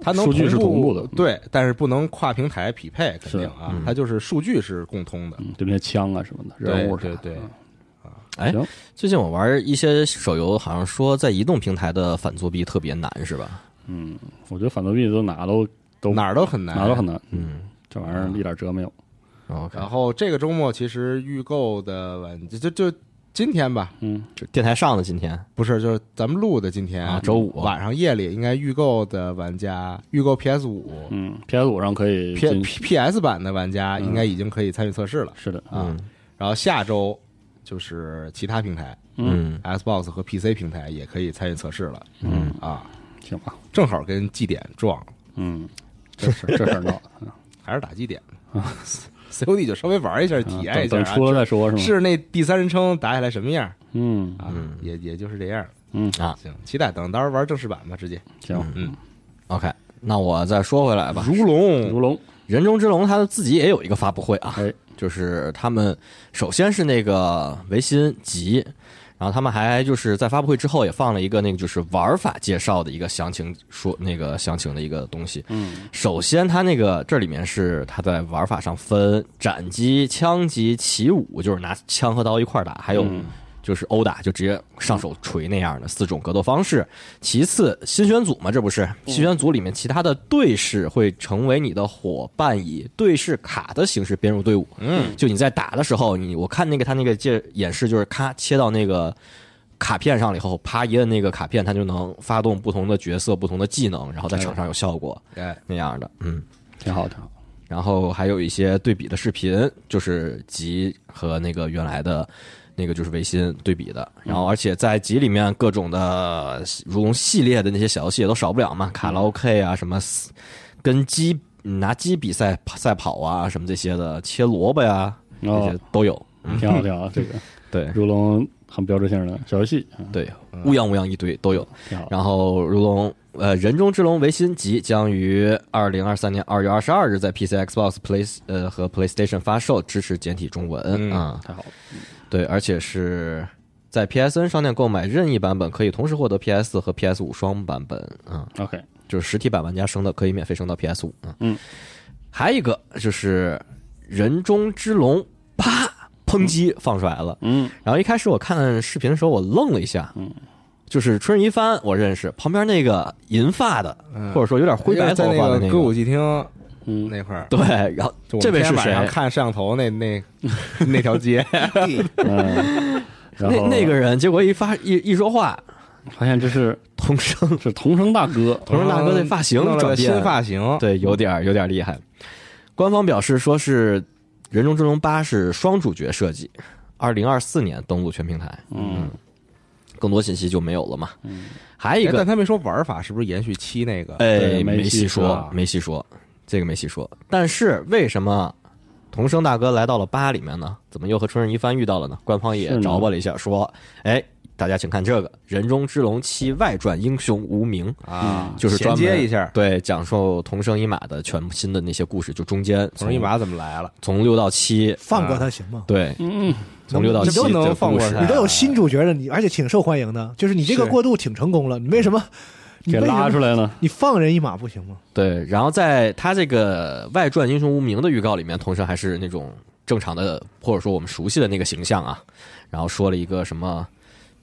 它能数据是同步的嗯对，但是不能跨平台匹配，肯定啊，是嗯它就是数据是共通的，嗯就那些枪啊什么的，人物啥对的，对对嗯哎行，最近我玩一些手游，好像说在移动平台的反作弊特别难，是吧？嗯，我觉得反作弊都哪都都哪儿都很难，哪都很难，嗯这玩意儿一点辙没有。 ，OK，然后这个周末其实预购的晚就就就今天吧，嗯，这电台上的今天不是就是咱们录的今天、啊周五晚上夜里应该预购的玩家，预购 PS 五、嗯嗯，PS 五上可以 P 进 P P S 版的玩家应该已经可以参与测试了。是的，啊，然后下周就是其他平台嗯， ，Xbox 和 PC 平台也可以参与测试了。嗯啊，行吧，正好跟祭点撞了，嗯，这事儿这事儿闹的，嗯还是打祭 点啊 COD 就稍微玩一下，体验一下等等啊，出了再说，是吗？，是那第三人称打起来什么样嗯，啊？也也就是这样了。啊行，期待等到时候玩正式版吧，直接。行， ，OK，那我再说回来吧，如龙嗯如龙，人中之龙他自己也有一个发布会啊，哎就是他们首先是那个维新集，然后他们还就是在发布会之后也放了一个那个就是玩法介绍的一个详情说那个详情的一个东西。嗯首先，它那个这里面是它在玩法上分斩击、枪击、起舞，就是拿枪和刀一块儿打，还有嗯就是殴打，就直接上手锤那样的四种格斗方式。其次，新选组嘛，这不是新选组里面其他的队士会成为你的伙伴，以队士卡的形式编入队伍。嗯，就你在打的时候，你我看那个他那个介演示就是咔切到那个卡片上了以后，啪一摁那个卡片，它就能发动不同的角色、不同的技能，然后在场上有效果哎，那样的。嗯。挺好，挺好。然后还有一些对比的视频，就是集和那个原来的那个就是维新对比的。然后而且在集里面各种的如龙系列的那些小游戏也都少不了嘛，卡拉 OK 啊，什么死跟鸡拿鸡比赛赛跑啊，什么这些的，切萝卜呀、这哦些，都有。嗯挺好，挺好。这个对如龙很标志性的小游戏，嗯对，乌泱乌泱一堆都有。挺好。然后如龙呃人中之龙维新集将于二零二三年二月二十二日在 PC、Xbox、Play 呃和 PlayStation 发售，支持简体中文嗯啊、太好了，对，而且是在 PSN 商店购买任意版本，可以同时获得 PS 和 PS 五双版本啊、 OK，就是实体版玩家升的可以免费升到 PS 五啊。嗯，还有一个就是人中之龙啪抨击放出来了。嗯，然后一开始我看视频的时候，我愣了一下，嗯，就是春日一番我认识，旁边那个银发的，嗯或者说有点灰白头在发的那那个，歌舞伎厅嗯那块儿，对，然后就我们这位天天是晚上谁？看摄像头那 那那条街，嗯，然那后那个人，结果一发一一说话，发现这是童声， 是童声大哥，童声大哥的那发型弄了转个变啊新发型，对，有点儿有点儿厉害。官方表示说是《人中之龙八》是双主角设计，二零二四年登陆全平台，嗯，更多信息就没有了嘛。嗯，还有一哎但个，他没说玩法是不是延续七那个？哎，对没没细细说说啊，没细说，这个没细说。但是为什么童声大哥来到了八里面呢？怎么又和春日一番遇到了呢？官方是也呢着吧了一下，说，哎，大家请看这个《人中之龙七外传英雄无名》。啊，嗯就是衔专门接一下，对，讲授童声一马的全新的那些故事，就中间同时一马怎么来了？从六到七，放过他行吗？ 对，嗯，从六到七你都能的放故过事啊他你都有新主角了，你而且挺受欢迎的，就是你这个是过渡挺成功了，你为什么？你给为什么拉出来了，你放人一马不行吗？对，然后在他这个外传《英雄无名》的预告里面，同时还是那种正常的，或者说我们熟悉的那个形象啊，然后说了一个什么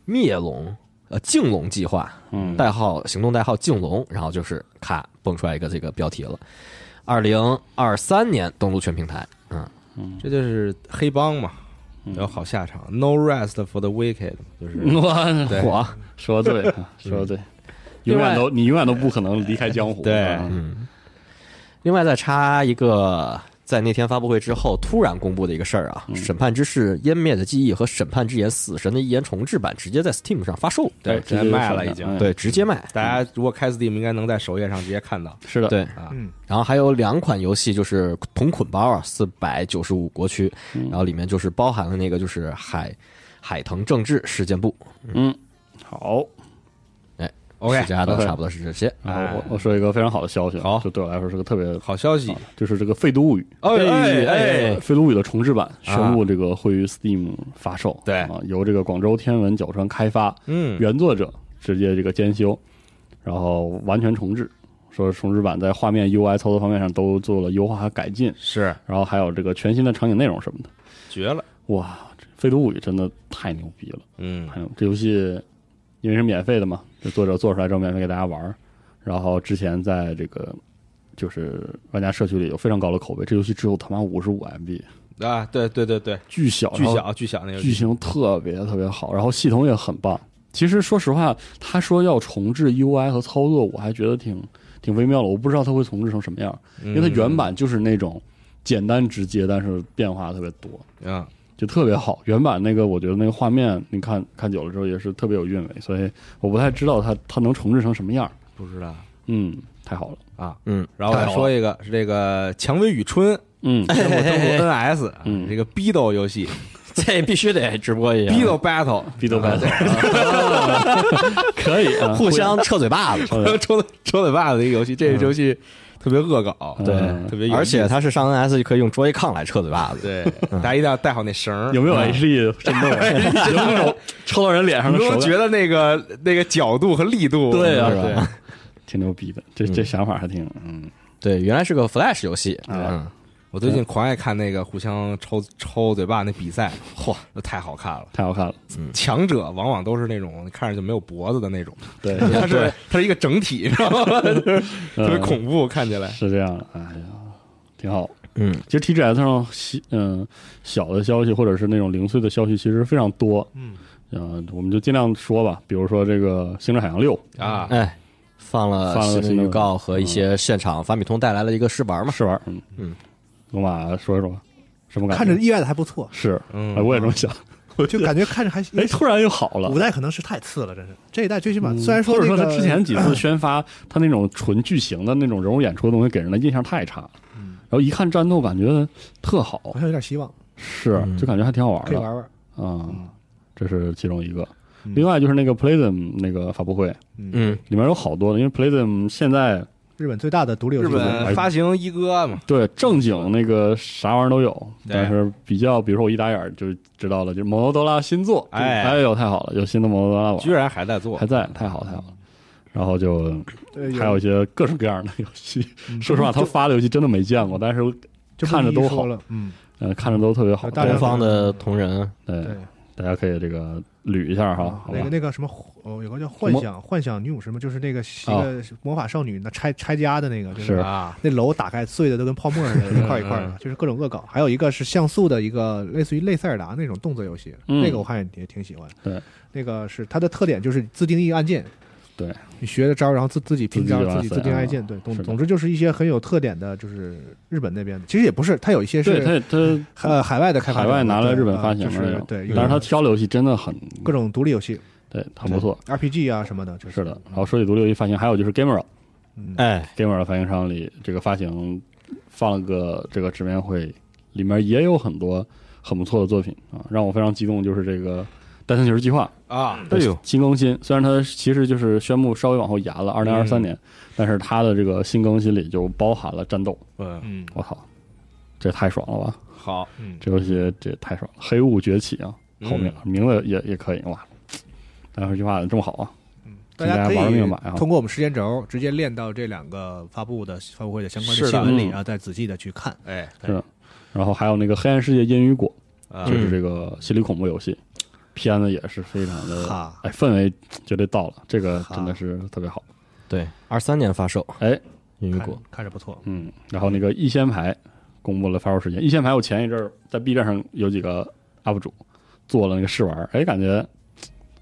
灭龙。呃，镜龙计划，嗯代号行动代号镜龙，然后就是咔蹦出来一个这个标题了。二零二三年登陆全平台，嗯，这就是黑帮嘛，有好下场，No rest for the wicked，就是嗯对我我说的 对，说的对，永远都你永远都不可能离开江湖，对嗯啊另外再插一个，在那天发布会之后突然公布的一个事儿啊，审判之誓》湮灭的记忆》和《审判之眼：死神的一言》重置版直接在 Steam 上发售，对，哎直接卖了已经。嗯对，直接卖。大家如果开 Steam，应该能在首页上直接看到。是的，对，啊嗯，然后还有两款游戏，就是同捆包啊，四百九十五国区，然后里面就是包含了那个就是海海腾政治事件部，嗯，好， OK，世嘉的 OK 差不多是这些。然后我我说一个非常好的消息，哎啊好就对我来说是个特别好消息好的，啊就是这个《废都物语》哎哎哎《废都物语》的重制版宣布啊这个会于 Steam 发售，对啊，由这个广州天文角川开发，嗯，原作者直接这个兼修，然后完全重置，说重置版在画面、UI、操作方面上都做了优化和改进，是然后还有这个全新的场景内容什么的，绝了，哇，这《废都物语》真的太牛逼了。嗯还有这游戏因为是免费的嘛，这作者做出来之后免费给大家玩儿。然后之前在这个就是玩家社区里有非常高的口碑，这游戏只有他妈五十五 MB，啊，对对对对，巨小，巨然后小巨小那个剧情特别特别好，然后系统也很棒。其实说实话，他说要重置 UI 和操作，我还觉得挺挺微妙的，我不知道他会重置成什么样，因嗯为它原版就是那种简单直接，但是变化特别多。啊，就特别好。原版那个，我觉得那个画面，你看看久了之后也是特别有韵味，所以我不太知道它它能重置成什么样儿。不知道嗯，太好了。啊。嗯，然后再说一个是这个《蔷薇与春》嗯，登陆登陆 NS，啊嗯这个 B 斗游戏 这必须得直播一下， B 斗 Battle，逼斗白啊 可以啊，互相撤嘴巴 子。 对抽的抽嘴巴子的一个游戏，这个游戏特别恶搞，对特别有意思嗯嗯而且它是上 NS 就可以用 Joy-Con 来撤嘴巴子。对，大家一定要带好那绳儿。有没有 HD 震动？啊 有没有那种抽到人脸上你的手都觉感？得那个那个角度和力度，对啊是吧挺牛逼的，这这想法还挺嗯，对，原来是个 Flash 游戏，嗯啊，我最近狂爱看那个互相抽抽嘴巴那比赛，嚯，那太好看了。太好看了。强者往往都是那种看着就没有脖子的那种，对，它是它是一个整体，你知道 吗？就是特别恐怖，看起来。是这样的，哎呀，挺好。嗯，其实 TGS 上细嗯小的消息或者是那种零碎的消息其实非常多。嗯，呃，我们就尽量说吧，比如说这个《星之海洋六》啊，哎，放了放了新的新的预告和一些现场，法米通带来了一个试玩嘛。试玩，嗯嗯，龙龙马说一说吧，什么感觉？看着意外的还不错，是，嗯哎我也这么想。就感觉看着还行哎，突然又好了五。代可能是太次了，真是这一代最起码嗯虽然说或这者说个他之前几次宣发，他那种纯剧情的那种人物演出的东西，给人的印象太差了。嗯然后一看战斗，感觉特好好，像有点希望，是，就感觉还挺好玩可以的玩玩。啊。这是其中一个，嗯另外就是那个 Playdom 那个发布会，嗯，里面有好多的，因为 Playdom 现在日本最大的独立游日戏公司，哎本发行一哥嘛，对正经那个啥玩意儿都有，对但是比较，比如说我一打眼儿就知道了，就是摩托罗拉新作，哎哎呦太好了，有新的摩托罗拉居玩，然还在做还，在，太好太好嗯了。然后就对还有一些各种各样的游戏，嗯说实话，他就发的游戏真的没见过，但是就看着都好好了，嗯，呃看着都特别好。大家东方的同人，对对，，嗯啊大家可以这个捋一下哈，哎好那个吧？哦那个什么，哦，有个叫幻想幻想女武神嘛，就是那个一个魔法少女那拆拆家的那个，就是是啊，那楼打开碎的都跟泡沫似的，一块一块嗯的，就是各种恶搞。还有一个是像素的一个类似于类塞尔达那种动作游戏，嗯那个我看也挺喜欢。对，那个是它的特点就是自定义按键。对，你学的招，然后自自己拼招自己，往自己塞自定啊按键。对，总是的总之就是一些很有特点的，就是日本那边的。其实也不是，它有一些对，是他他呃海外的开发海者，外拿来对日本呃发行嗯就的是有，对，但是他挑的游戏真的很，各种独立游戏对，很不错。 RPG 啊什么的，就是嗯的，然后说起独立游戏发行，还有就是 Gamer 哎， Gamer 的发行商里，这个发行放了个这个直面会，里面也有很多很不错的作品啊，让我非常激动，就是这个《单身球计划啊》哎呦，新更新，虽然它其实就是宣布稍微往后延了，二零嗯二三年，但是它的这个新更新里就包含了战斗，嗯，嗯，我靠，这太爽了吧！好，这游戏这太爽了，《黑雾崛起》啊，嗯后面、名字也也可以哇，单身计划这么好啊，大家可大家玩命以买啊通过我们时间轴直接链到这两个发布的发布会的相关是的的新闻里，嗯然后再仔细的去看。哎，是的。然后还有那个《黑暗世界烟雨果》，啊就是这个心理恐怖游戏，片子也是非常的，哈，哎，氛围绝对到了，这个真的是特别好。对，二三年发售，哎，云雨看果，看着不错，呃嗯，然后那个一仙牌公布了发售时间，一仙牌我前一阵儿在 B 站上有几个 UP 主做了那个试玩，哎，感觉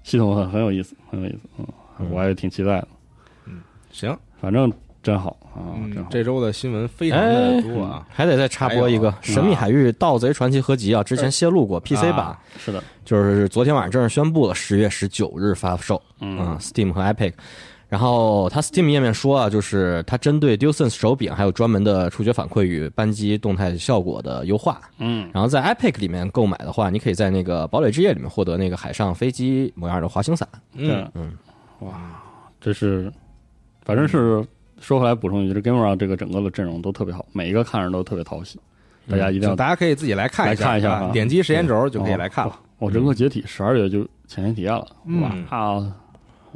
系统很很有意思，很有意思，嗯，我还挺期待的，嗯行，反正真好啊，真嗯好，哎这周的新闻非常的多啊，还得再插播一个《还有啊神秘海域：盗贼传奇》合集啊，之前泄露过 PC 版啊，是的，就是昨天晚上正式宣布了，十月十九日发售啊嗯， ，Steam 和 Epic。然后它 Steam 页面说啊，就是它针对 DualSense 手柄还有专门的触觉反馈与扳机动态效果的优化。嗯，然后在 Epic 里面购买的话，你可以在那个堡垒之夜里面获得那个海上飞机模样的滑行伞。嗯，嗯，哇，这是，反正是说回来补充一句，这 Gamera 这个整个的阵容都特别好，每一个看着都特别讨喜，嗯大家一定要就嗯大家可以自己来看一下，来看一下啊啊点击时间轴就可以来看了。哇我人格解体十二月就前线体验了，哇嗯啊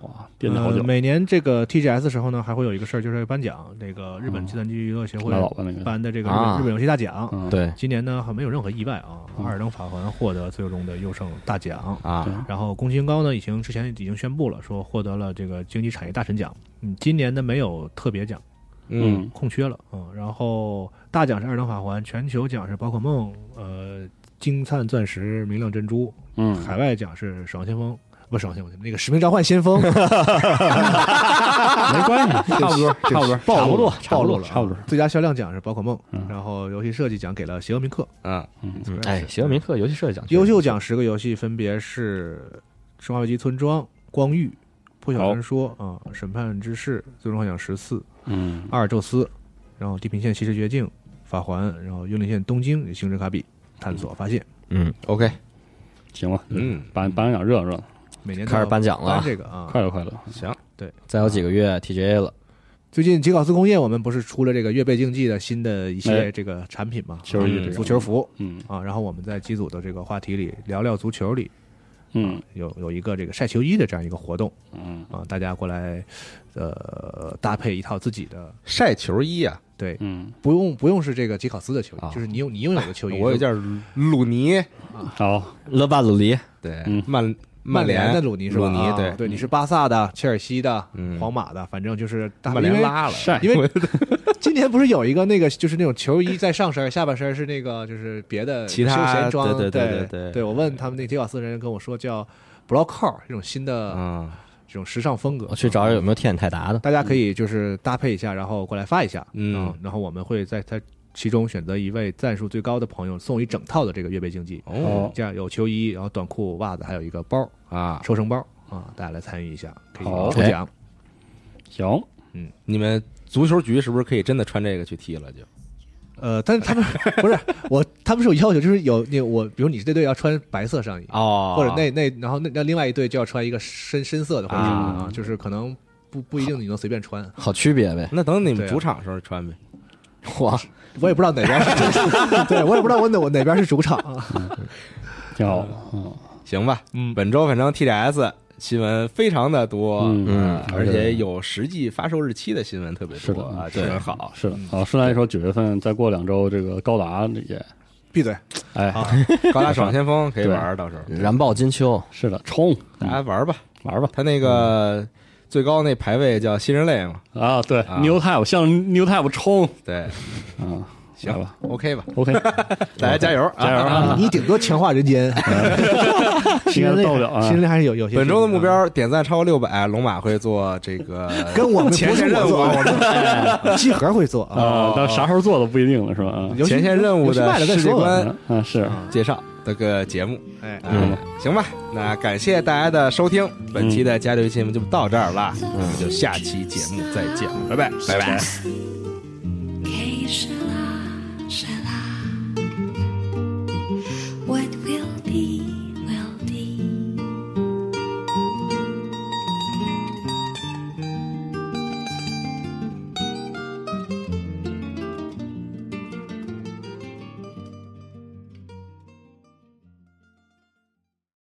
哇，惦记好久呃，每年这个 TGS 时候呢，还会有一个事儿，就是颁奖。那个日本计算机娱乐协会拉倒吧那个，颁的这个日啊本日本游戏大奖，嗯，对，今年呢，好没有任何意外啊，《嗯阿尔登法环》获得最终的优胜大奖。啊，然后宫崎英高呢，已经之前已经宣布了，说获得了这个经济产业大神奖。嗯，今年呢没有特别奖，嗯嗯空缺了嗯。然后大奖是《二等法环》，全球奖是《宝可梦》，呃，金灿钻石、明亮珍珠，嗯，海外奖是《守望先锋》，不是《守望先锋》，那个《使命召唤先锋》 没关系，差不 多，嗯差不多，暴露了，差暴不露多，了啊，差不多，最佳销量奖是《宝可梦》嗯，然后游戏设计奖给了《邪恶铭刻》，嗯嗯，哎，邪恶铭刻游戏设计奖，优秀奖十个游戏分别是《生化危机：村庄》《光遇》《破晓传说》啊，《审判之誓》《最终幻想十四》《嗯，阿尔宙斯》，然后《地平线：西之绝境》《法环》，然后《幽灵线：东京》《星之卡比》《探索发现》。嗯， ，OK，行吧，嗯，颁颁奖热闹热闹，每年都开始颁奖颁了，这个啊。快乐快乐，行，再有几个月 TGA 了，最近吉考斯工业，我们不是出了这个月贝竞技的新的一系列哎这个产品嘛？球衣嗯这个足球，服嗯啊，然后我们在机组的这个话题里聊聊足球里嗯有有一个这个晒球衣的这样一个活动嗯，啊，大家过来，呃，搭配一套自己的晒球衣啊，对，嗯，不用不用是这个吉考斯的球衣，啊就是你用你拥有的球衣。啊我有一件鲁尼，啊好，勒巴鲁尼，对嗯，曼曼联联的鲁尼是吧？鲁尼啊对对，你是巴萨的、切尔西的、嗯皇马的，反正就是大曼联。拉了，晒因为因 为今年不是有一个那个就是那种球衣在上身，下半身是那个就是别的其他休闲装。对对对对对对对我问他们那吉考斯人跟我说叫 block 这种新的、嗯，这种时尚风格。啊我去找找有没有天眼泰达的，大家可以就是搭配一下，然后过来发一下，啊嗯然后我们会在它其中选择一位赞数最高的朋友送一整套的这个月贝竞技，哦这样有球衣，然后短裤、袜子，还有一个包，啊，收成包啊，大家来参与一下，可以好抽哎奖。行，你们足球局是不是可以真的穿这个去踢了？就呃，但是他们不是我，他们是有要求，就是有那我，比如你这队要穿白色上衣，啊哦或者那那，然后那那另外一队就要穿一个深深色的或者什么的啊啊，就是可能不不一定你能随便穿，好区别呗，那等你对们啊主场时候穿呗。 哇，我也不知道哪边是，对我也不知道我哪我哪边是主场啊。挺好，嗯行吧，嗯本周反正 TGS 新闻非常的多，嗯呃嗯而且有实际发售日期的新闻特别是多的啊，嗯这很好。是的，好，顺带一说，九月份再过两周，这个高达也，闭嘴，哎，高达爽先锋可以玩儿，到时嗯候燃爆金秋，是的，冲，大家玩儿吧。玩吧，他那个嗯最高那排位叫新人类嘛，啊，对啊，New Type 向 New Type 冲，对，嗯，行来吧，OK 吧， ，OK，大家加油啊！加油 啊！你顶多强化人间，新人类到不了啊新人类还是有有些。啊本周的目标点赞超过六百，龙马会做这个 跟我们不是前线任我 做，务啊，我们集合会做啊。啊，到啥时候做的不一定了，是吧？啊游戏前线任务游戏的卖了再世界说吧。观嗯，嗯，是，介绍的个节目。哎，嗯，行吧，那感谢大家的收听，本期的家里节目就到这儿了，我们就下期节目再见，拜拜，拜拜。给谁啦谁啦。